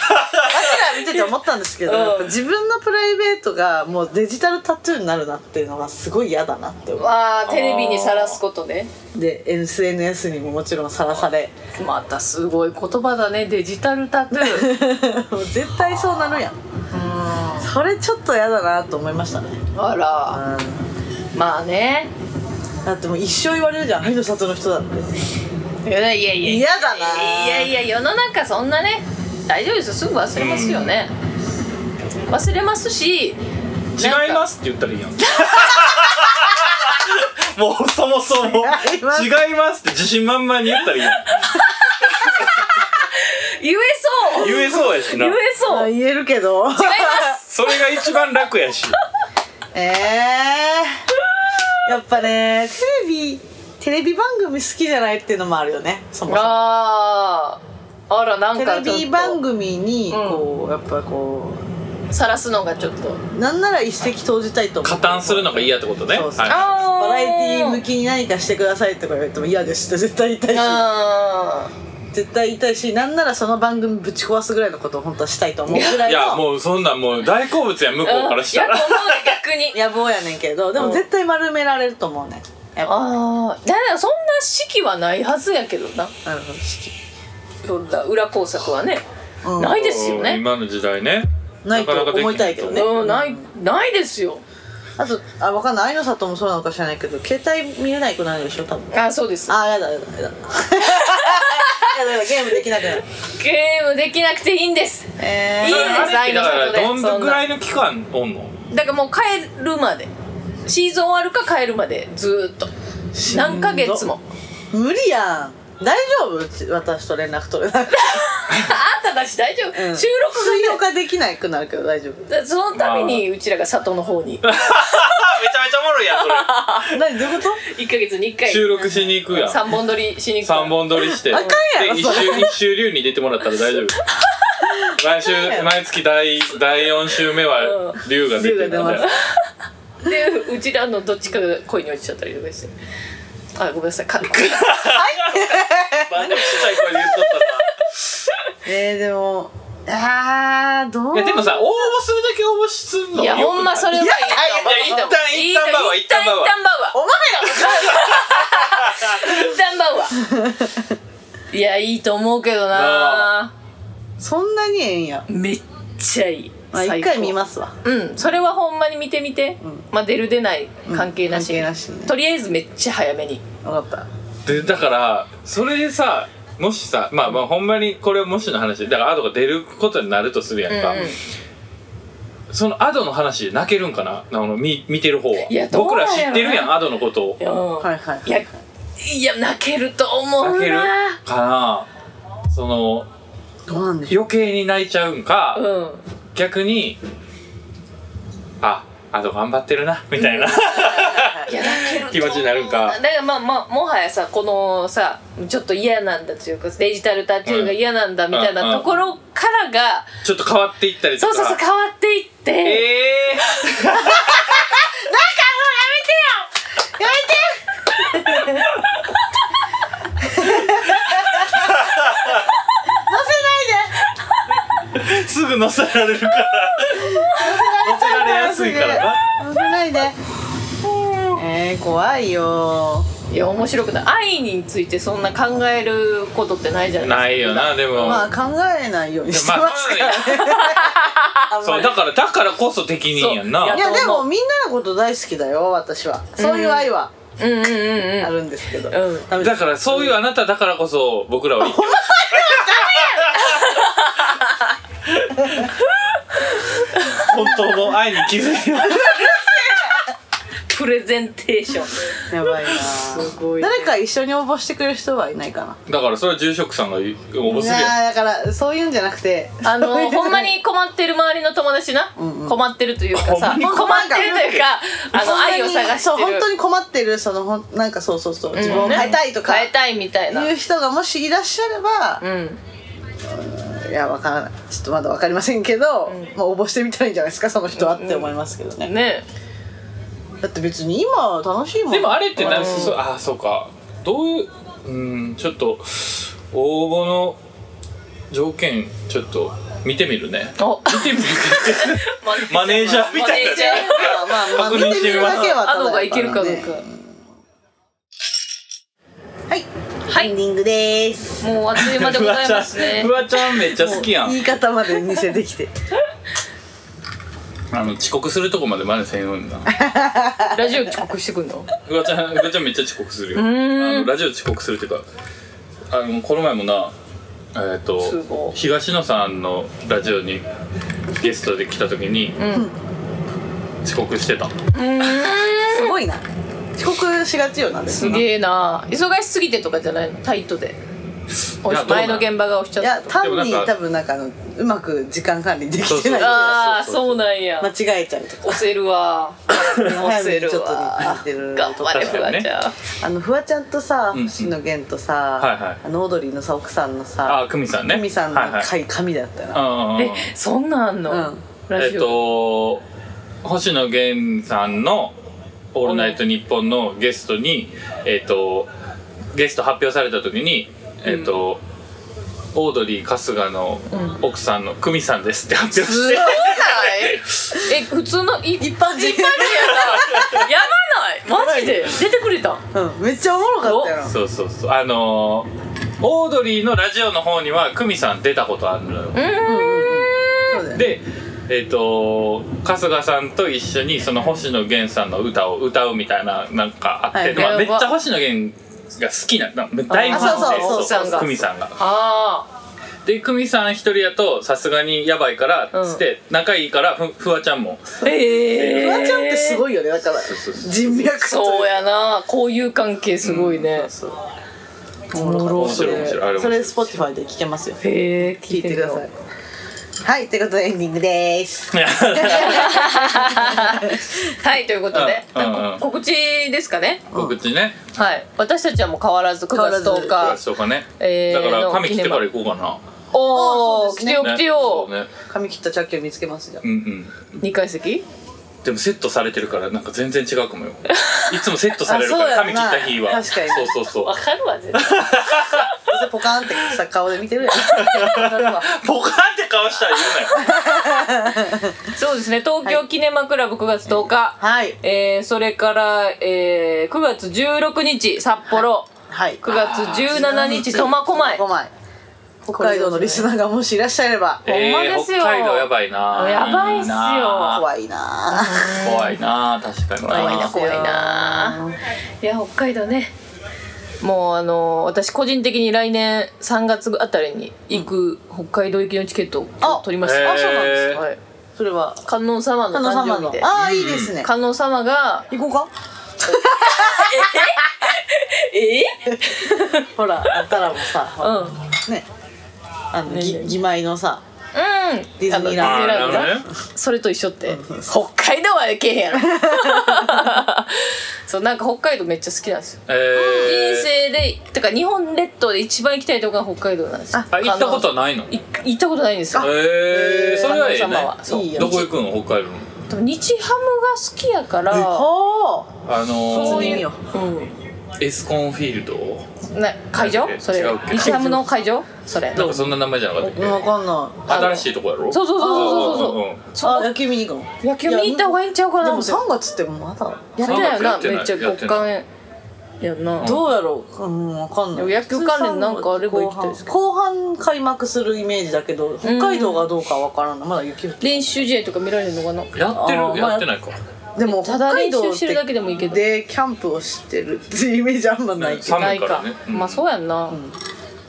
[SPEAKER 1] ら見てて思ったんですけど、
[SPEAKER 2] うん
[SPEAKER 1] やっぱ自分のプライベートがもうデジタルタトゥーになるなっていうのがすごい嫌だなって思う
[SPEAKER 2] まあテレビにさらすことね
[SPEAKER 1] で SNS にももちろんさら され
[SPEAKER 2] またすごい言葉だねデジタルタトゥー
[SPEAKER 1] もう絶対そうなるやんそれちょっと嫌だなと思いましたね
[SPEAKER 2] あら
[SPEAKER 1] う
[SPEAKER 2] まあね
[SPEAKER 1] だってもう一生言われるじゃん愛の里の人だって
[SPEAKER 2] いやいやいや
[SPEAKER 1] 嫌だない
[SPEAKER 2] やいや世の中そんなね大丈夫ですよすぐ忘れますよね忘れますし
[SPEAKER 3] 違いますって言ったらいいやん もうそもそも
[SPEAKER 1] 違います
[SPEAKER 3] 違いますって自信満々に言ったらいいやん
[SPEAKER 2] 言えそう
[SPEAKER 3] 言えそうやしな
[SPEAKER 2] 言え
[SPEAKER 1] ま
[SPEAKER 2] そう
[SPEAKER 1] あ
[SPEAKER 2] 違い
[SPEAKER 1] 言えるけど
[SPEAKER 2] ます
[SPEAKER 3] それが一番楽やし
[SPEAKER 1] ええー、やっぱねテレビテレビ番組好きじゃないっていうのもあるよねそもそも
[SPEAKER 2] あーあらなん
[SPEAKER 1] テ
[SPEAKER 2] か
[SPEAKER 1] レ
[SPEAKER 2] ちょっと
[SPEAKER 1] ビ番組
[SPEAKER 2] う
[SPEAKER 1] に
[SPEAKER 2] ん
[SPEAKER 1] こう、やっぱこ
[SPEAKER 2] さらすのがちょっと
[SPEAKER 1] うなんなら一石投じたいと思う
[SPEAKER 3] 加担するのが嫌ってことね
[SPEAKER 1] そうそう
[SPEAKER 3] はい
[SPEAKER 2] あ
[SPEAKER 1] バラエティ向
[SPEAKER 2] き
[SPEAKER 1] きに何かしてくださいとか言われても嫌ですって絶対言いたいし
[SPEAKER 2] あ
[SPEAKER 1] 絶対言いたいしなんならその番組ぶち壊すぐらいのことを本当はしたいと思うぐら
[SPEAKER 3] い
[SPEAKER 1] い
[SPEAKER 3] や
[SPEAKER 1] の
[SPEAKER 3] もうそんなんもう大好物やん向こうからした
[SPEAKER 2] いや
[SPEAKER 3] ら
[SPEAKER 2] と思うね逆に
[SPEAKER 1] 野望やねんけどでも絶対丸められると思うねやっぱ
[SPEAKER 2] ああだからそんな式はないはずやけどな
[SPEAKER 1] うん好
[SPEAKER 2] そんな裏工作はね、
[SPEAKER 1] きうん
[SPEAKER 2] ないですよね
[SPEAKER 3] 今の時代ね
[SPEAKER 1] ないと思いたいけどね
[SPEAKER 2] うん、ないないですよ
[SPEAKER 1] あとあわかんない愛の里もそうなのか知らないけど携帯見れないくなるでしょ多分
[SPEAKER 2] あそうです
[SPEAKER 1] あーやだやだやだ やだやだゲームできなくなる
[SPEAKER 2] ゲームできなくていいんです
[SPEAKER 1] え
[SPEAKER 2] いい
[SPEAKER 1] ー
[SPEAKER 2] ね
[SPEAKER 3] あれってだから
[SPEAKER 2] 最後の人で
[SPEAKER 3] どん
[SPEAKER 2] そんな
[SPEAKER 3] ぐらいの期間おんの
[SPEAKER 2] だからもう帰るまでシーズン終わるか帰るまでずーっと
[SPEAKER 1] んど
[SPEAKER 2] 何ヶ月も
[SPEAKER 1] 無理やん大丈夫うち私と連絡取れなくて
[SPEAKER 2] あんたたち大丈夫、
[SPEAKER 1] うん
[SPEAKER 2] 収
[SPEAKER 1] 水曜
[SPEAKER 2] 録
[SPEAKER 1] 化できないくなるけど大丈夫
[SPEAKER 2] がねだそのためにうちらが里の方 に
[SPEAKER 3] あめちゃめちゃおもろいやんそれ
[SPEAKER 1] 何どういうこと
[SPEAKER 2] 1ヶ月に1回
[SPEAKER 3] 収録しに行くやん
[SPEAKER 2] 3本撮りしに行く
[SPEAKER 3] 3本撮りして
[SPEAKER 1] あかんやろ
[SPEAKER 3] で一
[SPEAKER 1] それ
[SPEAKER 3] 周一周流に出てもらったら大丈夫毎週毎月第第4週目は龍が出てる
[SPEAKER 1] 龍
[SPEAKER 3] の
[SPEAKER 1] が
[SPEAKER 3] で
[SPEAKER 1] 出ま
[SPEAKER 2] でうちらのどっちかが恋に落ちちゃったりとかしてあごめんなさいか
[SPEAKER 3] バンドちっちゃい声で言っと
[SPEAKER 1] えー、でもあーど
[SPEAKER 3] った
[SPEAKER 1] う
[SPEAKER 3] ないやでもさ応募するだけ応募するの
[SPEAKER 2] いやほんまそれはいい
[SPEAKER 3] いやい
[SPEAKER 2] と
[SPEAKER 3] や
[SPEAKER 2] 思う
[SPEAKER 3] 一旦一旦バウ
[SPEAKER 2] いいと
[SPEAKER 3] アー
[SPEAKER 2] 思う
[SPEAKER 3] 一
[SPEAKER 2] 一旦
[SPEAKER 3] 旦
[SPEAKER 2] バウアー
[SPEAKER 1] お前
[SPEAKER 2] 一旦バウアー いやいいと思うけどな
[SPEAKER 1] らそんなにええんや
[SPEAKER 2] めっちゃいい
[SPEAKER 1] まあ
[SPEAKER 2] 最
[SPEAKER 1] 一
[SPEAKER 2] 高
[SPEAKER 1] 回見ますわ
[SPEAKER 2] うんそれはほんまに見てみて、まあ出る出ない関係なし,、
[SPEAKER 1] うん関係なしね
[SPEAKER 2] とりあえずめっちゃ早めに
[SPEAKER 1] わかった
[SPEAKER 3] でだからそれでさもしさまあまあほんまにこれはもしの話でだからアドが出ることになるとするやんか、
[SPEAKER 2] うんうん
[SPEAKER 3] そのアドの話で泣けるんかなあの見見てる方はい
[SPEAKER 2] やどう
[SPEAKER 3] 僕
[SPEAKER 2] なんや
[SPEAKER 3] ら
[SPEAKER 2] ろね
[SPEAKER 3] 知ってるやんアドのことを
[SPEAKER 2] いや,、
[SPEAKER 1] はいはいはい
[SPEAKER 2] い、やいや泣けると思うな
[SPEAKER 3] 泣けるかなその
[SPEAKER 1] どうなんでしょ
[SPEAKER 3] 余計に泣いちゃうんか、
[SPEAKER 2] うん
[SPEAKER 3] 逆にあアド頑張ってるなみたいな、
[SPEAKER 2] いや泣けると思う
[SPEAKER 3] 気持ちになるんか
[SPEAKER 2] だからまあまあもはやさこのさちょっと嫌なんだというかデジタルタトゥーが嫌なんだみたい
[SPEAKER 3] うんうん
[SPEAKER 2] なところからが、
[SPEAKER 3] ちょっと変わっていったり
[SPEAKER 2] そ
[SPEAKER 3] と
[SPEAKER 2] う
[SPEAKER 3] か
[SPEAKER 2] そうそう変わっていって、
[SPEAKER 3] ええー、すぐ乗せられるから乗せられやすいからな
[SPEAKER 1] う危ないでえー、怖いよ
[SPEAKER 2] いや面白くない愛についてそんな考えることってないじゃない
[SPEAKER 3] ないよなでも、
[SPEAKER 1] まあ考えないようにして
[SPEAKER 3] まあ
[SPEAKER 1] ますからね、あんまり
[SPEAKER 3] そうだからだからこそ適任やんない
[SPEAKER 1] いやでもみんなのこと大好きだよ私はそういう愛は
[SPEAKER 2] ですかうんうんうんうん
[SPEAKER 1] あるんですけど、
[SPEAKER 2] ん
[SPEAKER 1] ダメで
[SPEAKER 3] だ
[SPEAKER 1] す
[SPEAKER 3] からそういうあなただからこそ僕らは本当の愛に気づいてます
[SPEAKER 2] プレゼンテーション
[SPEAKER 1] やばいな
[SPEAKER 2] ごい
[SPEAKER 1] 誰か一緒に応募してくれる人はいないかな
[SPEAKER 3] だからそれは住職さんが応募
[SPEAKER 1] い
[SPEAKER 3] するやん
[SPEAKER 1] やーだからそういうんじゃなくて
[SPEAKER 2] あの
[SPEAKER 1] そういうんじゃ
[SPEAKER 2] ほんま
[SPEAKER 1] ない
[SPEAKER 2] に困ってる周りの友達な、
[SPEAKER 1] んうん
[SPEAKER 2] 困ってるというかさ
[SPEAKER 3] ほんま
[SPEAKER 2] 困
[SPEAKER 3] に
[SPEAKER 2] ってるという かあの愛を探して
[SPEAKER 1] そう
[SPEAKER 2] る
[SPEAKER 1] 本当に困ってるそのほんなんかそうそうそう自分を
[SPEAKER 2] うんね
[SPEAKER 1] 変えたいとか
[SPEAKER 2] 変えたいみたいな
[SPEAKER 1] いう人がもしいらっしゃれば、
[SPEAKER 2] うん
[SPEAKER 1] いやわからないちょっとまだわかりませんけど、まあ、応募してみたらいいんじゃないですかその人はって思いますけどね、
[SPEAKER 2] ね
[SPEAKER 1] だって別に今楽しいもん
[SPEAKER 3] でもあれってな
[SPEAKER 1] うん
[SPEAKER 3] そうああそうかどういううんちょっと応募の条件ちょっと見てみるね
[SPEAKER 2] お
[SPEAKER 3] 見てみるマネージャーみたいな
[SPEAKER 2] マネージャー
[SPEAKER 1] まあまあ
[SPEAKER 3] 確認してみます
[SPEAKER 1] 見てるだけは
[SPEAKER 2] ア
[SPEAKER 1] た
[SPEAKER 2] ド
[SPEAKER 1] だやから
[SPEAKER 2] が
[SPEAKER 1] ね
[SPEAKER 2] いけるかどうか、
[SPEAKER 1] はい、
[SPEAKER 2] はい
[SPEAKER 1] エンディングです
[SPEAKER 2] もうあっという間でござい ますね
[SPEAKER 3] フワちゃんフワちゃんめっちゃ好きやん
[SPEAKER 1] 言い方まで似せてきて
[SPEAKER 3] あの遅刻するとこまでまでせんようにな
[SPEAKER 2] ラジオ遅刻してくんの
[SPEAKER 3] フワちゃんフワちゃんめっちゃ遅刻するよあのラジオ遅刻するっていうかあのこの前もなえっ、
[SPEAKER 2] すご
[SPEAKER 3] と
[SPEAKER 2] い
[SPEAKER 3] 東野さんのラジオにゲストで来た時に、遅刻してた
[SPEAKER 1] すごいな遅刻しがちよなです
[SPEAKER 2] すげえな忙しすぎてとかじゃないのタイトでお
[SPEAKER 3] いやどうな
[SPEAKER 2] 前
[SPEAKER 3] ん
[SPEAKER 2] の現場が押しちゃ
[SPEAKER 1] い
[SPEAKER 2] った
[SPEAKER 1] や
[SPEAKER 2] とか
[SPEAKER 1] 単
[SPEAKER 3] でもなん
[SPEAKER 1] に
[SPEAKER 3] か
[SPEAKER 1] 多分なんかあのうまく時間管理できてない
[SPEAKER 2] ああ
[SPEAKER 3] そうそうそう
[SPEAKER 2] そうなんや
[SPEAKER 1] 間違えちゃうとか
[SPEAKER 2] 押せるわ押せる
[SPEAKER 1] 早
[SPEAKER 2] わ
[SPEAKER 1] めにちょっと見てる
[SPEAKER 2] 頑張れ
[SPEAKER 3] 確
[SPEAKER 2] フ
[SPEAKER 3] か
[SPEAKER 2] ワ
[SPEAKER 3] にね
[SPEAKER 2] ちゃん
[SPEAKER 1] あのフワちゃんとさ
[SPEAKER 3] うんうん
[SPEAKER 1] 星野源とさ、
[SPEAKER 3] はいはい
[SPEAKER 1] あのオードリーのさ奥さんの
[SPEAKER 3] あ
[SPEAKER 1] さ
[SPEAKER 3] あ久美さんね
[SPEAKER 1] 久美さんの
[SPEAKER 3] はいはい
[SPEAKER 1] 回神だったよな、
[SPEAKER 3] うんうんうん
[SPEAKER 2] えそんなんあんの、
[SPEAKER 1] うん
[SPEAKER 2] ラ
[SPEAKER 3] えっ、
[SPEAKER 2] ジオ、
[SPEAKER 3] と星野源さんの「オールナイトニッポン」のゲストにえっ、とゲスト発表された時にえっ、と、オードリー春日の奥さんの久美さんですって発表
[SPEAKER 2] すご
[SPEAKER 3] し
[SPEAKER 2] い
[SPEAKER 3] て、
[SPEAKER 2] え普通の一
[SPEAKER 1] 一般人
[SPEAKER 2] 一般人やなやばないマジで出てくれた
[SPEAKER 1] うん、めっちゃおもろかったよな
[SPEAKER 3] そうそうそうあのーオードリーのラジオの方には久美さん出たことあるのよ、
[SPEAKER 1] そうだよね
[SPEAKER 3] でえっ、と春日さんと一緒にその星野源さんの歌を歌うみたいななんかあって、
[SPEAKER 1] はい
[SPEAKER 3] まあ、め
[SPEAKER 2] や
[SPEAKER 3] っち
[SPEAKER 2] ば
[SPEAKER 3] ゃ星野源が好きなな大フ
[SPEAKER 1] あそう
[SPEAKER 3] ァ
[SPEAKER 1] そうそう
[SPEAKER 3] ンで
[SPEAKER 2] そうそう
[SPEAKER 3] 久美さんが
[SPEAKER 2] あ
[SPEAKER 3] で久美さん一人やとさすがにやばいから
[SPEAKER 2] うん
[SPEAKER 3] つって、仲いいからふふわちゃんも
[SPEAKER 2] あええ
[SPEAKER 1] フワちゃんってすごいよねだから
[SPEAKER 3] うそうそう
[SPEAKER 1] 人脈
[SPEAKER 2] そうやな交友関係すごいね、
[SPEAKER 3] そう
[SPEAKER 1] おもろ
[SPEAKER 3] 面
[SPEAKER 1] そ
[SPEAKER 3] 白い
[SPEAKER 1] れ
[SPEAKER 3] 面白いあれ面
[SPEAKER 1] それ
[SPEAKER 3] 白い
[SPEAKER 1] Spotify で聞けますよ
[SPEAKER 2] へえ
[SPEAKER 1] 聞
[SPEAKER 2] 聞
[SPEAKER 1] いてくださいはいということでエンディングでーす
[SPEAKER 2] はいということで、
[SPEAKER 3] うんうんうん
[SPEAKER 2] 告知ですかね
[SPEAKER 3] 告知ね
[SPEAKER 2] はい私たちはもう変わらず9
[SPEAKER 1] わら
[SPEAKER 2] 月
[SPEAKER 1] ず
[SPEAKER 2] 10
[SPEAKER 3] どう
[SPEAKER 2] 日
[SPEAKER 3] でしょうかね、
[SPEAKER 2] えー
[SPEAKER 3] だから
[SPEAKER 2] の
[SPEAKER 3] 髪切ってから行こうかな
[SPEAKER 2] お
[SPEAKER 1] あ
[SPEAKER 2] お、
[SPEAKER 1] そ
[SPEAKER 2] 来
[SPEAKER 1] うです
[SPEAKER 2] て
[SPEAKER 1] ね
[SPEAKER 2] よ来てよ、
[SPEAKER 3] そうね
[SPEAKER 1] 髪切ったチャッキを見つけますじゃん
[SPEAKER 3] うんうん
[SPEAKER 2] 二階席
[SPEAKER 3] でもセットされてるからなんか全然違う かもよいつもセットされるか
[SPEAKER 1] あそ
[SPEAKER 3] ら
[SPEAKER 1] うや
[SPEAKER 3] 髪
[SPEAKER 1] ん
[SPEAKER 3] 切
[SPEAKER 1] な
[SPEAKER 3] った日は
[SPEAKER 1] 確かに
[SPEAKER 3] そうそうそう
[SPEAKER 2] かるわ絶対
[SPEAKER 1] それポカーンってさ顔で見 てるやん
[SPEAKER 3] ポカンって顔したら言
[SPEAKER 2] そうですね東京キネマクラブ9月10日、
[SPEAKER 1] はい
[SPEAKER 2] えー、それから、えー、9月16日札幌、
[SPEAKER 1] はい
[SPEAKER 2] 9月17日苫小牧
[SPEAKER 1] 小牧北海道のリスナーがもしいらっしゃれば
[SPEAKER 2] ほん
[SPEAKER 3] う
[SPEAKER 2] ま
[SPEAKER 3] なよ
[SPEAKER 2] ですよ
[SPEAKER 3] えー北海道やばいな
[SPEAKER 2] やばいっすよ
[SPEAKER 3] な
[SPEAKER 1] 怖いなぁ
[SPEAKER 3] 怖いな確かに
[SPEAKER 2] 怖いな
[SPEAKER 3] な
[SPEAKER 2] 怖いないや北海道ねもうあのー私個人的に来年3月あたりに行く北海道行きのチケットを
[SPEAKER 1] あ
[SPEAKER 2] 取りました
[SPEAKER 3] へーあそうなんですか
[SPEAKER 2] はい、
[SPEAKER 1] それは
[SPEAKER 2] 観音様の
[SPEAKER 1] 神野
[SPEAKER 2] 誕
[SPEAKER 1] 様
[SPEAKER 2] 生日
[SPEAKER 1] の
[SPEAKER 2] で
[SPEAKER 1] ああいいですね
[SPEAKER 2] 観音様が
[SPEAKER 1] 行こうか
[SPEAKER 2] え
[SPEAKER 1] ほらあったらもさほ
[SPEAKER 2] う
[SPEAKER 1] ら
[SPEAKER 2] んうん
[SPEAKER 1] ねあのぎ
[SPEAKER 2] ね
[SPEAKER 1] 義米のさディズニー
[SPEAKER 2] あ
[SPEAKER 1] ラ
[SPEAKER 2] の
[SPEAKER 3] あ
[SPEAKER 1] ン
[SPEAKER 2] ディズニーラン
[SPEAKER 1] ド
[SPEAKER 3] ー
[SPEAKER 2] ド
[SPEAKER 3] なるほどね
[SPEAKER 2] それと一緒って北海道は行けへんや ろそうなんか北海道めっちゃ好きなんですよ
[SPEAKER 3] え
[SPEAKER 2] 人
[SPEAKER 3] ー
[SPEAKER 2] 生でてか日本列島で一番行きたいとこが北海道なんですよ
[SPEAKER 3] あ行ったことはないの
[SPEAKER 2] い行ったことないんですよ
[SPEAKER 3] えーそれはえ
[SPEAKER 2] 観音様はそう
[SPEAKER 1] いい
[SPEAKER 3] えね
[SPEAKER 1] よ
[SPEAKER 3] どこ行くの北海道の
[SPEAKER 2] でも日ハムが好きやから
[SPEAKER 1] ほー
[SPEAKER 3] あの
[SPEAKER 2] そう
[SPEAKER 1] い
[SPEAKER 3] ー
[SPEAKER 1] うよ
[SPEAKER 3] エスコンフィールド
[SPEAKER 2] な会場それ
[SPEAKER 3] 違うっけ
[SPEAKER 2] 日ハムの会場それ
[SPEAKER 3] なんかそんな名前じゃなかったっ
[SPEAKER 1] わ
[SPEAKER 3] け
[SPEAKER 1] かんな
[SPEAKER 3] 新しいとこやろ
[SPEAKER 2] そうそうそうそうそう
[SPEAKER 3] うんうんうん
[SPEAKER 2] そう
[SPEAKER 1] いあ野球見に行くの
[SPEAKER 2] 野球見に行った方がいいんちゃうか
[SPEAKER 1] で
[SPEAKER 2] な
[SPEAKER 1] も3月ってまだ
[SPEAKER 2] やってないよな
[SPEAKER 3] 三月や
[SPEAKER 2] めっ
[SPEAKER 3] っ
[SPEAKER 2] てち
[SPEAKER 3] な
[SPEAKER 2] ゃ
[SPEAKER 3] い
[SPEAKER 2] 極寒やんな
[SPEAKER 1] どうやろううんわかんない
[SPEAKER 2] でも野球関連なんかあれば行きたいですけ
[SPEAKER 1] 後半後半開幕するイメージだけど北海道がどうかわからないまだ雪降って
[SPEAKER 2] 練習試合とか見られるのかな
[SPEAKER 3] やって
[SPEAKER 1] あ
[SPEAKER 3] る
[SPEAKER 1] ーまあ
[SPEAKER 3] やってないか
[SPEAKER 1] でも
[SPEAKER 2] た
[SPEAKER 1] 北
[SPEAKER 2] だ
[SPEAKER 1] 海
[SPEAKER 2] 練
[SPEAKER 1] 道
[SPEAKER 2] 習
[SPEAKER 1] っ
[SPEAKER 2] してるだけ
[SPEAKER 1] て
[SPEAKER 2] でもいいけど
[SPEAKER 1] でキャンプをしてるっていうイメージあんまないけど
[SPEAKER 3] 寒
[SPEAKER 2] ない
[SPEAKER 3] いからねうん
[SPEAKER 2] まあそうやんな、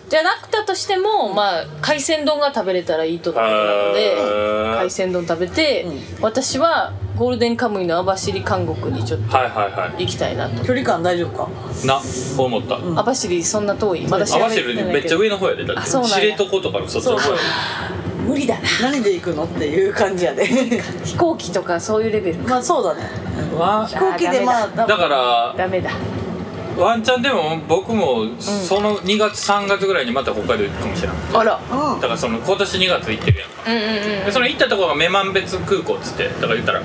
[SPEAKER 2] じゃなくたとしても、まあ、海鮮丼が食べれたらいいとのことなので
[SPEAKER 3] へー
[SPEAKER 2] 海鮮丼食べて、
[SPEAKER 1] う
[SPEAKER 2] 私はゴールデンカムイの網走監獄にちょっと
[SPEAKER 3] はいはいは
[SPEAKER 2] 行きたいなと
[SPEAKER 1] 距離感大丈夫か
[SPEAKER 3] いな思った
[SPEAKER 2] 網走そんな遠いまだ調
[SPEAKER 3] 合わ
[SPEAKER 2] べ
[SPEAKER 3] せ
[SPEAKER 2] て
[SPEAKER 3] る
[SPEAKER 2] な
[SPEAKER 3] に
[SPEAKER 2] い
[SPEAKER 3] めっちゃ上の方やでだっ
[SPEAKER 2] あ
[SPEAKER 3] て
[SPEAKER 2] そうなんや
[SPEAKER 3] 知床とかのそっちの方
[SPEAKER 2] そう
[SPEAKER 3] や
[SPEAKER 2] そ無理だな
[SPEAKER 1] 何で行くのっていう感じやで
[SPEAKER 2] 飛行機とかそういうレベル
[SPEAKER 1] まあそうだね
[SPEAKER 3] わ
[SPEAKER 1] 飛行機でまあ
[SPEAKER 3] だから
[SPEAKER 2] ダメだ
[SPEAKER 3] ワンチャンでも僕もその2月3月ぐらいにまた北海道行くかもしれない
[SPEAKER 2] あら
[SPEAKER 1] うん
[SPEAKER 3] だからその今年2月行ってるやん
[SPEAKER 2] うんうんうん
[SPEAKER 3] でその行ったところが女満別空港っつってだから言ったら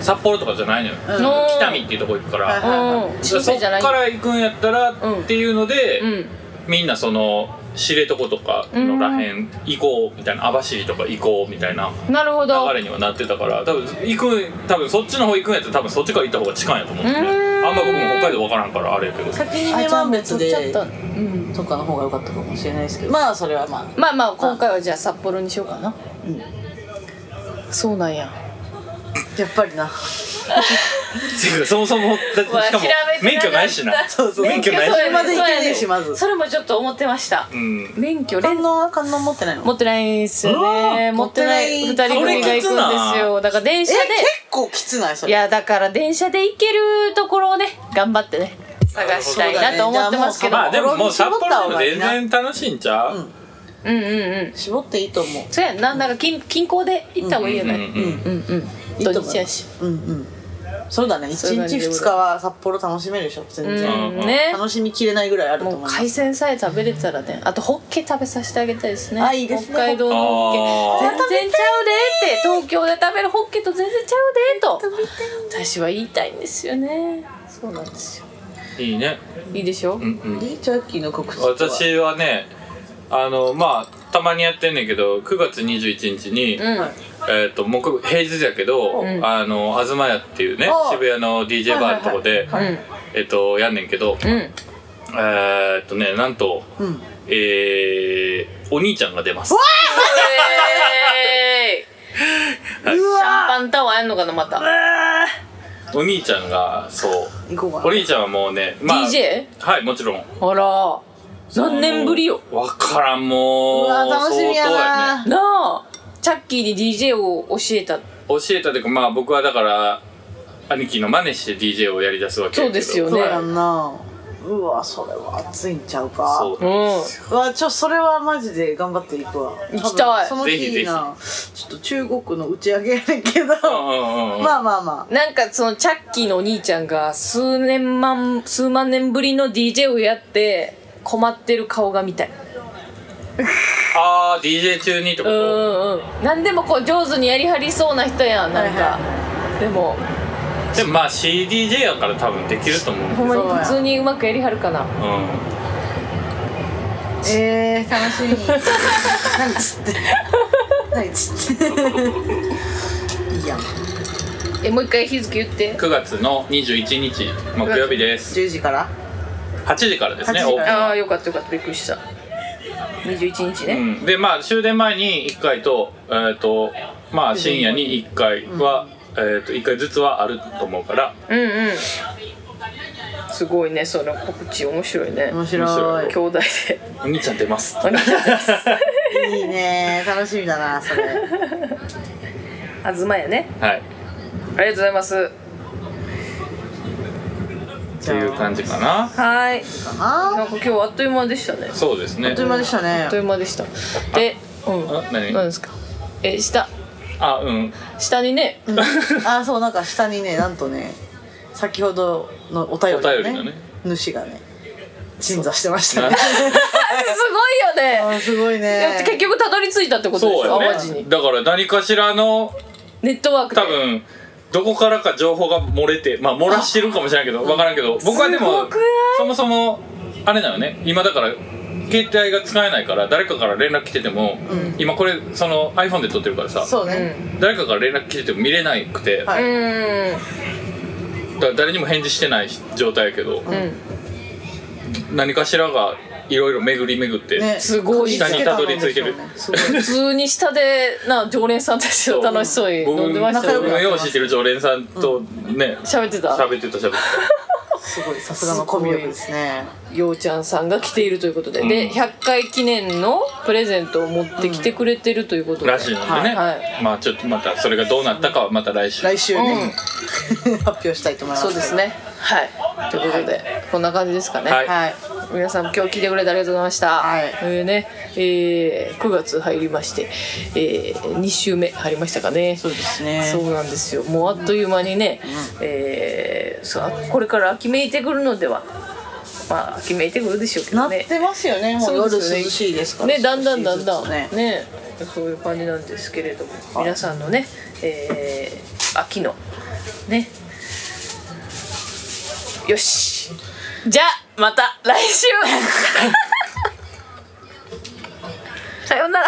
[SPEAKER 3] 札幌とかじゃないのよ、
[SPEAKER 2] ん
[SPEAKER 3] 北見っていうとこ行くから、
[SPEAKER 1] はいはい
[SPEAKER 2] うん
[SPEAKER 3] そ
[SPEAKER 2] 新
[SPEAKER 3] っ
[SPEAKER 2] 鮮じゃない
[SPEAKER 3] から行くんやったらっていうので、
[SPEAKER 2] うん
[SPEAKER 3] みんなその知床とかのらへん行こうみたいな網走とか行こうみたいな
[SPEAKER 2] なるほど
[SPEAKER 3] 流れにはなってたから多分行く多分そっちの方行くんやったら多分そっちから行った方が近いんやと思うんだよ
[SPEAKER 2] うん
[SPEAKER 3] ねあんま僕も北海道わからんからあれやけど
[SPEAKER 2] 先に
[SPEAKER 1] 女満別で
[SPEAKER 2] あじゃあもう取っちゃったうん
[SPEAKER 1] とかの方が良かったかもしれないですけどまあそれはまあ
[SPEAKER 2] まあまあ今回はじゃあ札幌にしようかな、そうなんや
[SPEAKER 1] やっぱりな
[SPEAKER 3] ていうかそもそもだってし
[SPEAKER 2] わ
[SPEAKER 3] かも
[SPEAKER 2] 調べて
[SPEAKER 3] 免
[SPEAKER 2] なか
[SPEAKER 3] 許
[SPEAKER 2] った
[SPEAKER 3] ないしな
[SPEAKER 1] そうそう
[SPEAKER 3] 免許ないし
[SPEAKER 2] そうやね
[SPEAKER 1] まで行けねえしまず
[SPEAKER 2] それもちょっと思ってました
[SPEAKER 3] うん
[SPEAKER 2] 免許連
[SPEAKER 1] 観音は観音持ってないの
[SPEAKER 2] 持ってないんです
[SPEAKER 3] う
[SPEAKER 2] よ
[SPEAKER 3] わ
[SPEAKER 2] ね
[SPEAKER 3] ー
[SPEAKER 2] 持ってない二
[SPEAKER 1] 持ってな
[SPEAKER 2] 人
[SPEAKER 1] い
[SPEAKER 2] 組が行くんですよだから電
[SPEAKER 1] え
[SPEAKER 2] 車
[SPEAKER 1] 結
[SPEAKER 2] で
[SPEAKER 1] 構きつないそ
[SPEAKER 2] い
[SPEAKER 1] れ
[SPEAKER 2] やだから電車で行けるところをね頑張ってね探したいなと思ってますけど
[SPEAKER 3] まあでももう
[SPEAKER 1] 札
[SPEAKER 3] 札
[SPEAKER 1] 幌
[SPEAKER 3] 幌でも全然楽しいんちゃう、
[SPEAKER 1] うん
[SPEAKER 2] うんうんうん
[SPEAKER 1] 絞っていいと思う
[SPEAKER 2] そうやんななんか近近郊で行った方がいいよね
[SPEAKER 3] うん
[SPEAKER 1] うん
[SPEAKER 2] うんうん
[SPEAKER 1] いいと
[SPEAKER 2] 土
[SPEAKER 1] 思う
[SPEAKER 2] 日やし
[SPEAKER 1] うんうんそうだね
[SPEAKER 2] そういう
[SPEAKER 1] 1
[SPEAKER 2] 感じ
[SPEAKER 1] 日
[SPEAKER 2] で
[SPEAKER 1] 2日は札幌楽しめるでしょ全
[SPEAKER 2] うん
[SPEAKER 1] 然、
[SPEAKER 3] うん
[SPEAKER 2] ね
[SPEAKER 1] 楽しみきれないぐらいあると思い
[SPEAKER 2] もう
[SPEAKER 1] ます
[SPEAKER 2] 海鮮さえ食べれたらねあとホッケ食べさせてあげたいですね
[SPEAKER 1] あいいですね
[SPEAKER 2] 北海道のホッケ
[SPEAKER 3] あー
[SPEAKER 2] 全然ちゃうでって東京で食べるホッケと全然ちゃうでと私は言いたいんですよねそうなんですよ
[SPEAKER 3] いいね
[SPEAKER 2] いいでしょ
[SPEAKER 3] うんうん
[SPEAKER 1] でジャッキーの告知は
[SPEAKER 3] 私はねあのまあたまにやってんねんけど9月21日に、
[SPEAKER 2] うん
[SPEAKER 1] はい
[SPEAKER 3] えー、と木平日やけど、
[SPEAKER 2] うん
[SPEAKER 3] あの東屋っていうね
[SPEAKER 1] あー
[SPEAKER 3] 渋谷の DJ バーのとこで、
[SPEAKER 2] うん
[SPEAKER 3] えっとやんねんけど、
[SPEAKER 2] うん
[SPEAKER 3] えー、っとねなんと
[SPEAKER 1] うん
[SPEAKER 3] えー、お兄ちゃんが出ます
[SPEAKER 2] えー いシ
[SPEAKER 1] うわ
[SPEAKER 2] ャンパンタワーやんのかなまた
[SPEAKER 3] お兄ちゃんがそう
[SPEAKER 1] 行こうか
[SPEAKER 3] お
[SPEAKER 1] な
[SPEAKER 3] 兄ちゃんはもうね、
[SPEAKER 2] DJ?
[SPEAKER 3] はいもちろん
[SPEAKER 2] あら何年ぶりよ
[SPEAKER 3] わからんもう
[SPEAKER 1] うわ楽しみや
[SPEAKER 3] 相当
[SPEAKER 1] な
[SPEAKER 3] ね
[SPEAKER 2] なあチャッキーに DJ を教えた
[SPEAKER 3] 教えたというかまあ僕はだから兄貴の真似して DJ をやりだすわけやけど
[SPEAKER 2] そうですよ
[SPEAKER 1] そうや
[SPEAKER 2] ね
[SPEAKER 1] んなうわそれは暑いんちゃうか
[SPEAKER 3] そう
[SPEAKER 2] う
[SPEAKER 1] うわちょそれはマジで頑張っていくわ
[SPEAKER 2] 行きたい
[SPEAKER 1] 多分その日
[SPEAKER 3] ぜひぜひ
[SPEAKER 1] なちょっと中国の打ち上げやねんけど
[SPEAKER 3] うんうんうん
[SPEAKER 1] まあまあま
[SPEAKER 2] んなんかそのチャッキーのお兄ちゃんが数年万数万年ぶりの DJ をやって困ってる顔が見たい
[SPEAKER 3] ああ DJ 中にってこ
[SPEAKER 2] う
[SPEAKER 3] と
[SPEAKER 2] んうん何でもこう上手にやりはりそうな人やんなんか、
[SPEAKER 1] は
[SPEAKER 2] でも
[SPEAKER 3] でもまあ CDJ やから多分できると思う
[SPEAKER 2] ほんまに
[SPEAKER 1] そうや
[SPEAKER 2] 普通にうまくやりはるかな
[SPEAKER 3] う
[SPEAKER 1] あえー、楽しみ何つって何つっていいやん
[SPEAKER 2] えもう一回日付言って
[SPEAKER 3] ん9月の21日木曜日です
[SPEAKER 1] 10時から
[SPEAKER 3] 8時からですね
[SPEAKER 1] 8時から
[SPEAKER 2] ああよかったよかったびっくりした21日
[SPEAKER 3] う
[SPEAKER 2] ね、
[SPEAKER 3] ん、でまあ終電前に1回と,、えーとまあ、深夜に1回は、えー、と1回ずつはあると思うから
[SPEAKER 2] うん、うんすごいねその告知面白いね
[SPEAKER 1] 面白
[SPEAKER 3] 面
[SPEAKER 2] 兄弟で
[SPEAKER 3] お兄ちゃん出ます
[SPEAKER 2] お兄ちゃんです
[SPEAKER 1] いいいね楽しみだなそれ
[SPEAKER 2] 東やね
[SPEAKER 3] はい
[SPEAKER 2] ありがとうございます
[SPEAKER 3] っていう感じかな
[SPEAKER 2] はい
[SPEAKER 1] あ
[SPEAKER 2] なんか今日あっという間でしたね
[SPEAKER 3] そうです
[SPEAKER 1] あっ
[SPEAKER 3] ね
[SPEAKER 1] という間でした
[SPEAKER 2] あ
[SPEAKER 1] ね
[SPEAKER 2] っという間でしたでうん
[SPEAKER 3] あ
[SPEAKER 2] 何
[SPEAKER 3] 何
[SPEAKER 2] ですかえ下
[SPEAKER 3] あうん
[SPEAKER 2] 下にね
[SPEAKER 1] あそうなんか下にねなんとね先ほどのお便り
[SPEAKER 3] お便り
[SPEAKER 1] の
[SPEAKER 3] の
[SPEAKER 1] ね
[SPEAKER 3] ね
[SPEAKER 1] 主がね鎮座してましたね
[SPEAKER 2] すごいよ
[SPEAKER 1] あ
[SPEAKER 2] ね
[SPEAKER 1] ーすごい
[SPEAKER 2] で
[SPEAKER 1] ね
[SPEAKER 2] 結局たどり着いたってことでし
[SPEAKER 3] そう
[SPEAKER 2] ょ淡
[SPEAKER 3] よ
[SPEAKER 2] 路
[SPEAKER 3] ね
[SPEAKER 2] に
[SPEAKER 3] だから何かしらの
[SPEAKER 2] ネットワークで
[SPEAKER 3] 多分どこからか情報が漏れてまあ漏らしてるかもしれないけど分からんけど僕はです
[SPEAKER 2] ご
[SPEAKER 3] も
[SPEAKER 2] くない
[SPEAKER 3] そもそもあれだよね今だから携帯が使えないから誰かから連絡来てても、
[SPEAKER 1] うん
[SPEAKER 3] 今これその iPhone で撮ってるからさ
[SPEAKER 1] そう
[SPEAKER 2] う
[SPEAKER 1] ね、
[SPEAKER 2] ん
[SPEAKER 3] 誰かから連絡来てても見れなくて、
[SPEAKER 1] は
[SPEAKER 2] う
[SPEAKER 1] い
[SPEAKER 2] ん
[SPEAKER 3] だから誰にも返事してない状態やけど、
[SPEAKER 2] うん
[SPEAKER 3] 何かしらがいろいろ巡り巡って、
[SPEAKER 1] ね
[SPEAKER 2] すごい
[SPEAKER 3] 下にたどり着いてる
[SPEAKER 1] すごい
[SPEAKER 2] 普通に下でな常連さんたちと楽しそうに
[SPEAKER 3] 僕
[SPEAKER 2] 飲んでましたよ
[SPEAKER 3] 僕の
[SPEAKER 2] ね
[SPEAKER 1] 仲良く
[SPEAKER 3] 用意してる常連さんとね
[SPEAKER 2] 喋ってた
[SPEAKER 3] 喋ってた喋ってた
[SPEAKER 1] すごいさすがのコミュ力ですね
[SPEAKER 2] ようちゃんさんが来ているということで、
[SPEAKER 3] うん
[SPEAKER 2] で100回記念のプレゼントを持ってきてくれてるということで、
[SPEAKER 3] らしいのでね、
[SPEAKER 2] はい
[SPEAKER 3] まあちょっとまたそれがどうなったかはまた来週
[SPEAKER 1] 来週ね、 発表したいと思います
[SPEAKER 2] そうですねはいということで、こんな感じですかね、
[SPEAKER 3] はい
[SPEAKER 1] はい
[SPEAKER 2] 皆さん今日聞いてくれてありがとうございました、
[SPEAKER 1] はい
[SPEAKER 2] というね、えー9月入りまして、え2週目入りましたかね
[SPEAKER 1] そうですね
[SPEAKER 2] そうなんですよもうあっという間にね、えーそうあこれから秋めいてくるのではまあ秋めいてくるでしょうけ
[SPEAKER 1] な
[SPEAKER 2] ど
[SPEAKER 1] っ
[SPEAKER 2] ね
[SPEAKER 1] てますよねもう
[SPEAKER 2] そう
[SPEAKER 1] 夜
[SPEAKER 2] ですね
[SPEAKER 1] 涼しいですから
[SPEAKER 2] ね、だんだんだんだん
[SPEAKER 1] 少しず
[SPEAKER 2] ね
[SPEAKER 1] つ
[SPEAKER 2] そういう感じなんですけれども皆さんのね、えー秋のねよしじゃあまた来 週さようなら